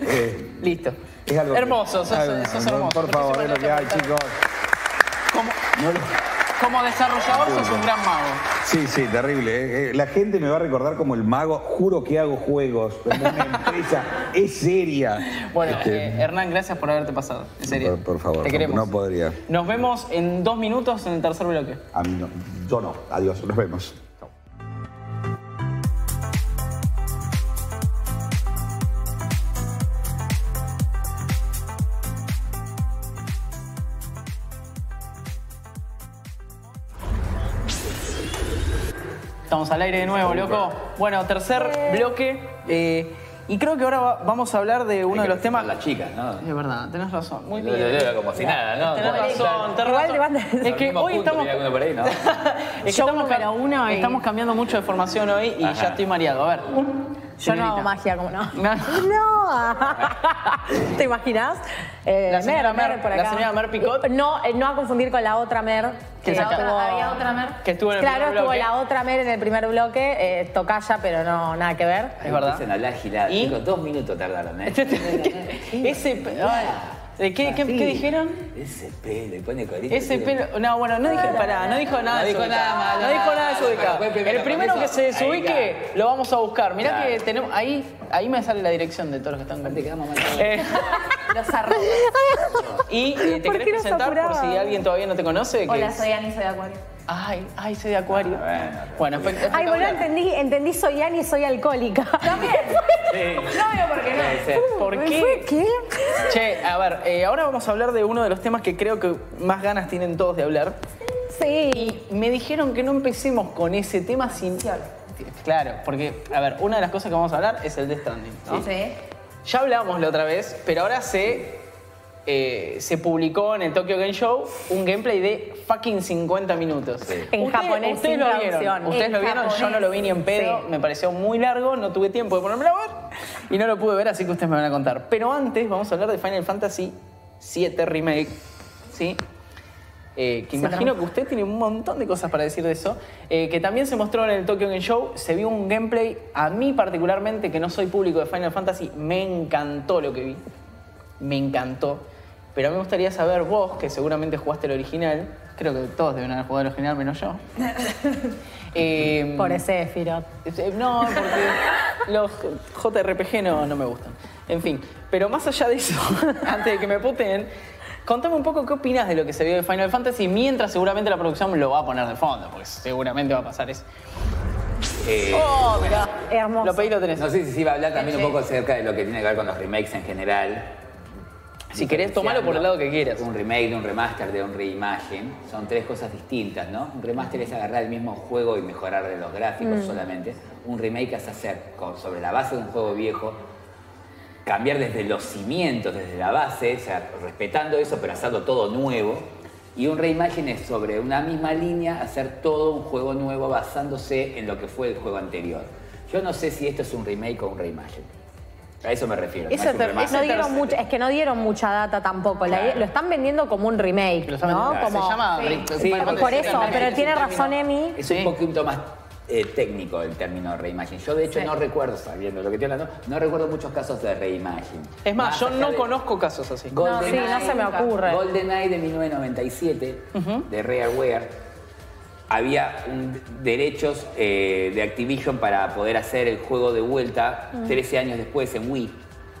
Speaker 5: Eh,
Speaker 3: Listo.
Speaker 5: Es algo que-
Speaker 3: Hermoso, sos-
Speaker 5: Algo-
Speaker 3: sos hermoso.
Speaker 5: Por favor, es lo que hay,
Speaker 3: Muchísimas gracias
Speaker 5: chicos.
Speaker 3: Como,
Speaker 5: No lo-
Speaker 3: como desarrollador sos un gran mago.
Speaker 5: Sí, sí, terrible. eh. Eh, La gente me va a recordar como el mago. Juro que hago juegos. pero Mi empresa es seria.
Speaker 3: Bueno,
Speaker 5: Este,
Speaker 3: eh, Hernán, gracias por haberte pasado. En serio.
Speaker 5: Por- por favor,
Speaker 3: Te
Speaker 5: no-
Speaker 3: queremos.
Speaker 5: no podría.
Speaker 3: Nos vemos en dos minutos en el tercer bloque.
Speaker 5: a mí no. Yo no. Adiós. Nos vemos. Chao.
Speaker 3: Estamos al aire de nuevo, loco. Bueno, tercer bloque. eh, y creo que ahora va- vamos a hablar de uno de los temas.
Speaker 2: Las chicas, ¿no?
Speaker 3: Es verdad, tenés razón. Muy
Speaker 2: Lo
Speaker 3: bien.
Speaker 2: lo leo como si nada, ¿no?
Speaker 3: Tenés
Speaker 2: Como-
Speaker 3: razón, tenés
Speaker 6: Igual
Speaker 3: razón.
Speaker 6: te van a-
Speaker 3: Es que
Speaker 2: Dormimos
Speaker 3: hoy
Speaker 2: juntos,
Speaker 3: estamos.
Speaker 2: mira, uno por ahí, ¿no?
Speaker 3: Es que
Speaker 11: Yo
Speaker 3: estamos,
Speaker 11: número
Speaker 3: cam-
Speaker 11: uno y-
Speaker 3: estamos cambiando mucho de formación hoy y ya
Speaker 2: Ajá.
Speaker 3: estoy mareado. A ver.
Speaker 11: Yo no hago
Speaker 3: Señorita.
Speaker 11: magia, como no.
Speaker 3: No.
Speaker 11: No. ¿Te imaginas? Eh,
Speaker 3: La señora
Speaker 11: Mer,
Speaker 3: Mer,
Speaker 11: por
Speaker 3: la
Speaker 11: acá.
Speaker 3: señora Mer Picot.
Speaker 11: No, eh, no a confundir con la otra Mer.
Speaker 3: Que
Speaker 11: eh,
Speaker 3: se acaba-
Speaker 11: estuvo-
Speaker 9: Había otra mer.
Speaker 3: Que estuvo en el
Speaker 11: Claro,
Speaker 3: primer
Speaker 11: estuvo
Speaker 3: bloque.
Speaker 11: la otra Mer en el primer bloque, eh, tocaya, pero no, nada que ver.
Speaker 2: Ahí
Speaker 3: Es verdad.
Speaker 2: Empiezan a hablar gilada.
Speaker 3: ¿Y?
Speaker 2: Chicos, dos minutos tardaron, ¿eh?
Speaker 3: Ese. pe- ay, ¿de ¿Qué, qué-
Speaker 2: Sí.
Speaker 3: qué dijeron?
Speaker 2: Ese pelo, y pone corito.
Speaker 3: Ese
Speaker 2: tío.
Speaker 3: pelo. No, bueno, no dije pará, no dijo nada.
Speaker 2: No dijo
Speaker 3: desubicado.
Speaker 2: nada malo,
Speaker 3: No dijo nada
Speaker 2: nada,
Speaker 3: desubicado.
Speaker 2: pero fue el primero,
Speaker 3: El primero
Speaker 2: con
Speaker 3: que
Speaker 2: eso,
Speaker 3: se
Speaker 2: ahí
Speaker 3: desubique
Speaker 2: está.
Speaker 3: lo vamos a buscar. Mirá
Speaker 2: Claro.
Speaker 3: que tenemos. Ahí, ahí me sale la dirección de todos los que están
Speaker 2: Aparte
Speaker 3: conmigo.
Speaker 2: quedamos mal.
Speaker 3: Eh,
Speaker 6: Los arrobas.
Speaker 3: y eh, te
Speaker 11: ¿Por
Speaker 3: querés
Speaker 11: qué nos
Speaker 3: presentar por
Speaker 11: apuraba?
Speaker 3: si alguien todavía no te conoce. que
Speaker 6: Hola,
Speaker 3: es-
Speaker 6: soy Ani, soy de Acuario.
Speaker 3: Ay, ay, soy de Acuario.
Speaker 2: Ah,
Speaker 3: bueno, espe-
Speaker 11: Ay, boludo,
Speaker 3: espectacular.
Speaker 11: entendí, entendí soy Ani y soy alcohólica. También.
Speaker 6: No veo por qué no.
Speaker 3: ¿Por qué? Che, a ver, eh, ahora vamos a hablar de uno de los temas que creo que más ganas tienen todos de hablar.
Speaker 11: Sí.
Speaker 3: Me dijeron que no empecemos con ese tema sin. Claro, porque, a ver, una de las cosas que vamos a hablar es el de Stranding. ¿no?
Speaker 6: Sí.
Speaker 3: Ya hablábamos la otra vez, pero ahora se, eh, se publicó en el Tokyo Game Show un gameplay de fucking 50 minutos.
Speaker 11: En
Speaker 3: Ustedes-
Speaker 11: japonés,
Speaker 3: Ustedes
Speaker 11: sin
Speaker 3: lo vieron,
Speaker 11: traducción.
Speaker 3: ustedes
Speaker 11: En
Speaker 3: lo vieron, yo no lo vi ni en
Speaker 11: japonés,
Speaker 3: pedo,
Speaker 11: sí.
Speaker 3: me pareció muy largo, no tuve tiempo de ponerme a ver y no lo pude ver, así que ustedes me van a contar. Pero antes vamos a hablar de Final Fantasy VII Remake, ¿sí? Eh, que imagino que usted tiene un montón de cosas para decir de eso, eh, que también se mostró en el Tokyo Game Show, se vio un gameplay, a mí particularmente, que no soy público de Final Fantasy, me encantó lo que vi, me encantó, pero a mí me gustaría saber vos, que seguramente jugaste el original, creo que todos deben haber jugado el original menos yo. Eh,
Speaker 11: Por ese Firot.
Speaker 3: eh, No, porque los JRPG no, no me gustan. En fin, pero más allá de eso, antes de que me puten, contame un poco qué opinas de lo que se vio de Final Fantasy mientras seguramente la producción lo va a poner de fondo, porque seguramente va a pasar eso.
Speaker 2: Eh,
Speaker 3: Oh, mirá.
Speaker 11: Hermoso.
Speaker 3: Lo pedí, lo tenés.
Speaker 2: No sé si se iba a hablar también un poco acerca de lo que tiene que ver con los remakes en general.
Speaker 3: Si querés, tomalo por el lado que quieras.
Speaker 2: Un remake, de un remaster, de un reimagen. Son tres cosas distintas, ¿no? Un remaster es agarrar el mismo juego y mejorar de los gráficos
Speaker 3: Mm.
Speaker 2: solamente. Un remake es hacer con- sobre la base de un juego viejo, cambiar desde los cimientos, desde la base, o sea, respetando eso, pero hacerlo todo nuevo. Y un reimagen es sobre una misma línea hacer todo un juego nuevo basándose en lo que fue el juego anterior. Yo no sé si esto es un remake o un reimagen. A eso me refiero. no
Speaker 3: Esa
Speaker 2: es un
Speaker 3: ter-
Speaker 2: remaster.
Speaker 3: esa
Speaker 11: No dieron mucha, es que no dieron mucha data tampoco. La-
Speaker 2: Claro.
Speaker 11: lo están vendiendo como un remake,
Speaker 3: Lo saben-
Speaker 11: ¿no?
Speaker 2: claro,
Speaker 11: Como,
Speaker 3: Se llama...
Speaker 2: Sí,
Speaker 3: Final
Speaker 11: por,
Speaker 3: Fantasy
Speaker 11: por
Speaker 3: VII
Speaker 11: eso,
Speaker 3: Remake.
Speaker 11: pero tiene
Speaker 2: Es un
Speaker 11: razón
Speaker 2: término-
Speaker 11: Emi.
Speaker 2: Es
Speaker 3: Sí.
Speaker 2: un poquito más eh, técnico el término reimagen. Yo, de hecho, no recuerdo, sabiendo lo que estoy hablando, no recuerdo muchos casos de reimagen.
Speaker 3: Es más, yo
Speaker 2: allá
Speaker 3: no
Speaker 2: de-
Speaker 3: conozco casos así.
Speaker 11: No, sí, no se me ocurre.
Speaker 2: GoldenEye de 1997, de Rareware, había un- derechos eh, de Activision para poder hacer el juego de vuelta 13 años después en Wii.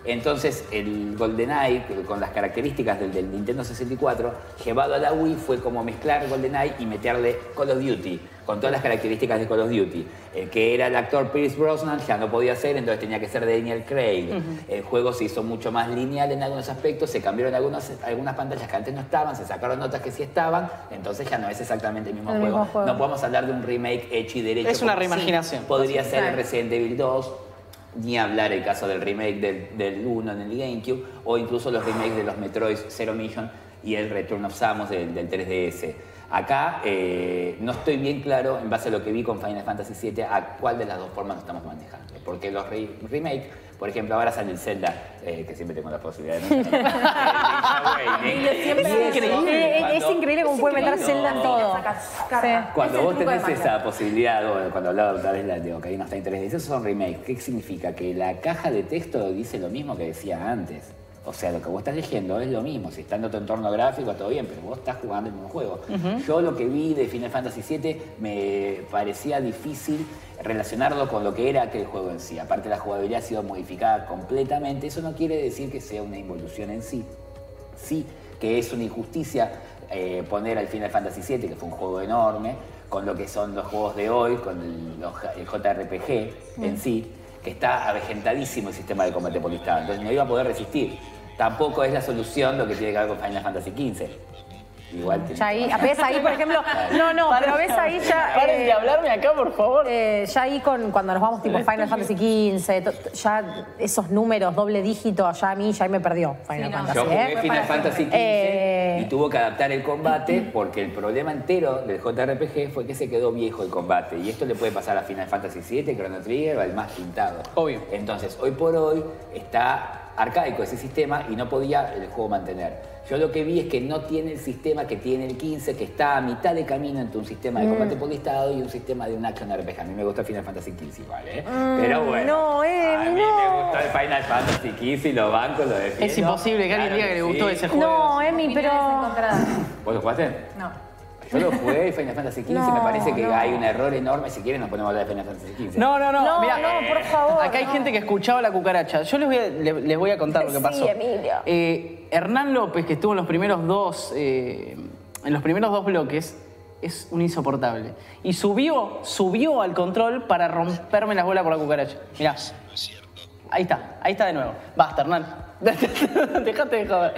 Speaker 2: Entonces el GoldenEye, que con las características del, del Nintendo 64, llevado a la Wii fue como mezclar GoldenEye y meterle Call of Duty, con todas las características de Call of Duty. El que era el actor Pierce Brosnan ya no podía ser, entonces tenía que ser Daniel Craig. El juego se hizo mucho más lineal en algunos aspectos, se cambiaron algunas, algunas pantallas que antes no estaban, se sacaron otras que sí estaban, entonces ya no es exactamente el mismo,
Speaker 11: El
Speaker 2: juego.
Speaker 11: mismo juego.
Speaker 2: No podemos hablar de un remake hecho y derecho.
Speaker 3: Es una
Speaker 2: porque
Speaker 3: reimaginación.
Speaker 2: sí, podría ser el
Speaker 6: Claro.
Speaker 2: Resident Evil 2, ni hablar el caso del remake del, del 1 en el GameCube, o incluso los remakes de los Metroid Zero Mission y el Return of Samus del, del 3DS. Acá eh, no estoy bien claro, en base a lo que vi con Final Fantasy VII, a cuál de las dos formas lo estamos manejando. Porque los re remake, por ejemplo, ahora sale el Zelda, eh, que siempre tengo la posibilidad de Eh, mencionar, el Link's Awakening.
Speaker 11: Es increíble. Es, es increíble cómo puede meter
Speaker 2: No.
Speaker 11: Zelda en todo.
Speaker 6: Carta.
Speaker 2: Cuando
Speaker 6: Es el
Speaker 2: vos
Speaker 6: truco de
Speaker 2: tenés
Speaker 6: magia.
Speaker 2: esa posibilidad, bueno, cuando hablaba otra vez la de Ocarina of Time 3, esos son remakes. ¿Qué significa? Que la caja de texto dice lo mismo que decía antes. O sea, lo que vos estás leyendo es lo mismo. Si está en otro entorno gráfico, todo bien, pero vos estás jugando el mismo juego.
Speaker 12: Ujú.
Speaker 2: Yo lo que vi de Final Fantasy VII me parecía difícil relacionarlo con lo que era aquel juego en sí. Aparte, la jugabilidad ha sido modificada completamente. Eso no quiere decir que sea una involución en sí. Sí, que es una injusticia eh, poner al Final Fantasy VII, que fue un juego enorme, con lo que son los juegos de hoy, con el, los- el JRPG en
Speaker 12: Mm.
Speaker 2: sí, que está avejentadísimo el sistema de combate por listado. Entonces no iba a poder resistir. Tampoco es la solución lo que tiene que ver con Final Fantasy XV. Igual tiene-
Speaker 11: Ya ahí, ah, ves ahí, por ejemplo, no, no,
Speaker 3: Paren-
Speaker 11: pero ves ahí ya...
Speaker 3: paren de hablarme
Speaker 11: acá, por favor. ya ahí con, cuando nos vamos tipo Final Fantasy XV, to- ya esos números, doble dígito, allá a mí, ya ahí me perdió Final Fantasy,
Speaker 2: Yo jugué
Speaker 11: ¿eh?
Speaker 2: Final Fantasy XV
Speaker 11: Eh,
Speaker 2: y tuvo que adaptar el combate porque el problema entero del JRPG fue que se quedó viejo el combate. Y esto le puede pasar a Final Fantasy VII, Chrono Trigger o al más pintado. Obvio. Entonces, hoy por hoy está arcaico ese sistema y no podía el juego mantener. Yo lo que vi es que no tiene el sistema que tiene el 15, que está a mitad de camino entre un sistema de
Speaker 11: Mm.
Speaker 2: combate por listado y un sistema de un action RPG. A mí me gusta Final Fantasy XV igual, ¿eh?
Speaker 11: Mm,
Speaker 2: Pero bueno.
Speaker 11: No, eh,
Speaker 2: A mí me gustó el Final Fantasy XV y lo banco, lo defiendo.
Speaker 3: Es imposible que alguien diga que le gustó ese
Speaker 11: no. No, Emi, pero...
Speaker 2: ¿Vos lo jugaste?
Speaker 11: No.
Speaker 2: Yo lo jugué Final Fantasy XV,
Speaker 11: No,
Speaker 2: me parece que
Speaker 11: no.
Speaker 2: hay un error enorme. Si quieren nos ponemos a hablar de Final Fantasy XV.
Speaker 3: No, no, no.
Speaker 11: No,
Speaker 3: mirá,
Speaker 11: no, por favor,
Speaker 3: Acá hay
Speaker 11: no.
Speaker 3: gente que escuchaba la cucaracha. Yo les voy a, le- les voy a contar lo que
Speaker 11: Sí,
Speaker 3: pasó.
Speaker 11: Emilio.
Speaker 3: Eh, Hernán López, que estuvo en los primeros dos, eh, en los primeros dos bloques, es un insoportable. Y subió, subió al control para romperme las bolas por la cucaracha. Mirá. Ahí está, ahí está de nuevo. Basta, Hernán. Dejate de joder.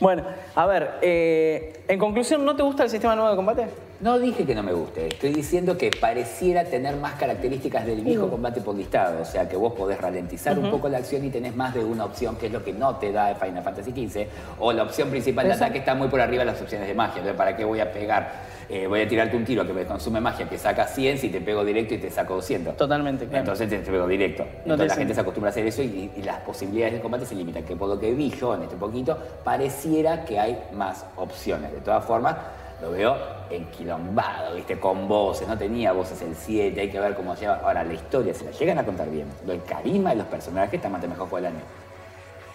Speaker 3: Bueno, a ver, eh, en conclusión, ¿no te gusta el sistema nuevo de combate?
Speaker 2: No dije que no me guste. Estoy diciendo que pareciera tener más características del
Speaker 3: Uh.
Speaker 2: viejo combate por listado. O sea, que vos podés ralentizar un
Speaker 12: Ujú.
Speaker 2: poco la acción y tenés más de una opción, que es lo que no te da Final Fantasy XV. O la opción principal de
Speaker 12: Pero eso-
Speaker 2: ataque está muy por arriba de las opciones de magia. Entonces, ¿para qué voy a pegar? Eh, voy a tirarte un tiro que me consume magia, que saca 100, si te pego directo y te saco 200.
Speaker 3: Totalmente, claro.
Speaker 2: Entonces te pego directo.
Speaker 3: No
Speaker 2: Entonces
Speaker 3: te
Speaker 2: la
Speaker 3: sirve.
Speaker 2: gente se acostumbra a hacer eso y, y las posibilidades de combate se limitan. Que por lo que vi yo en este poquito, pareciera que hay más opciones. De todas formas, lo veo enquilombado, ¿viste? Con voces, no tenía voces el 7, hay que ver cómo lleva. Ahora, la historia, si la llegan a contar bien, el carisma de los personajes está más de mejor juego del año.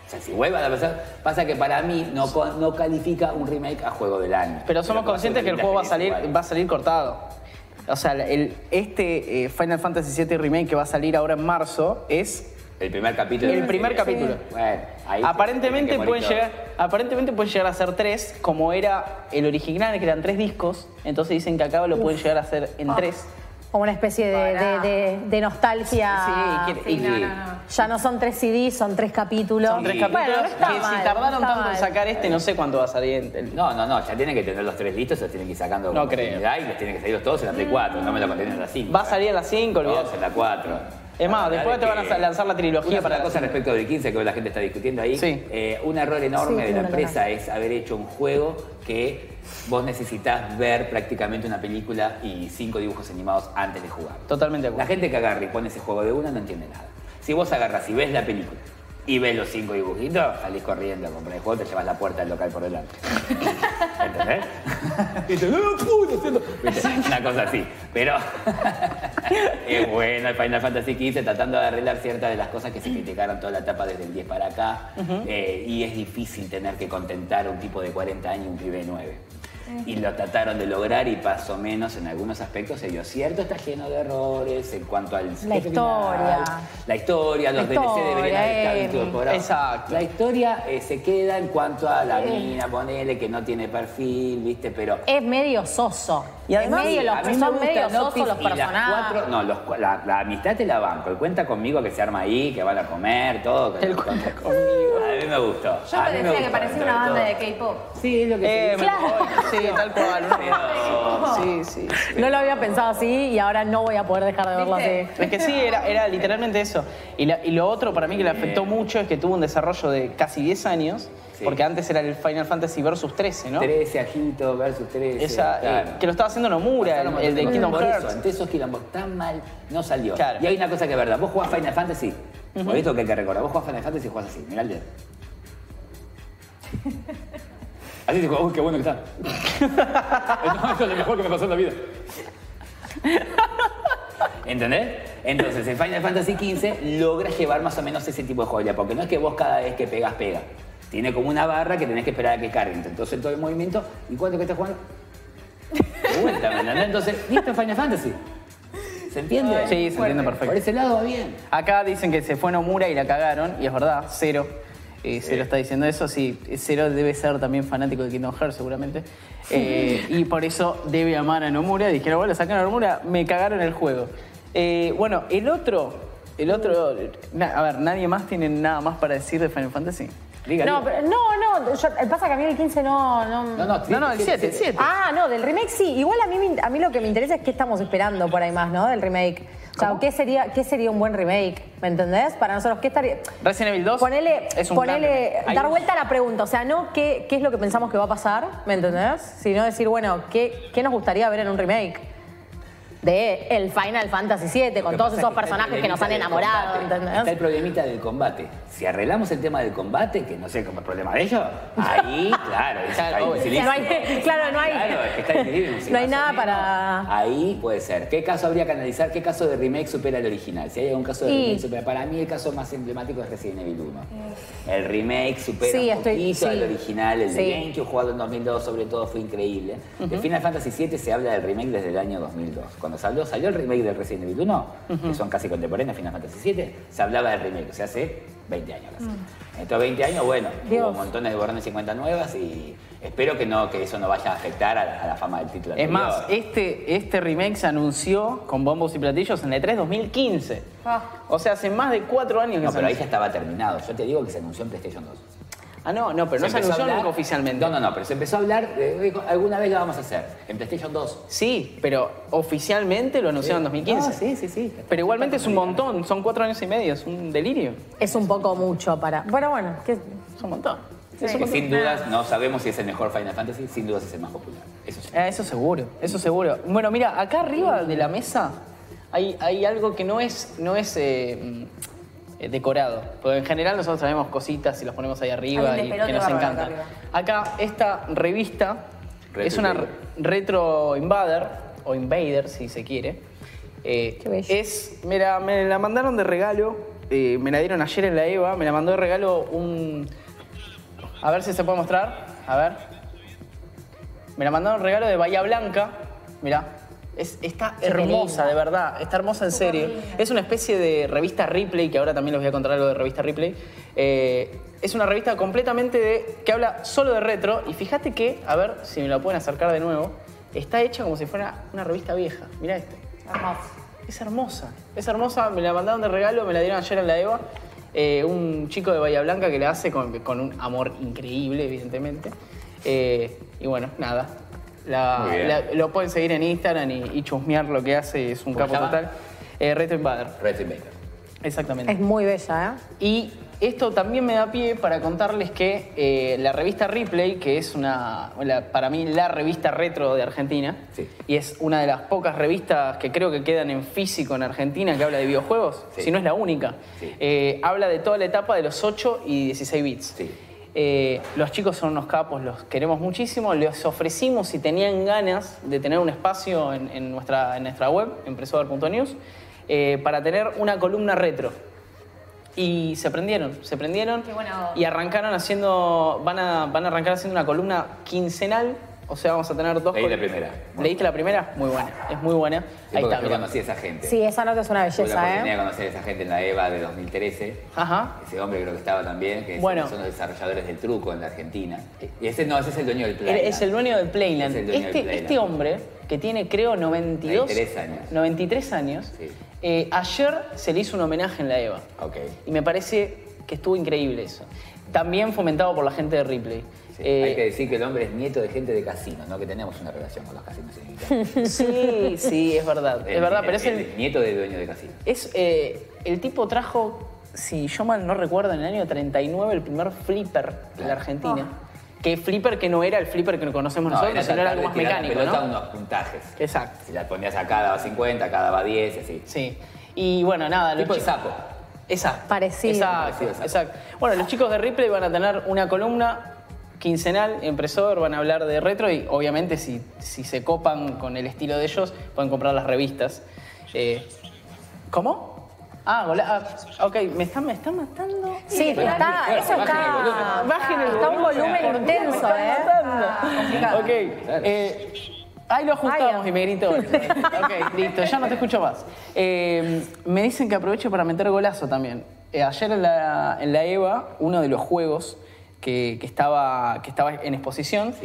Speaker 2: O sea, si vuelvan a pasar, pasa que para mí no, co- no califica un remake a juego del año.
Speaker 3: Pero somos conscientes que el juego va a salir, va a salir cortado. O sea, el, este eh, Final Fantasy VII Remake que va a salir ahora en marzo es...
Speaker 2: El primer capítulo.
Speaker 3: El
Speaker 2: de la
Speaker 3: primer
Speaker 2: serie.
Speaker 3: capítulo.
Speaker 2: Bueno, ahí tiene
Speaker 3: Aparentemente
Speaker 2: que morir
Speaker 3: pueden,
Speaker 2: todo.
Speaker 3: llegar, aparentemente pueden llegar a ser tres, como era el original, que eran tres discos. Entonces dicen que acá lo pueden llegar a hacer en
Speaker 11: Ah.
Speaker 3: tres.
Speaker 11: Como una especie de, de- de- de nostalgia.
Speaker 3: Sí, sí, quiere- Sí, y- no, no, no.
Speaker 11: Ya no son tres CDs, son tres capítulos.
Speaker 3: Son tres
Speaker 11: Y-
Speaker 3: capítulos.
Speaker 11: Bueno, no está
Speaker 3: que
Speaker 11: mal,
Speaker 3: si tardaron
Speaker 11: no está
Speaker 3: tanto en
Speaker 11: mal.
Speaker 3: sacar este, no sé cuánto va a salir. en- en-
Speaker 2: No, no, no, ya tienen que tener los tres listos, se los tienen que ir sacando
Speaker 3: No
Speaker 2: con
Speaker 3: creo.
Speaker 2: continuidad y los tienen que salir los todos en la Play 4, no me lo contienen en la 5.
Speaker 3: Va a salir a las 5,
Speaker 2: Todos en la 4.
Speaker 3: Es más,
Speaker 2: Dale
Speaker 3: después te van a
Speaker 2: que-
Speaker 3: sa- lanzar la trilogía
Speaker 2: Eh, Una
Speaker 3: para
Speaker 2: sola cosa respecto del 15 que la gente está discutiendo ahí. Eh, un error enorme
Speaker 12: Sí,
Speaker 2: de la
Speaker 12: no lo
Speaker 2: empresa es haber hecho un juego que vos necesitas ver prácticamente una película y cinco dibujos animados antes de jugar.
Speaker 3: Totalmente de
Speaker 2: La gente que agarra y pone ese juego de una no entiende nada. Si vos agarras y ves la película y ves los cinco dibujitos, salís corriendo a comprar el juego, te llevas la puerta del local por delante. ¿Entendés? Y dices, "Ah, uy, lo siento". ¿Viste? Una cosa así. Pero es bueno el Final Fantasy XV tratando de arreglar ciertas de las cosas que se criticaron toda la etapa desde el 10 para acá.
Speaker 12: Ujú.
Speaker 2: Eh, y es difícil tener que contentar a un tipo de 40 años y un pibe de 9. Y lo trataron de lograr y paso menos en algunos aspectos se dio cierto, está lleno de errores en cuanto al
Speaker 11: La
Speaker 2: jefe
Speaker 11: historia.
Speaker 2: final, la historia, los
Speaker 11: La
Speaker 2: DLC deberían haber estado
Speaker 11: historia, eh.
Speaker 2: incorporados.
Speaker 11: Exacto.
Speaker 2: La historia eh, se queda en cuanto a la
Speaker 11: Sí.
Speaker 2: mina, ponele que no tiene perfil, viste, pero
Speaker 11: Es medio soso.
Speaker 2: y además,
Speaker 11: es medio los,
Speaker 2: a mí me
Speaker 11: son
Speaker 2: gusta
Speaker 11: medio
Speaker 2: Noctis
Speaker 11: sosos los
Speaker 2: y las
Speaker 11: personajes.
Speaker 2: cuatro- no, los cua- la, la amistad te la banco. El cuenta conmigo que se arma ahí, que van a comer, todo. que- A mí me gustó.
Speaker 13: Yo
Speaker 2: a mí
Speaker 13: te
Speaker 2: me
Speaker 13: decía que
Speaker 2: gustó
Speaker 13: parecía
Speaker 2: dentro de
Speaker 13: una banda
Speaker 2: todo.
Speaker 13: de K-pop.
Speaker 2: Sí, es lo
Speaker 13: que
Speaker 3: Eh, Sí, tal cual.
Speaker 2: Pero-
Speaker 3: Sí, sí, sí.
Speaker 11: No lo había pensado así y ahora no voy a poder dejar de verlo así.
Speaker 3: Es que sí, era, era literalmente eso. Y, la- y lo otro para mí que le afectó mucho es que tuvo un desarrollo de casi 10 años, porque antes era el Final Fantasy Versus 13, ¿no?
Speaker 2: 13, Ajito, Versus 13.
Speaker 3: Esa, eh,
Speaker 2: claro.
Speaker 3: que lo estaba haciendo Nomura, el,
Speaker 2: Pasaron
Speaker 3: el de
Speaker 2: por
Speaker 3: Kingdom
Speaker 2: eso,
Speaker 3: Hearts.
Speaker 2: ante esos quilombos tan mal, no salió.
Speaker 3: Claro.
Speaker 2: Y hay una cosa que es verdad. Vos jugás Final Fantasy.
Speaker 3: Ujú.
Speaker 2: Por esto que hay que recordar. Vos jugás Final Fantasy y jugás así. Mirá el dedo. Así te jugás. Uy, qué bueno que está. No, eso es lo mejor que me pasó en la vida. ¿Entendés? Entonces, en Final Fantasy XV logra llevar más o menos ese tipo de joya, porque no es que vos cada vez que pegas, pega. Tiene como una barra que tenés que esperar a que carguen. Entonces todo el movimiento. ¿Y cuánto que estás jugando? De vuelta, ¿me entendés? Entonces, listo Final Fantasy. ¿Se entiende?
Speaker 3: Sí, se entiende perfecto.
Speaker 2: Por ese lado va bien.
Speaker 3: Acá dicen que se fue Nomura y la cagaron, y es verdad, cero. Eh, Cero está diciendo eso, sí. Cero debe ser también fanático de Kingdom Hearts, seguramente. Eh, y por eso debe amar a Nomura. Dijeron, bueno, sacaron a Nomura, me cagaron el juego. Eh, bueno, el otro, el otro. na- a ver, nadie más tiene nada más para decir de Final Fantasy. Diga,
Speaker 11: No,
Speaker 3: diga.
Speaker 11: pero, no, no, yo- eh, pasa que a mí el 15 no... No,
Speaker 2: No, no,
Speaker 3: No, no, el 7, el 7.
Speaker 11: Ah, no, del remake sí. Igual a mí, me in- a mí lo que me interesa es qué estamos esperando por ahí más, ¿no? Del remake. O sea, ¿qué sería, ¿qué sería un buen remake? ¿Me entendés? Para nosotros, ¿qué estaría...?
Speaker 3: Resident Evil 2.
Speaker 11: Ponele,
Speaker 3: es un
Speaker 11: ponele-
Speaker 3: gran remake.
Speaker 11: dar
Speaker 3: Hay-
Speaker 11: vuelta a la pregunta, o sea, no qué, qué es lo que pensamos que va a pasar, ¿me entendés? Sino decir, bueno, ¿qué, qué nos gustaría ver en un remake? De el Final Fantasy VII,
Speaker 2: Lo
Speaker 11: con
Speaker 2: que
Speaker 11: todos
Speaker 2: pasa es
Speaker 11: esos
Speaker 2: que está el
Speaker 11: personajes que nos
Speaker 2: problemita
Speaker 11: han
Speaker 2: del
Speaker 11: enamorado,
Speaker 2: combate.
Speaker 11: ¿entendés?
Speaker 2: Está el problemita del combate. Si arreglamos el tema del combate, que no sé cómo es el problema de ellos, ahí, claro, eso está
Speaker 3: Claro,
Speaker 2: dificilísimo.
Speaker 11: no hay- claro, no hay-
Speaker 2: Claro, es que está equilibrio.
Speaker 11: No hay nada para-
Speaker 2: Ahí puede ser. ¿Qué caso habría que analizar? ¿Qué caso de remake supera el original? Si hay algún caso de
Speaker 11: Y-
Speaker 2: remake supera. Para mí el caso más emblemático es Resident Evil 1. El remake supera
Speaker 11: Sí,
Speaker 2: un
Speaker 11: estoy-
Speaker 2: poquito al
Speaker 11: sí.
Speaker 2: original, el
Speaker 11: Sí.
Speaker 2: de GameCube jugado en 2002 sobre todo fue increíble. De Final Fantasy VII se habla del remake desde el año 2002. Cuando salió, salió el remake del Resident Evil 1, que son casi contemporáneos Final Fantasy VII, se hablaba del remake, o sea, hace 20 años casi. En estos 20 años, bueno,
Speaker 11: Dios.
Speaker 2: hubo montones de borrones y 50 nuevas y espero que, no, que eso no vaya a afectar a la, a la fama del título.
Speaker 3: Es más,
Speaker 2: anterior.
Speaker 3: este, este remake se anunció con bombos y platillos en E E3 2015.
Speaker 9: Ah.
Speaker 3: O sea, hace más de cuatro años que
Speaker 2: No,
Speaker 3: se
Speaker 2: pero ahí
Speaker 3: anunció.
Speaker 2: ya estaba terminado. Yo te digo que se anunció en PlayStation 2.
Speaker 3: Ah, no, no, pero no
Speaker 2: empezó a
Speaker 3: se anunció
Speaker 2: hablar-
Speaker 3: nunca oficialmente.
Speaker 2: No, no, no, pero se empezó a hablar, de, dijo, alguna vez la vamos a hacer, en PlayStation 2.
Speaker 3: Sí, pero oficialmente lo anunciaron en 2015.
Speaker 2: No, sí, sí, sí.
Speaker 3: Pero igualmente es un montón, son cuatro años y medio, es un delirio.
Speaker 11: Es un poco mucho para... Bueno, bueno, ¿qué-
Speaker 3: Es un montón.
Speaker 2: Que sin dudas no sabemos si es el mejor Final Fantasy, sin dudas es el más popular. Eso sí.
Speaker 3: Eh, eso seguro, eso seguro. Bueno, mira, acá arriba de la mesa hay, hay algo que no es, no es eh, mm, eh, decorado. Porque en general nosotros traemos cositas y las ponemos ahí arriba
Speaker 6: Alguien
Speaker 3: y
Speaker 6: te esperó,
Speaker 3: que
Speaker 6: te
Speaker 3: nos
Speaker 6: va a poner
Speaker 3: encantan. Acá esta revista
Speaker 2: Retro
Speaker 3: es una
Speaker 2: Invader.
Speaker 3: retro invader o invader si se quiere. Eh,
Speaker 11: Qué bello.
Speaker 3: es, me la, me la mandaron de regalo, eh, me la dieron ayer en la EVA, me la mandó de regalo un... A ver si se puede mostrar, a ver. Me la mandaron regalo de Bahía Blanca. Mirá. Es, está
Speaker 11: Qué
Speaker 3: hermosa,
Speaker 11: linda.
Speaker 3: de verdad. Está hermosa en serio. Es una especie de revista Ripley, que ahora también les voy a contar algo de revista Ripley. Eh, es una revista completamente de, que habla solo de retro. Y fíjate que, a ver si me la pueden acercar de nuevo, está hecha como si fuera una revista vieja. Mirá esto. Es hermosa. Es hermosa. Me la mandaron de regalo, me la dieron ayer en la EVA. Eh, un chico de Bahía Blanca que la hace con, con un amor increíble, evidentemente. Eh, y bueno, nada. La-
Speaker 2: Muy bien.
Speaker 3: la- lo pueden seguir en Instagram y, y chusmear lo que hace, es un
Speaker 2: ¿Cómo
Speaker 3: capo
Speaker 2: se llama?
Speaker 3: total. Eh, Reto Invader,
Speaker 2: Red Invader.
Speaker 3: exactamente.
Speaker 11: Es muy bella, ¿eh?
Speaker 3: Y esto también me da pie para contarles que eh, la revista Replay, que es una, la- para mí la revista retro de Argentina,
Speaker 2: Sí.
Speaker 3: y es una de las pocas revistas que creo que quedan en físico en Argentina que habla de videojuegos,
Speaker 2: Sí.
Speaker 3: si no es la única,
Speaker 2: Sí.
Speaker 3: eh, habla de toda la etapa de los 8 y 16 bits.
Speaker 2: Sí.
Speaker 3: Eh, los chicos son unos capos, los queremos muchísimo. Les ofrecimos, si tenían ganas de tener un espacio en, en nuestra, en nuestra web, empresador.news, eh, para tener una columna retro. Y se prendieron, se prendieron.
Speaker 9: Qué buena onda.
Speaker 3: y arrancaron haciendo, van a, van a arrancar haciendo una columna quincenal. O sea, vamos a tener dos.
Speaker 2: Leí la
Speaker 3: col-
Speaker 2: primera.
Speaker 3: ¿Leíste la primera? Muy buena, es muy buena.
Speaker 2: Sí,
Speaker 3: Ahí
Speaker 2: porque
Speaker 3: está,
Speaker 2: yo
Speaker 3: mirá.
Speaker 2: conocí a esa gente.
Speaker 11: Sí, esa nota es una
Speaker 2: Tuve la
Speaker 11: belleza,
Speaker 2: oportunidad de
Speaker 11: ¿eh?
Speaker 2: conocer a esa gente en la EVA de 2013.
Speaker 3: Ajá.
Speaker 2: Ese hombre creo que estaba también, que es-
Speaker 3: Bueno.
Speaker 2: son los desarrolladores del truco en la Argentina. Y ese no, ese es el dueño del plan.
Speaker 3: Es el dueño del Playland.
Speaker 2: Es el dueño del
Speaker 3: este,
Speaker 2: Playland.
Speaker 3: este hombre, que tiene creo 92
Speaker 2: 93 años.
Speaker 3: 93 años,
Speaker 2: Sí.
Speaker 3: eh, ayer se le hizo un homenaje en la EVA.
Speaker 2: Ok.
Speaker 3: Y me parece que estuvo increíble eso. También fomentado por la gente de Ripley.
Speaker 2: Sí.
Speaker 3: Eh,
Speaker 2: Hay que decir que el hombre es nieto de gente de casinos, no que tenemos una relación con los casinos. en Italia.
Speaker 3: sí, sí, es verdad.
Speaker 2: El-
Speaker 3: Es verdad,
Speaker 2: el-
Speaker 3: pero es el,
Speaker 2: el nieto de dueño de casinos.
Speaker 3: Es, eh, el tipo trajo, si yo mal no recuerdo, en el año 39 el primer flipper de la Argentina. Que flipper que no era el flipper que conocemos nosotros, sino era
Speaker 2: tratar
Speaker 3: algo
Speaker 2: de
Speaker 3: más
Speaker 2: tirar la
Speaker 3: mecánico,
Speaker 2: pelota
Speaker 3: ¿no?
Speaker 2: a unos puntajes.
Speaker 3: Exacto,
Speaker 2: Si la ponías acá daba 50, acá daba 10 y así.
Speaker 3: sí. Y bueno, nada, los
Speaker 2: Tipo de
Speaker 3: chicos-
Speaker 2: sapo.
Speaker 3: Exacto.
Speaker 11: Parecido.
Speaker 3: Exacto,
Speaker 2: Parecido, exacto.
Speaker 3: exacto. Bueno, los chicos de Ripley van a tener una columna quincenal, impresor, van a hablar de retro y obviamente si, si se copan con el estilo de ellos, pueden comprar las revistas. Eh, ¿Cómo? Ah, gola- ah, ok, me está, me está matando.
Speaker 11: Sí, pero está, eso está,
Speaker 3: Bajen el
Speaker 11: está un
Speaker 3: volumen,
Speaker 11: volumen
Speaker 3: me
Speaker 11: intenso,
Speaker 3: está
Speaker 11: ¿eh?
Speaker 3: matando.
Speaker 11: complicado.
Speaker 3: ok, eh, ahí lo ajustamos y me gritó. ok, listo, ya no te escucho más. Eh, me dicen que aprovecho para meter golazo también. Eh, ayer en la, en la EVA, uno de los juegos que, que estaba, que estaba en exposición,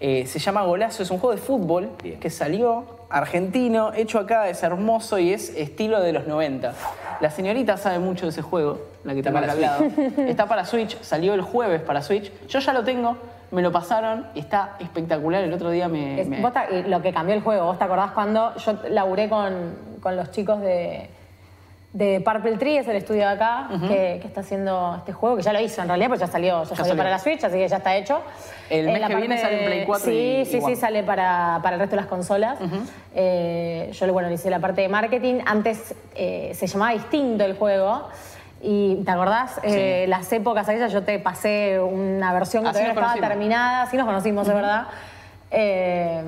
Speaker 3: eh, se llama Golazo, es un juego de fútbol que salió argentino, hecho acá, es hermoso y es estilo de los 90. La señorita sabe mucho de ese juego, la que te
Speaker 2: Está
Speaker 3: había
Speaker 2: para
Speaker 3: hablado. Está para Switch, salió el jueves para Switch. Yo ya lo tengo, me lo pasaron, está espectacular. El otro día me.
Speaker 11: Es-
Speaker 3: me-
Speaker 11: vos te- y lo que cambió el juego, ¿vos te acordás cuando yo laburé con, con los chicos de, de Purple Tree, es el estudio de acá, que, que está haciendo este juego, que ya lo hizo en realidad, pues ya salió, ya, salió,
Speaker 3: salió.
Speaker 11: para la Switch, así que ya está hecho.
Speaker 3: El mes
Speaker 11: la
Speaker 3: que viene
Speaker 11: parte
Speaker 3: sale en Play 4
Speaker 11: Sí,
Speaker 3: y-
Speaker 11: sí,
Speaker 3: y One.
Speaker 11: sí, sale para, para el resto de las consolas. Eh, yo, bueno, le hice la parte de marketing. Antes eh, se llamaba distinto el juego. Y te acordás, Eh, las épocas aquellas, yo te pasé una versión que
Speaker 3: Así
Speaker 11: todavía no
Speaker 3: nos
Speaker 11: estaba
Speaker 3: conocimos.
Speaker 11: terminada, así nos conocimos, es verdad. Eh,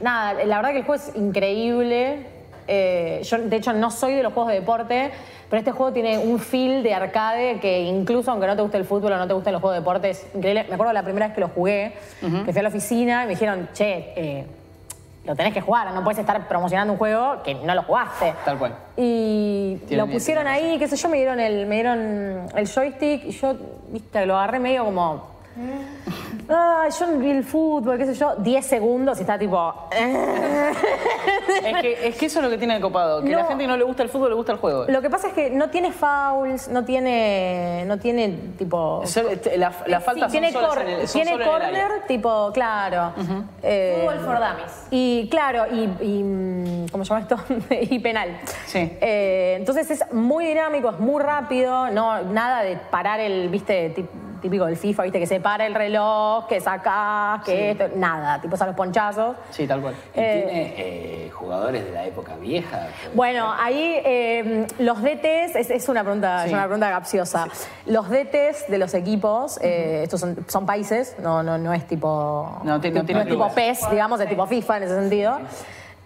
Speaker 11: nada, la verdad que el juego es increíble. Eh, yo, de hecho, no soy de los juegos de deporte, pero este juego tiene un feel de arcade que incluso aunque no te guste el fútbol o no te gusten los juegos de deporte, es increíble. Me acuerdo la primera vez que lo jugué, que fui a la oficina y me dijeron, che, eh, lo tenés que jugar, no puedes estar promocionando un juego que no lo jugaste.
Speaker 3: Tal cual.
Speaker 11: Y
Speaker 3: Tienen-
Speaker 11: lo pusieron ahí, qué sé yo, me dieron el, me dieron el joystick y yo, viste, lo agarré medio como. Ah, yo vi el fútbol, qué sé yo, 10 segundos y está tipo. "Eh".
Speaker 3: Es que, es que eso es lo que tiene de copado, que la
Speaker 11: No.
Speaker 3: gente que no le gusta el fútbol le gusta el juego.
Speaker 11: Lo que pasa es que no tiene fouls, no tiene. No tiene tipo.
Speaker 3: Solo- este, la, la
Speaker 11: Sí,
Speaker 3: falta
Speaker 11: tiene,
Speaker 3: son solas
Speaker 11: cor-
Speaker 3: en el- son
Speaker 11: tiene
Speaker 3: solo en el área.
Speaker 11: corner, tipo, claro. Eh,
Speaker 6: Fútbol for dummies.
Speaker 11: Y claro, y, y, mm, ¿cómo se llama esto? y penal.
Speaker 3: Sí.
Speaker 11: Eh, entonces es muy dinámico, es muy rápido, no, nada de parar el, viste, tip- típico del FIFA, viste, que se para el reloj, que sacás, que esto, nada, tipo son los ponchazos.
Speaker 3: Sí, tal cual.
Speaker 2: ¿Y ¿Tiene eh, jugadores de la época vieja?
Speaker 11: Bueno, ahí eh, los DTs, es, es una pregunta,
Speaker 3: Sí.
Speaker 11: es una pregunta capciosa. Los DTs de los equipos, eh, estos son, son países, no, no, no es tipo.
Speaker 3: No, ti- no
Speaker 11: tip-
Speaker 3: tiene
Speaker 11: es tipo
Speaker 3: clubes.
Speaker 11: PES, digamos, es tipo FIFA en ese sentido.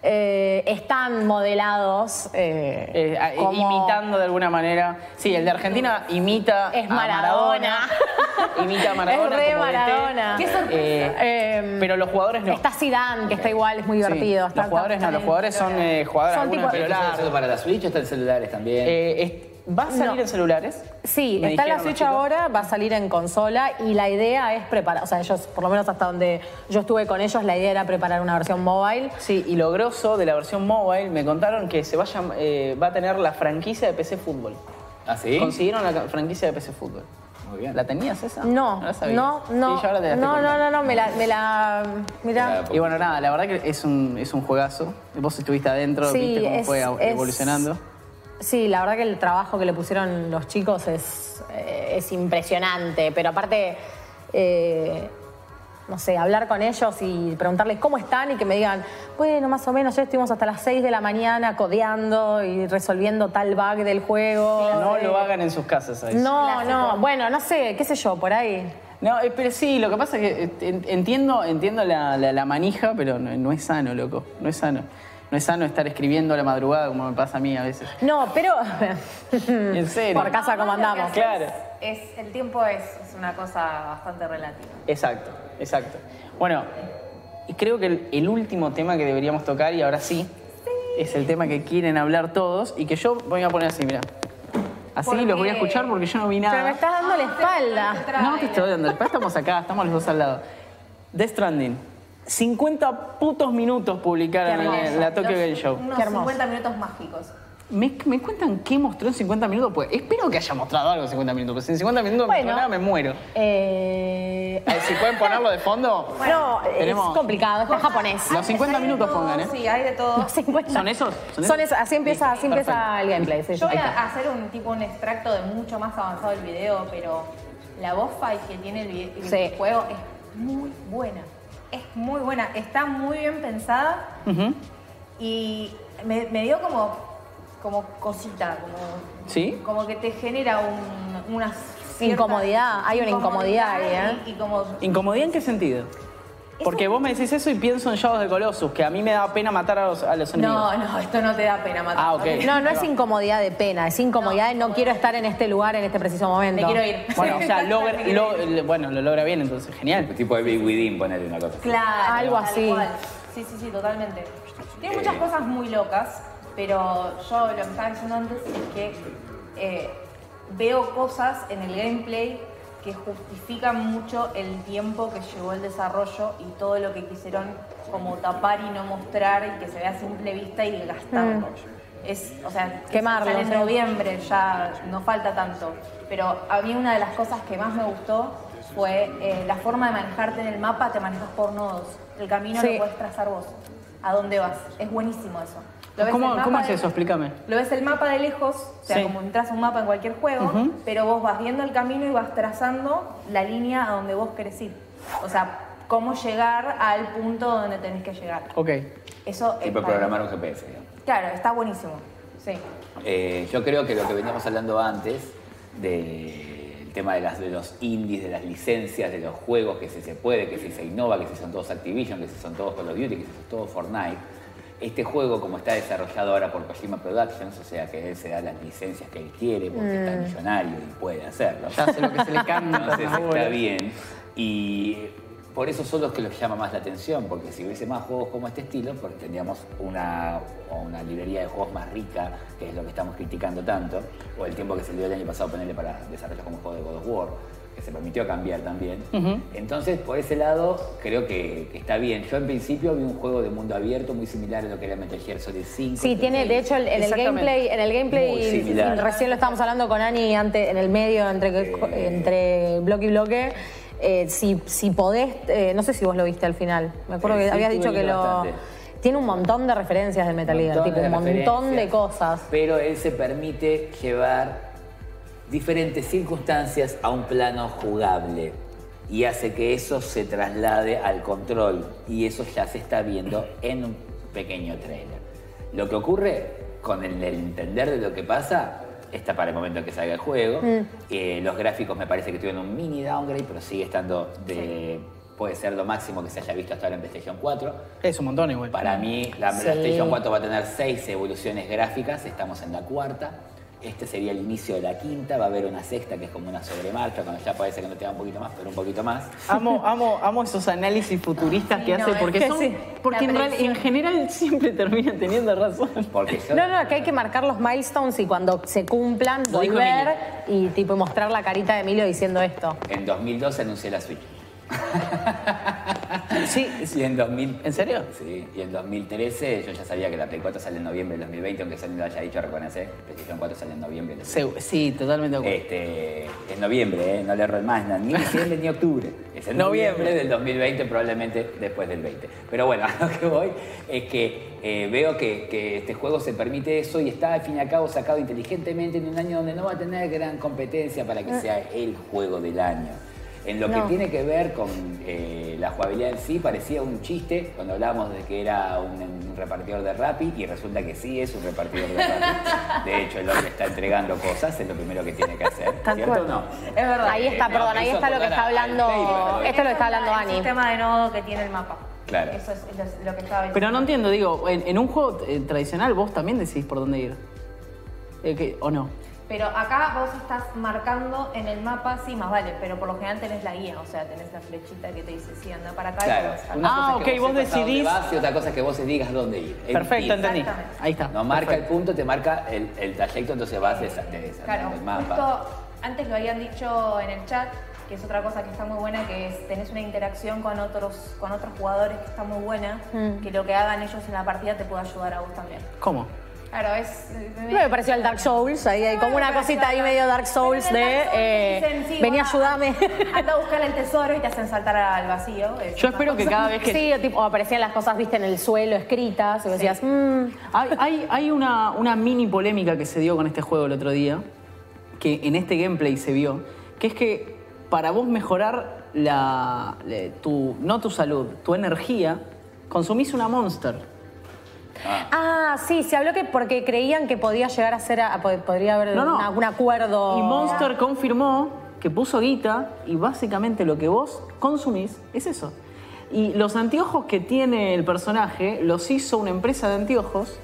Speaker 11: Eh, están modelados eh,
Speaker 3: Eh, a-
Speaker 11: como-
Speaker 3: Imitando de alguna manera. Sí, el de Argentina imita
Speaker 11: Es
Speaker 3: a Maradona.
Speaker 11: Maradona.
Speaker 3: imita a Maradona.
Speaker 11: Es re
Speaker 3: como DT.
Speaker 11: Maradona. Qué sorpresa. Eh,
Speaker 3: pero los jugadores no.
Speaker 11: Está Zidane, que está igual, es muy divertido.
Speaker 3: Sí,
Speaker 11: Está-
Speaker 3: Los jugadores no, los jugadores son eh, jugadores
Speaker 11: Son
Speaker 3: algunos
Speaker 11: tipo-
Speaker 3: de pelo
Speaker 2: ¿Está
Speaker 3: largo.
Speaker 2: solo para la Switch o está en celulares también?
Speaker 3: Eh, es- ¿Va a salir
Speaker 11: No.
Speaker 3: en celulares?
Speaker 11: Sí,
Speaker 3: Me
Speaker 11: está en la
Speaker 3: dijeron los
Speaker 11: Switch
Speaker 3: chicos.
Speaker 11: ahora, va a salir en consola y la idea es preparar, o sea, ellos, por lo menos hasta donde yo estuve con ellos, la idea era preparar una versión mobile.
Speaker 3: Sí, y lo grosso de la versión mobile, me contaron que se va a, llam- eh, va a tener la franquicia de PC Fútbol.
Speaker 2: ¿Ah, sí?
Speaker 3: Consiguieron la ca- franquicia de PC Fútbol.
Speaker 2: Muy bien.
Speaker 3: ¿La tenías esa?
Speaker 11: No,
Speaker 3: la sabías.
Speaker 11: no, no,
Speaker 3: Sí, yo ahora te la estoy
Speaker 11: no, no,
Speaker 3: contando.
Speaker 11: no, no, me la, me la, mira,
Speaker 3: Y bueno, nada, la verdad que es un, es un juegazo. Vos estuviste adentro,
Speaker 11: Sí,
Speaker 3: viste cómo
Speaker 11: es-
Speaker 3: fue
Speaker 11: es-
Speaker 3: evolucionando.
Speaker 11: Sí, la verdad que el trabajo que le pusieron los chicos es, eh, es impresionante, pero aparte, eh, no sé, hablar con ellos y preguntarles cómo están y que me digan, bueno, más o menos, ya estuvimos hasta las 6 de la mañana codeando y resolviendo tal bug del juego.
Speaker 3: No
Speaker 11: Eh,
Speaker 3: lo hagan en sus casas a eso.
Speaker 11: No, no, bueno, no sé, qué sé yo, por ahí.
Speaker 3: No, eh, pero sí, lo que pasa es que eh, en- entiendo, entiendo la, la- la manija, pero no, no es sano, loco. No es sano. No es sano estar escribiendo a la madrugada como me pasa a mí a veces.
Speaker 11: No, pero...
Speaker 3: En serio.
Speaker 11: Por casa como andamos.
Speaker 3: Claro.
Speaker 12: Es, el tiempo es, es una cosa bastante relativa.
Speaker 3: Exacto, exacto. Bueno, y creo que el, el último tema que deberíamos tocar, y ahora sí, es el tema que quieren hablar todos y que yo voy a poner así, mira. Así
Speaker 12: ¿Por
Speaker 3: los voy a
Speaker 12: qué?
Speaker 3: escuchar porque yo no vi nada.
Speaker 11: Pero me estás dando
Speaker 12: Ah,
Speaker 11: la espalda.
Speaker 3: No te estoy dando, después estamos acá, estamos los dos al lado. Death Stranding. 50 putos minutos publicaron en el- la Tokyo Game Show.
Speaker 12: Unos
Speaker 11: Qué hermoso.
Speaker 12: 50 minutos mágicos.
Speaker 3: ¿Me, me cuentan qué mostró en 50 minutos? Pues espero que haya mostrado algo en 50 minutos, porque si en 50 minutos no mostró
Speaker 11: Bueno.
Speaker 3: nada me muero.
Speaker 11: Eh,
Speaker 3: Eh, si pueden ponerlo de fondo.
Speaker 11: no, es
Speaker 3: tenemos-
Speaker 11: complicado, está en japonés.
Speaker 3: Los 50 minutos pongan, ¿eh?
Speaker 12: Sí, hay de todo.
Speaker 11: Los 50.
Speaker 3: ¿Son esos? ¿Son
Speaker 11: Son
Speaker 3: esos?
Speaker 11: esos, Así empieza, así
Speaker 3: Listo,
Speaker 11: empieza el gameplay. sí, sí.
Speaker 12: Yo voy a hacer un tipo un extracto de mucho más avanzado el video, pero la voz fight que tiene el, vide- el
Speaker 11: Sí.
Speaker 12: juego es muy buena. Es muy buena. Está muy bien pensada
Speaker 3: Ujú.
Speaker 12: y me, me dio como, como cosita, como,
Speaker 3: ¿Sí?
Speaker 12: como que te genera un, una cierta
Speaker 11: Incomodidad, hay una incomodidad ahí, ¿eh?
Speaker 12: y- y como
Speaker 3: ¿Incomodidad en qué sentido? Porque vos me decís eso y pienso en Shadows de Colossus, que a mí me da pena matar a los, a los enemigos.
Speaker 12: No, no, esto no te da pena matar.
Speaker 3: Ah, ok.
Speaker 11: No, no es incomodidad de pena, es incomodidad de no quiero estar en este lugar en este preciso momento.
Speaker 12: Me quiero ir.
Speaker 3: Bueno, o sea, logra- lo, le- bueno, lo logra bien, entonces, genial.
Speaker 2: Tipo de Big Within, ponerle una cosa.
Speaker 12: Claro.
Speaker 11: Algo
Speaker 12: tal
Speaker 11: así.
Speaker 12: cual. Sí, sí, sí, totalmente. Tiene muchas
Speaker 2: Eh.
Speaker 12: cosas muy locas, pero yo lo que estaba diciendo antes es que eh, veo cosas en el gameplay que justifican mucho el tiempo que llevó el desarrollo y todo lo que quisieron como tapar y no mostrar y que se vea a simple vista y
Speaker 11: Mm.
Speaker 12: gastarlo. Es, o sea,
Speaker 11: Quemarlo,
Speaker 12: sale en
Speaker 11: sí.
Speaker 12: noviembre, ya no falta tanto. Pero a mí una de las cosas que más me gustó fue eh, la forma de manejarte en el mapa, te manejas por nodos. El camino
Speaker 11: Sí.
Speaker 12: lo puedes trazar vos. ¿A dónde vas? Es buenísimo eso. Lo ves el
Speaker 3: ¿Cómo,
Speaker 12: mapa
Speaker 3: cómo es
Speaker 12: de-
Speaker 3: eso? Explícame.
Speaker 12: Lo ves el mapa de lejos, o sea,
Speaker 3: Sí.
Speaker 12: como entras a un mapa en cualquier juego,
Speaker 3: Ujú.
Speaker 12: pero vos vas viendo el camino y vas trazando la línea a donde vos querés ir. O sea, cómo llegar al punto donde tenés que llegar.
Speaker 3: Ok.
Speaker 12: Eso
Speaker 2: Tipo
Speaker 12: para-
Speaker 2: programar un GPS. digamos.
Speaker 12: Claro, está buenísimo. Sí.
Speaker 2: Eh, yo creo que lo que veníamos hablando antes del tema de, las, de los indies, de las licencias, de los juegos, que si se puede, que si se innova, que si son todos Activision, que si son todos Call of Duty, que si son todos Fortnite. Este juego, como está desarrollado ahora por Kojima Productions, o sea que él se da las licencias que él quiere porque está
Speaker 11: Mm.
Speaker 2: millonario y puede hacerlo.
Speaker 3: Ya hace lo que se le canta,
Speaker 2: Entonces
Speaker 3: ahora.
Speaker 2: está bien. Y por eso son los que los llama más la atención, porque si hubiese más juegos como este estilo, pues tendríamos una, o una librería de juegos más rica, que es lo que estamos criticando tanto, o el tiempo que se le dio el año pasado ponerle para desarrollar como un juego de God of War, que se permitió cambiar también.
Speaker 3: Ujú.
Speaker 2: Entonces, por ese lado, creo que, que está bien. Yo en principio vi un juego de mundo abierto muy similar a lo que era Metal Gear Solid 5.
Speaker 11: Sí, tiene, de hecho, el- en el
Speaker 3: Exactamente.
Speaker 11: gameplay, en el
Speaker 2: Muy
Speaker 11: gameplay
Speaker 2: similar.
Speaker 11: recién lo estábamos hablando con Ani antes, en el medio, entre, entre bloque y bloque. eh, si, si podés, eh, no sé si vos lo viste al final. Me acuerdo
Speaker 2: Eh,
Speaker 11: que
Speaker 2: sí,
Speaker 11: habías
Speaker 2: estuve
Speaker 11: dicho que
Speaker 2: viendo
Speaker 11: lo.
Speaker 2: bastante.
Speaker 11: Tiene un montón de referencias del Metal Gear,
Speaker 2: montón
Speaker 11: tipo,
Speaker 2: de
Speaker 11: un montón de
Speaker 2: referencias,
Speaker 11: cosas.
Speaker 2: Pero él se permite llevar diferentes circunstancias a un plano jugable y hace que eso se traslade al control y eso ya se está viendo en un pequeño trailer. Lo que ocurre con el, el entender de lo que pasa está para el momento en que salga el juego. Eh, los gráficos me parece que tuvieron un mini downgrade, pero sigue estando de... Puede ser lo máximo que se haya visto hasta ahora en PlayStation 4.
Speaker 3: Es un montón igual.
Speaker 2: Para mí, la PlayStation 4 va a tener seis evoluciones gráficas, estamos en la cuarta. Este sería el inicio de la quinta, va a haber una sexta que es como una sobremarcha, cuando ya parece que no te da un poquito más, pero un poquito más.
Speaker 3: Amo, amo, amo esos análisis futuristas
Speaker 12: Sí,
Speaker 3: que
Speaker 12: no,
Speaker 3: hace
Speaker 12: es
Speaker 3: porque
Speaker 12: que
Speaker 3: son.
Speaker 12: sí.
Speaker 3: Porque
Speaker 12: La
Speaker 3: en, real-
Speaker 12: predicción.
Speaker 3: en general siempre termina teniendo razón.
Speaker 2: Porque yo-
Speaker 11: No, no, que hay que marcar los milestones y cuando se cumplan,
Speaker 3: Lo dijo
Speaker 11: volver y tipo mostrar la carita de Emilio diciendo esto.
Speaker 2: en 2012 anuncié la Switch.
Speaker 3: Sí,
Speaker 2: Y en 2000...
Speaker 3: ¿En serio?
Speaker 2: Sí, y en 2013 yo ya sabía que la Play 4 sale en noviembre del 2020, aunque Sony lo haya dicho, reconocer, PlayStation 4 sale en noviembre del
Speaker 3: se- sí, totalmente de acuerdo.
Speaker 2: Este, en noviembre, ¿eh? no le erro el más, no, ni diciembre ni octubre. Es en noviembre,
Speaker 3: Noviembre.
Speaker 2: del 2020, probablemente después del 20. Pero bueno, a lo que voy es que eh, veo que, que este juego se permite eso y está al fin y al cabo sacado inteligentemente en un año donde no va a tener gran competencia para
Speaker 12: Eh.
Speaker 3: Ah.
Speaker 2: que sea el juego del año. En lo que tiene que ver con eh, la jugabilidad en sí, parecía un chiste cuando hablábamos de que era un, un repartidor de Rappi y resulta que sí es un repartidor de Rappi. De hecho, el hombre está entregando cosas, es lo primero que tiene que hacer. ¿Cierto o no?
Speaker 12: Es verdad.
Speaker 11: Ahí está,
Speaker 2: Eh, no,
Speaker 11: perdón,
Speaker 2: me
Speaker 11: ahí
Speaker 2: hizo
Speaker 11: está lo que está
Speaker 2: acordar al
Speaker 11: hablando.
Speaker 2: Taylor.
Speaker 11: Esto lo está hablando
Speaker 12: El
Speaker 11: Ani.
Speaker 12: sistema de nodo que tiene el mapa.
Speaker 2: Claro.
Speaker 12: Eso es lo- lo que estaba diciendo.
Speaker 3: Pero no entiendo, digo, en, en un juego eh, tradicional vos también decidís por dónde ir. Eh, que- ¿O no?
Speaker 12: Pero acá vos estás marcando en el mapa, sí, más vale, pero por lo general tenés la guía, o sea, tenés la flechita que te dice, sí, anda para acá. y
Speaker 2: Claro.
Speaker 12: vas a-
Speaker 2: Una
Speaker 3: Ah,
Speaker 2: cosa es que
Speaker 3: ok, vos
Speaker 2: sepas a dónde
Speaker 3: decidís.
Speaker 2: vas y otra cosa es que vos digas dónde ir.
Speaker 3: Perfecto,
Speaker 2: Empieza.
Speaker 3: entendí.
Speaker 12: Exactamente.
Speaker 3: Ahí está.
Speaker 2: No marca
Speaker 3: perfecto.
Speaker 2: el punto, te marca el, el trayecto, entonces vas desa- desarmando
Speaker 12: Claro,
Speaker 2: el mapa.
Speaker 12: justo antes lo habían dicho en el chat, que es otra cosa que está muy buena, que es tenés una interacción con otros, con otros jugadores que está muy buena,
Speaker 11: Mm.
Speaker 12: que lo que hagan ellos en la partida te puede ayudar a vos también.
Speaker 3: ¿Cómo?
Speaker 12: Claro, es...
Speaker 11: No me pareció el Dark Souls, ahí hay como una cosita ahí medio Dark Souls
Speaker 12: Pero en el
Speaker 11: de
Speaker 12: Dark Souls te
Speaker 11: eh,
Speaker 12: dicen, sí,
Speaker 11: vení
Speaker 12: va,
Speaker 11: ayúdame.
Speaker 12: Anda a buscar el tesoro y te hacen saltar al vacío. es
Speaker 3: Yo
Speaker 12: una
Speaker 3: espero que
Speaker 12: cosa-
Speaker 3: cada vez que.
Speaker 11: Sí, o tipo, aparecían las cosas, viste, en el suelo escritas, y vos decías, mmm,
Speaker 3: Hay, hay- hay una, una mini polémica que se dio con este juego el otro día, que en este gameplay se vio, que es que para vos mejorar la, le- tu, no tu salud, tu energía, consumís una monster.
Speaker 11: ah, sí, se habló que porque creían que podía llegar a ser, a- a- pod- podría haber
Speaker 3: No, no.
Speaker 11: una- un acuerdo.
Speaker 3: Y Monster confirmó que puso guita y básicamente lo que vos consumís es eso. Y los anteojos que tiene el personaje los hizo una empresa de anteojos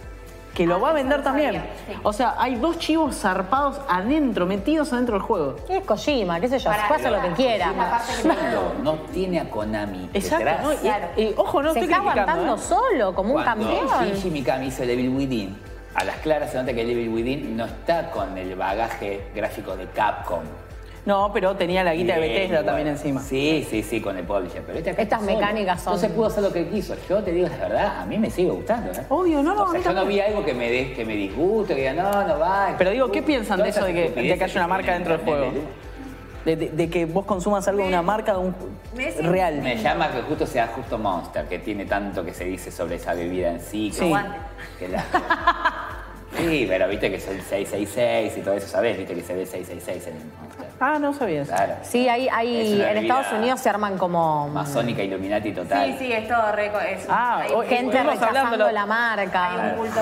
Speaker 3: que
Speaker 11: Ah,
Speaker 3: lo va a vender también. O sea, hay dos chivos zarpados adentro, metidos adentro del juego.
Speaker 11: Es Kojima, qué sé yo,
Speaker 3: Para
Speaker 11: puede hacer lo que
Speaker 3: nada,
Speaker 11: quiera.
Speaker 3: Kojima, aparte que
Speaker 2: No, no tiene a Konami.
Speaker 11: Exacto,
Speaker 2: detrás.
Speaker 11: ¿no? Y- y ojo, no
Speaker 2: Se
Speaker 11: estoy
Speaker 2: está
Speaker 11: criticando,
Speaker 2: aguantando
Speaker 11: ¿eh? solo, como un
Speaker 2: Cuando
Speaker 11: campeón.
Speaker 2: Shinji Mikami hizo el Evil Within, a las claras se nota que el Evil Within no está con el bagaje gráfico de Capcom.
Speaker 3: No, pero tenía la guita de
Speaker 2: Bien,
Speaker 3: Bethesda
Speaker 2: bueno.
Speaker 3: también encima.
Speaker 2: Sí, sí, sí, con el publisher. Pero este acá
Speaker 11: Estas
Speaker 2: está solo.
Speaker 11: mecánicas son-
Speaker 2: Entonces pudo hacer lo que quiso. Yo te digo la verdad, a mí me sigue gustando. ¿eh?
Speaker 3: Obvio, no,
Speaker 2: O
Speaker 3: no, a
Speaker 2: sea,
Speaker 3: mí
Speaker 2: yo no
Speaker 3: también.
Speaker 2: vi algo que me, des, que me disguste, que diga, no, no va.
Speaker 3: Pero digo, ¿qué piensan de eso de que, de que haya una marca dentro del juego? De, de- de que vos consumas algo de una marca de un
Speaker 12: Messi.
Speaker 3: real.
Speaker 2: Me llama que justo sea justo Monster, que tiene tanto que se dice sobre esa bebida en sí. Que
Speaker 3: Sí.
Speaker 2: que la- sí, pero viste que es el 666 y todo eso, ¿sabés? Viste que se ve 666 en el Monster.
Speaker 3: Ah, no sabía eso.
Speaker 2: Claro.
Speaker 11: Sí, ahí, ahí
Speaker 2: Es una
Speaker 11: en
Speaker 2: bebida
Speaker 11: Estados Unidos se arman como
Speaker 2: Masónica Illuminati total.
Speaker 12: Sí, sí, es todo rico eso. Ah,
Speaker 11: gente rechazando la
Speaker 12: Hay un
Speaker 11: marca.
Speaker 12: culto.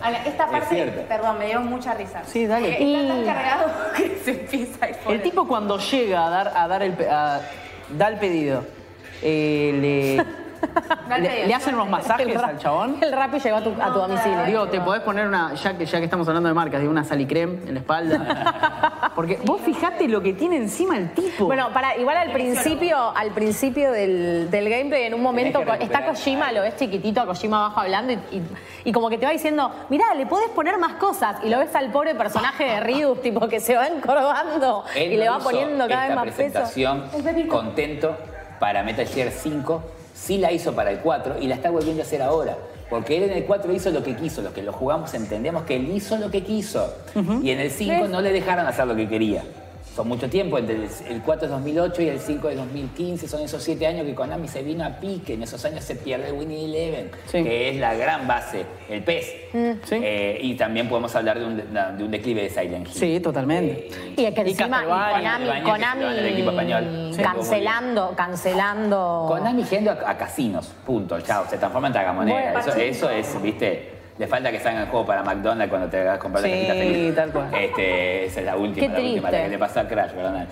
Speaker 12: Ahora, Esta parte,
Speaker 2: cierto.
Speaker 12: perdón, me dio mucha risa.
Speaker 3: Sí, dale.
Speaker 12: Porque Está tan cargado que se empieza a
Speaker 3: El
Speaker 12: exponer.
Speaker 3: tipo cuando llega a dar, a dar el, pe- a- da el pedido, eh, le,
Speaker 12: Dale,
Speaker 3: le, le hacen unos masajes al chabón.
Speaker 11: El rap llegó a tu, a tu domicilio.
Speaker 3: Digo, te podés poner una, ya que, ya que estamos hablando de marcas, digo, una salicrem en la espalda. Porque vos fijate lo que tiene encima el tipo.
Speaker 11: Bueno, para, igual al principio, al principio del, del gameplay, en un momento
Speaker 3: Tenés que
Speaker 11: co- está
Speaker 3: recuperar.
Speaker 11: Kojima, lo ves chiquitito a Kojima abajo hablando y, y- y como que te va diciendo, mirá, le podés poner más cosas. Y lo ves al pobre personaje de Ridus, tipo que se va encorvando
Speaker 2: Él
Speaker 11: y le
Speaker 2: no
Speaker 11: va
Speaker 2: hizo
Speaker 11: poniendo cada vez
Speaker 2: esta
Speaker 11: más peso.
Speaker 2: presentación contento para Metal Gear 5, sí la hizo para el 4 y la está volviendo a hacer ahora. Porque él en el 4 hizo lo que quiso, los que lo jugamos entendemos que él hizo lo que quiso. Y en el 5
Speaker 11: ¿Ves?
Speaker 2: no le dejaron hacer lo que quería. Son mucho tiempo, entre el el 4 de 2008 y el 5 de 2015, son esos 7 años que Konami se vino a pique, en esos años se pierde el Winnie Eleven,
Speaker 3: Sí. Mm.
Speaker 2: que es la gran base, el pez.
Speaker 3: Sí.
Speaker 2: Eh, y también podemos hablar de un, de un declive de Silent Hill.
Speaker 3: Sí, totalmente.
Speaker 11: Y que encima y Konami,
Speaker 2: Castlevania,
Speaker 11: Konami
Speaker 2: Castlevania, el equipo español. Sí.
Speaker 11: cancelando, cancelando.
Speaker 2: Konami yendo a, a casinos, punto, chao, se transforma en tragamoneda.
Speaker 11: Bueno,
Speaker 2: eso,
Speaker 11: sí.
Speaker 2: eso es, viste, le falta que salga el juego para McDonald's cuando te hagas comprar la
Speaker 3: Sí,
Speaker 2: cajita feliz.
Speaker 3: tal cual.
Speaker 2: Este, esa es la última,
Speaker 11: Qué
Speaker 2: la última, la
Speaker 11: triste.
Speaker 2: que le pasó a Crash, perdón.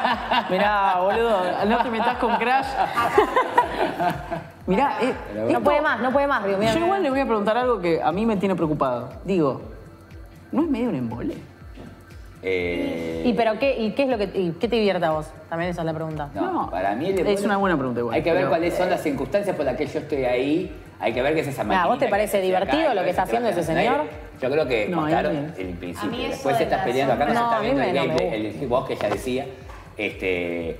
Speaker 3: Mirá, boludo, no te metas con Crash. Mirá, eh,
Speaker 11: No puede más, no puede más, Río.
Speaker 3: yo igual le voy a preguntar algo que a mí me tiene preocupado. Digo, ¿no es medio un embole?
Speaker 2: Eh,
Speaker 11: ¿Y pero qué, y qué es lo que y qué te divierte a vos? También esa es la pregunta.
Speaker 2: no, para mí le-
Speaker 3: Es una buena pregunta igual.
Speaker 2: Hay que ver
Speaker 3: pero-
Speaker 2: cuáles son las circunstancias por las que yo estoy ahí. Hay que ver qué es esa
Speaker 11: Mirá,
Speaker 2: maquinita.
Speaker 11: ¿vos te
Speaker 2: que
Speaker 11: parece
Speaker 2: hace acá,
Speaker 11: divertido
Speaker 2: y
Speaker 11: lo que está
Speaker 2: se trabaja
Speaker 11: haciendo ese
Speaker 2: en
Speaker 11: señor?
Speaker 2: aire. Yo creo que
Speaker 3: No, ahí
Speaker 2: contaron
Speaker 3: bien.
Speaker 2: el
Speaker 12: A mí
Speaker 2: principio.
Speaker 12: eso
Speaker 2: Después
Speaker 12: de
Speaker 2: se estás
Speaker 12: la
Speaker 2: peleando acá, no se
Speaker 11: sombra-
Speaker 2: está
Speaker 11: No, a mí
Speaker 2: viendo el
Speaker 11: me- no me
Speaker 2: gameplay, el vos que ya decía. Este,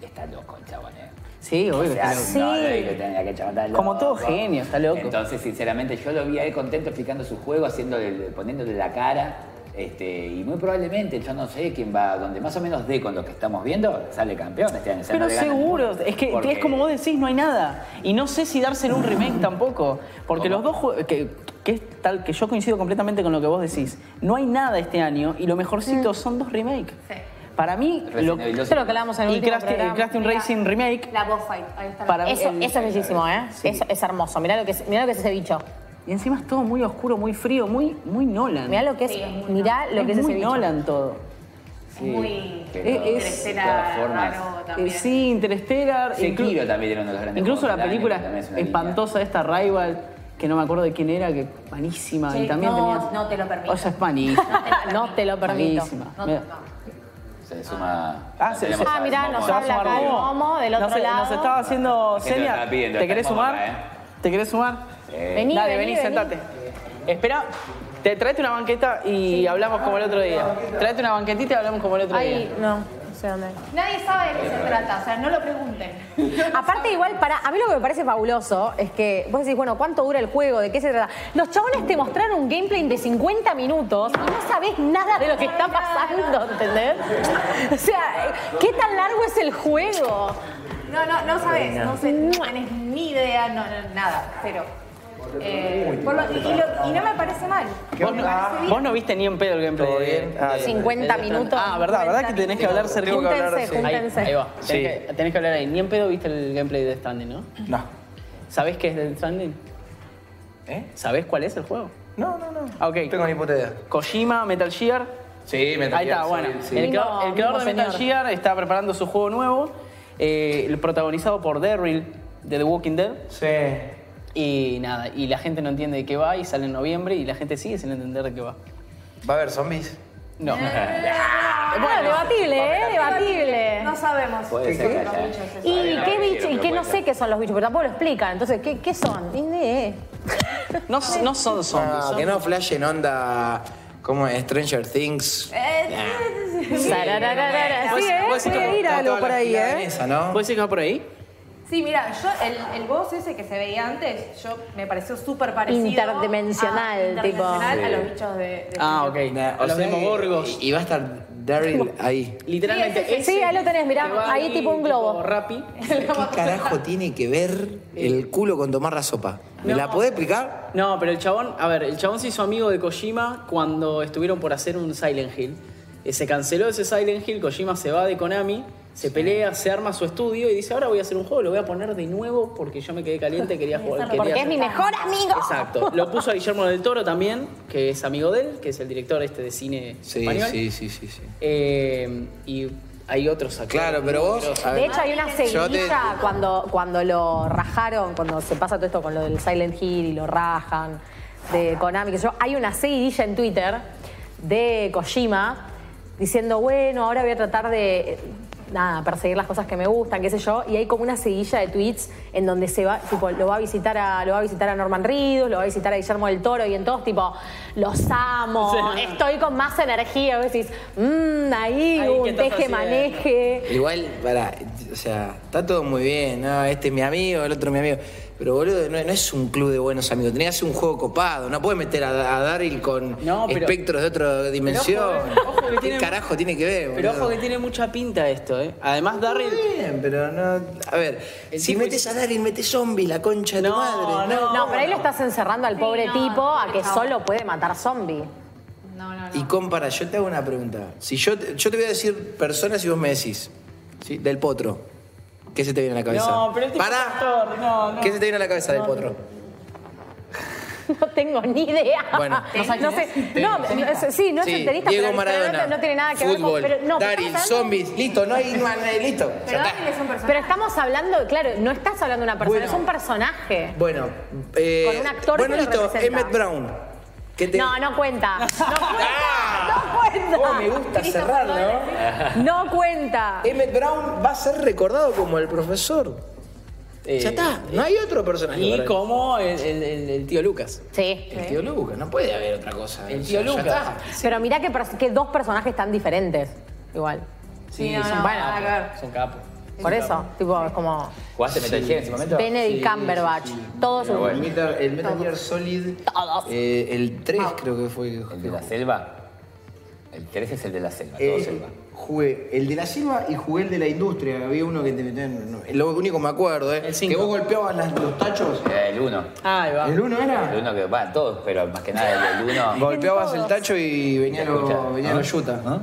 Speaker 2: está loco el chabón, ¿eh?
Speaker 3: Sí, obvio.
Speaker 2: O sea,
Speaker 3: que sí.
Speaker 2: no, no, digo, tenía que chabón, está
Speaker 3: Como
Speaker 2: loco.
Speaker 3: todo genio, está loco.
Speaker 2: Entonces, sinceramente, yo lo vi a él contento explicando su juego, haciéndole, poniéndole la cara. Este, y muy probablemente, yo no sé quién va, donde más o menos dé con lo que estamos viendo, sale campeón este año. O sea, no
Speaker 3: Pero
Speaker 2: le ganan
Speaker 3: seguro,
Speaker 2: ninguno.
Speaker 3: es que es
Speaker 2: Porque-
Speaker 3: como vos decís, no hay nada. Y no sé si dárselo un remake tampoco. Porque los dos jue- que, que es tal que yo coincido completamente con lo que vos decís. No hay nada este año y lo mejorcito
Speaker 11: Mm.
Speaker 3: son dos remakes.
Speaker 12: Sí.
Speaker 3: Para mí,
Speaker 2: Resident
Speaker 3: lo,
Speaker 2: Evil dos.
Speaker 11: Esto es lo que hablábamos en el
Speaker 3: y
Speaker 11: último
Speaker 3: Crash,
Speaker 11: programa.
Speaker 3: el Crash Team Racing remake.
Speaker 12: La boss fight, ahí está.
Speaker 3: Para mí
Speaker 11: Eso,
Speaker 3: el-
Speaker 11: eso es bellísimo, ¿eh? Eso es hermoso. Mirá lo que es, mirá lo que es ese bicho.
Speaker 3: Y encima es todo muy oscuro, muy frío, muy, muy Nolan.
Speaker 11: Mirá lo que es,
Speaker 12: Sí, es muy
Speaker 11: mirá lo que es,
Speaker 3: es
Speaker 11: ese
Speaker 3: muy
Speaker 11: bicho.
Speaker 3: Nolan todo.
Speaker 12: Es muy.
Speaker 2: Pero
Speaker 3: Eh, es-
Speaker 12: Interestelar,
Speaker 2: de todas formas,
Speaker 12: raro
Speaker 3: Eh,
Speaker 12: también.
Speaker 3: sí, Interstellar.
Speaker 2: Sekiro
Speaker 3: inclu-
Speaker 2: también era uno de los grandes
Speaker 3: Incluso
Speaker 2: juegos
Speaker 3: la
Speaker 2: del año,
Speaker 3: película
Speaker 2: que también es una
Speaker 3: espantosa esta Rival, que no me acuerdo de quién era, que malísima.
Speaker 12: Sí,
Speaker 3: y también
Speaker 12: no,
Speaker 3: tenía-
Speaker 12: no te lo permito.
Speaker 3: O sea, es malísima.
Speaker 11: No te lo permito.
Speaker 3: Malísima.
Speaker 12: No,
Speaker 3: Mira.
Speaker 12: no.
Speaker 2: línea. Se suma.
Speaker 3: Ah,
Speaker 2: no
Speaker 3: se-
Speaker 2: tenemos
Speaker 11: ah,
Speaker 2: a
Speaker 11: mirá,
Speaker 2: Momo,
Speaker 11: nos
Speaker 3: Se va a
Speaker 2: ¿eh?
Speaker 11: habla
Speaker 3: sumar
Speaker 11: acá el
Speaker 3: Momo.
Speaker 11: Momo, del otro
Speaker 3: Nos-
Speaker 11: lado.
Speaker 3: Nos estaba haciendo
Speaker 2: La gente lo
Speaker 3: señas.
Speaker 2: estaba pidiendo,
Speaker 3: ¿Te
Speaker 2: está
Speaker 3: querés
Speaker 2: en Momo
Speaker 3: sumar?
Speaker 2: acá,
Speaker 3: ¿Te querés sumar?
Speaker 2: Eh,
Speaker 11: Vení,
Speaker 3: Dale,
Speaker 11: vení,
Speaker 3: vení,
Speaker 11: vení.
Speaker 3: sentate. Espera, te traete una banqueta y hablamos como el otro día. Traete una banquetita y hablamos como el otro día.
Speaker 11: Ay, no, no sé dónde.
Speaker 12: Nadie sabe de qué se trata, o sea, no lo pregunten.
Speaker 11: Aparte, igual, para, a mí lo que me parece fabuloso es que vos decís, bueno, ¿cuánto dura el juego? ¿De qué se trata? Los chabones te mostraron un gameplay de 50 minutos y no sabés nada de lo que está pasando, ¿entendés? O sea, ¿qué tan largo es el juego?
Speaker 12: No, no, no sabes, no sé, no tenés ni idea, no, no, nada, cero. Eh, por lo- y, lo- y no me parece mal.
Speaker 3: Vos no, vos no viste ni en pedo el gameplay.
Speaker 4: Todo bien. Ah,
Speaker 11: 50 minutos.
Speaker 3: Ah, verdad, verdad que tenés que hablar cerrado que hablar
Speaker 11: Júntense,
Speaker 3: así.
Speaker 11: júntense.
Speaker 3: Ahí, ahí va. Tenés,
Speaker 4: Sí.
Speaker 3: que, tenés que hablar ahí. Ni en pedo viste el gameplay de Standing, ¿no?
Speaker 4: No.
Speaker 3: ¿Sabés qué es de Standing?
Speaker 4: ¿Eh?
Speaker 3: ¿Sabés cuál es el juego?
Speaker 4: No, no, no.
Speaker 3: Ah, ok.
Speaker 4: Tengo ni puta idea.
Speaker 3: Kojima, Metal Gear.
Speaker 4: Sí, me
Speaker 3: Ahí está, bueno. El,
Speaker 11: Mismo-
Speaker 3: creador, el creador de
Speaker 11: mismo
Speaker 3: Metal
Speaker 11: señor.
Speaker 3: Gear está preparando su juego nuevo eh, el protagonizado por Daryl de The Walking Dead.
Speaker 13: Sí.
Speaker 3: Y nada, y la gente no entiende de qué va y sale en noviembre y la gente sigue sin entender de qué va.
Speaker 13: ¿Va a haber zombies?
Speaker 3: No.
Speaker 11: Eh. Ah, Bueno, debatible, ¿eh? Debatible.
Speaker 12: No sabemos.
Speaker 13: Puede
Speaker 11: qué
Speaker 13: ser
Speaker 11: son
Speaker 13: que
Speaker 11: los
Speaker 13: haya.
Speaker 11: bichos esos.
Speaker 13: Está bien,
Speaker 11: Y qué
Speaker 13: ahora
Speaker 11: bichos,
Speaker 13: hicieron
Speaker 11: y qué no
Speaker 13: propuesta.
Speaker 11: sé qué son los bichos, pero tampoco lo explican. Entonces, ¿qué, qué son? Ni idea.
Speaker 3: No, no son zombies.
Speaker 13: Ah,
Speaker 3: son-
Speaker 13: que no flashen onda como Stranger Things.
Speaker 3: Eh,
Speaker 11: Sarararara.
Speaker 13: Puede
Speaker 11: Sí,
Speaker 13: ser-
Speaker 11: ¿eh?
Speaker 13: puede ser
Speaker 11: Puede
Speaker 13: como-
Speaker 11: ir
Speaker 13: como
Speaker 11: algo
Speaker 13: toda la
Speaker 11: por ahí,
Speaker 13: gira
Speaker 11: ¿eh?
Speaker 13: danesa, ¿no?
Speaker 3: ¿Puede ser que va por ahí?
Speaker 12: Sí, mira, yo el, el voz ese que se veía antes, yo me pareció súper parecido.
Speaker 11: Interdimensional,
Speaker 12: a,
Speaker 11: tipo.
Speaker 12: interdimensional a
Speaker 13: Sí.
Speaker 12: los bichos de. de
Speaker 3: Ah, ok.
Speaker 13: Nah,
Speaker 3: A
Speaker 13: o
Speaker 3: los
Speaker 13: sea,
Speaker 3: demogorgos.
Speaker 13: Y, y va a estar Daryl ahí.
Speaker 3: Literalmente.
Speaker 11: Sí,
Speaker 3: ese
Speaker 11: ahí lo tenés, mirá,
Speaker 3: que va
Speaker 11: ahí tipo un globo.
Speaker 3: tipo Rappi.
Speaker 13: ¿Qué carajo tiene que ver el culo con tomar la sopa? ¿Me
Speaker 3: No.
Speaker 13: la podés explicar?
Speaker 3: No, pero el chabón, a ver, el chabón se hizo amigo de Kojima cuando estuvieron por hacer un Silent Hill. Eh, se canceló ese Silent Hill, Kojima se va de Konami, se pelea, se arma su estudio y dice, ahora voy a hacer un juego, lo voy a poner de nuevo porque yo me quedé caliente, quería jugar. quería
Speaker 11: Porque es
Speaker 3: hacer-
Speaker 11: mi mejor amigo.
Speaker 3: Exacto. Lo puso a Guillermo del Toro también, que es amigo de él, que es el director este de cine español.
Speaker 13: sí, sí, sí.
Speaker 3: Eh, y hay otros actores.
Speaker 13: Claro, pero
Speaker 3: muy
Speaker 13: vos.
Speaker 3: grosos.
Speaker 13: a ver,
Speaker 11: De hecho, hay una
Speaker 13: yo
Speaker 11: seguidilla
Speaker 13: te-
Speaker 11: cuando, cuando lo rajaron, cuando se pasa todo esto con lo del Silent Hill y lo rajan de Konami, que yo, hay una seguidilla en Twitter de Kojima diciendo, bueno, ahora voy a tratar de eh, nada, perseguir las cosas que me gustan, qué sé yo, y hay como una seguidilla de tweets en donde se va, tipo, lo va a visitar a, lo va a visitar a Norman Reedus, lo va a visitar a Guillermo del Toro, y en todos tipo, los amo,
Speaker 3: Sí.
Speaker 11: estoy con más energía, vos decís, mmm, ahí,
Speaker 3: Ahí, ¿qué
Speaker 11: un
Speaker 3: estás
Speaker 11: teje maneje.
Speaker 13: Igual, para, o sea, está todo muy bien, ¿no? Este es mi amigo, el otro es mi amigo. Pero boludo, no, no es un club de buenos amigos, tenés que hacer un juego copado, no puedes meter a, a Daryl con
Speaker 3: No, pero-
Speaker 13: espectros de otra dimensión.
Speaker 3: Pero ojo, eh, ojo que
Speaker 13: ¿Qué
Speaker 3: tiene-
Speaker 13: carajo tiene que ver,
Speaker 3: Pero
Speaker 13: boludo?
Speaker 3: ojo que tiene mucha pinta esto, ¿eh? Además, Darryl...
Speaker 13: Está bien, pero no. A ver,
Speaker 3: El
Speaker 13: si
Speaker 3: tipo-
Speaker 13: metes a Daryl, metes zombie, la concha de tu
Speaker 3: No,
Speaker 13: madre.
Speaker 3: no.
Speaker 11: No, pero ahí lo estás encerrando al pobre
Speaker 12: no,
Speaker 11: tipo a
Speaker 12: pobre
Speaker 11: que
Speaker 12: chabón.
Speaker 11: solo puede matar zombie.
Speaker 12: No, no, no.
Speaker 13: Y compara, yo te hago una pregunta. Si yo, te- yo te voy a decir personas y vos me decís, ¿sí? Del potro. ¿Qué se te viene a la cabeza?
Speaker 3: No, pero el tipo Este es actor,
Speaker 13: ¡Pará!
Speaker 3: no, no.
Speaker 13: ¿Qué se te viene a la cabeza del potro?
Speaker 11: No tengo ni idea.
Speaker 13: Bueno.
Speaker 11: no sé. No, no, es- sí, no es
Speaker 13: Sí,
Speaker 11: enterista,
Speaker 13: Diego
Speaker 11: pero, pero
Speaker 13: Maradona.
Speaker 11: no, te- no tiene nada que
Speaker 13: fútbol,
Speaker 11: ver con. Pero, no, pero
Speaker 13: Daryl,
Speaker 11: estamos hablando-
Speaker 13: zombies, listo, no hay más nadie, listo. ya
Speaker 12: Pero
Speaker 13: está.
Speaker 12: Daniel es un personaje.
Speaker 11: Pero estamos hablando, claro, no estás hablando de una persona,
Speaker 13: Bueno.
Speaker 11: es un personaje.
Speaker 13: Bueno, eh,
Speaker 11: Con un actor
Speaker 13: bueno,
Speaker 11: que lo
Speaker 13: listo,
Speaker 11: representa.
Speaker 13: Emmett Brown. ¿Qué te...
Speaker 11: No, no cuenta. No cuenta. No
Speaker 13: Oh, me
Speaker 11: cuenta.
Speaker 13: gusta cerrar, ¿no?
Speaker 11: No cuenta.
Speaker 13: Emmett Brown va a ser recordado como el profesor.
Speaker 3: eh,
Speaker 13: ya está, no hay otro personaje. para
Speaker 3: Y
Speaker 13: él.
Speaker 3: como el- el- el- el tío Lucas.
Speaker 11: Sí.
Speaker 13: El tío Lucas, no puede haber otra cosa.
Speaker 3: El
Speaker 13: O
Speaker 3: tío
Speaker 13: sea, ya
Speaker 3: Lucas.
Speaker 13: está.
Speaker 11: Pero mirá que, pers- que dos personajes tan diferentes. Igual.
Speaker 12: Sí, no, no,
Speaker 11: bueno,
Speaker 12: nada que ver.
Speaker 3: Son capos.
Speaker 11: Por eso, tipo, es como.
Speaker 2: ¿Jugaste Metal Gear en ese momento?
Speaker 11: Benedict Cumberbatch. Todos
Speaker 2: Pero
Speaker 11: un-
Speaker 2: bueno.
Speaker 13: El Metal, el Metal Gear Solid,
Speaker 11: Todos.
Speaker 13: eh, el 3 creo que fue.
Speaker 2: ¿El de la selva? El 3 es el de la selva, todo
Speaker 13: Eh,
Speaker 2: selva.
Speaker 13: jugué el de la selva y jugué el de la industria. Había uno que te metió en. no, lo único que me acuerdo, ¿eh?
Speaker 3: El cinco.
Speaker 13: que vos golpeabas las- los tachos.
Speaker 2: Era Eh, el 1.
Speaker 3: Ahí va.
Speaker 13: ¿El uno
Speaker 2: El
Speaker 13: era?
Speaker 2: 1 que va, todos, pero más que nada Ah, el del 1.
Speaker 13: Golpeabas el tacho y venía
Speaker 2: Escucha,
Speaker 13: los venía
Speaker 2: ¿no?
Speaker 13: los yuta.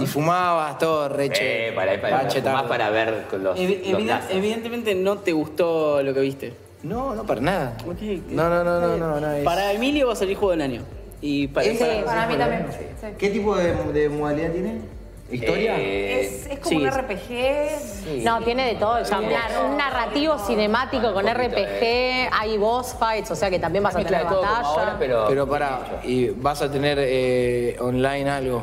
Speaker 13: Y fumabas todo, reche.
Speaker 2: Eh, para, para, para,
Speaker 13: Pachetardo.
Speaker 2: más para ver con los,
Speaker 3: Evi-
Speaker 2: los
Speaker 3: eviden-
Speaker 2: nazis.
Speaker 3: evidentemente no te gustó lo que viste.
Speaker 13: No, no, para nada.
Speaker 3: Ok,
Speaker 13: No, no, no, no, no. no, es-
Speaker 3: Para Emilio va a salir juego del año. Y para,
Speaker 13: Ese-
Speaker 3: para-
Speaker 12: Para mí también. sí.
Speaker 13: ¿Qué tipo de, de modalidad tiene? ¿Historia?
Speaker 2: Eh,
Speaker 12: Es, es como
Speaker 3: sí,
Speaker 12: un
Speaker 3: es-
Speaker 12: RPG.
Speaker 11: No, tiene de todo. ya, un nar- un narrativo cinemático con
Speaker 2: Un poquito,
Speaker 11: RPG, hay boss fights, o sea que también vas a
Speaker 2: mezcla
Speaker 11: tener
Speaker 2: de todo como
Speaker 11: batalla.
Speaker 2: ahora, pero,
Speaker 13: Pero para, ¿y vas a tener eh, online algo?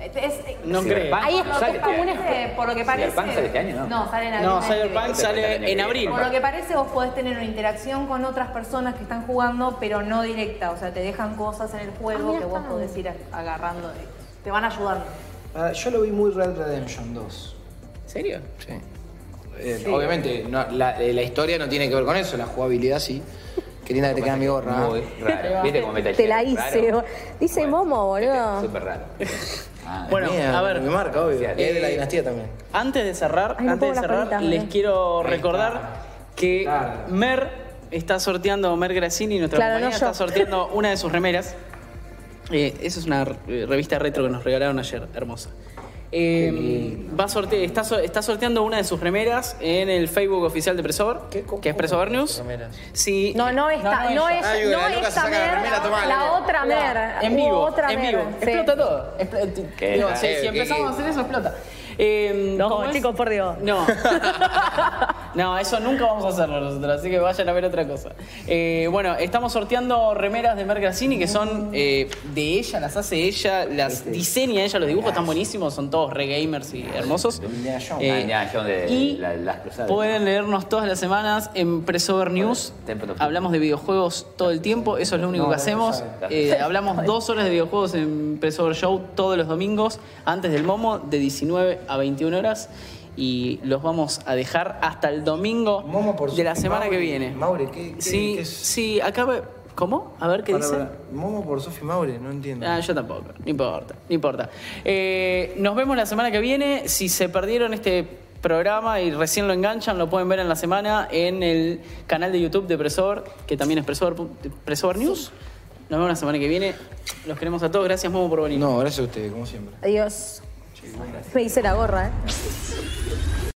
Speaker 12: Es-
Speaker 3: No creo.
Speaker 2: Cyberpunk,
Speaker 11: Ahí es-
Speaker 12: Por lo que
Speaker 2: ¿sabes qué?
Speaker 12: parece- Por lo que parece.
Speaker 2: Cyberpunk sale este año, ¿no?
Speaker 12: No, sale en abril.
Speaker 3: No,
Speaker 12: del año que
Speaker 3: Cyberpunk
Speaker 12: viene.
Speaker 3: sale en abril.
Speaker 12: Por lo que parece, vos podés tener una interacción con otras personas que están jugando, pero no directa. O sea, te dejan cosas en el
Speaker 11: Ah,
Speaker 12: juego que vos podés ir a- agarrando. de- Te van ayudando.
Speaker 13: Ah, Yo lo vi muy Red Redemption 2.
Speaker 3: ¿En serio?
Speaker 13: Sí. Eh, Obviamente, no, la, eh, la historia no tiene que ver con eso, la jugabilidad sí. Qué linda que te queda mi gorra.
Speaker 2: Muy
Speaker 13: ¿eh?
Speaker 2: raro. ¿Viste cómo Metal
Speaker 11: Te
Speaker 2: Gear
Speaker 11: la
Speaker 2: es
Speaker 11: hice.
Speaker 2: raro? Bueno,
Speaker 11: Dice
Speaker 2: Este,
Speaker 11: Momo,
Speaker 2: Metal Gear es
Speaker 11: boludo.
Speaker 2: Súper raro. Ah,
Speaker 3: Bueno,
Speaker 13: Mía,
Speaker 3: a ver.
Speaker 13: Mi marca, obvio.
Speaker 2: Sí,
Speaker 13: Y es de la
Speaker 3: eh,
Speaker 13: dinastía también.
Speaker 3: Antes de cerrar,
Speaker 11: Ay, no
Speaker 3: antes
Speaker 11: puedo
Speaker 3: de
Speaker 11: las
Speaker 3: cerrar,
Speaker 11: palitas,
Speaker 3: les
Speaker 11: mirá.
Speaker 3: quiero recordar que
Speaker 13: Tarde.
Speaker 3: Mer está sorteando, Mer Gracini, nuestra
Speaker 11: Claro,
Speaker 3: compañera,
Speaker 11: no yo.
Speaker 3: está sorteando una de sus remeras. Eh, esa es una eh, revista retro que nos regalaron ayer, hermosa. Eh, va a sorte- está, so- está sorteando una de sus remeras en el Facebook oficial de Presover, que es Presover News. Sí,
Speaker 11: No, no esta, no, es,
Speaker 13: Ay, una
Speaker 11: no
Speaker 13: de
Speaker 11: esta
Speaker 13: Lucas se saca la
Speaker 11: mer,
Speaker 13: remera, tomá,
Speaker 11: la
Speaker 13: Lucas.
Speaker 11: otra mer.
Speaker 3: En
Speaker 11: hubo
Speaker 3: vivo,
Speaker 11: otra
Speaker 3: en
Speaker 11: mer,
Speaker 3: vivo.
Speaker 11: sí.
Speaker 3: Explota todo. Expl-
Speaker 2: Qué Ah,
Speaker 3: Digo,
Speaker 2: la-
Speaker 3: si, si
Speaker 13: eh,
Speaker 2: este.
Speaker 3: empezamos a hacer eso, explota. Eh,
Speaker 11: No,
Speaker 3: ¿cómo es?
Speaker 11: Oh, chicos, por Dios.
Speaker 3: No. No, eso nunca vamos a hacerlo nosotros, así que vayan a ver otra cosa. Eh, bueno, estamos sorteando remeras de Mercasini que son eh, de ella, las hace ella, las diseña ella, los dibujos están buenísimos, son todos re gamers y hermosos. Eh,
Speaker 2: Indiana Jones de
Speaker 3: y
Speaker 2: la- las cruzadas.
Speaker 3: Pueden leernos todas las semanas en Presover News. Hablamos de videojuegos todo el tiempo, eso es lo único
Speaker 2: No, no
Speaker 3: que
Speaker 2: lo
Speaker 3: hacemos.
Speaker 2: sabe.
Speaker 3: Eh, hablamos dos horas de videojuegos en Presover Show todos los domingos, antes del momo, de 19 a 21 horas. Y los vamos a dejar hasta el domingo de la semana que viene.
Speaker 13: Maure, ¿qué, qué-
Speaker 3: sí,
Speaker 13: qué es?
Speaker 3: sí, acá... ve- ¿Cómo? A ver qué
Speaker 13: Para,
Speaker 3: dice.
Speaker 13: para. Momo por Sofi Maure, no entiendo.
Speaker 3: Ah, yo tampoco, no importa, no importa. Eh, nos vemos la semana que viene. Si se perdieron este programa y recién lo enganchan, lo pueden ver en la semana en el canal de YouTube de Presor, que también es Presor, Presor News. Nos vemos la semana que viene. Los queremos a todos. Gracias, Momo, por venir.
Speaker 13: No, gracias a ustedes, como siempre.
Speaker 11: Adiós. Me hice la gorra, ¿eh?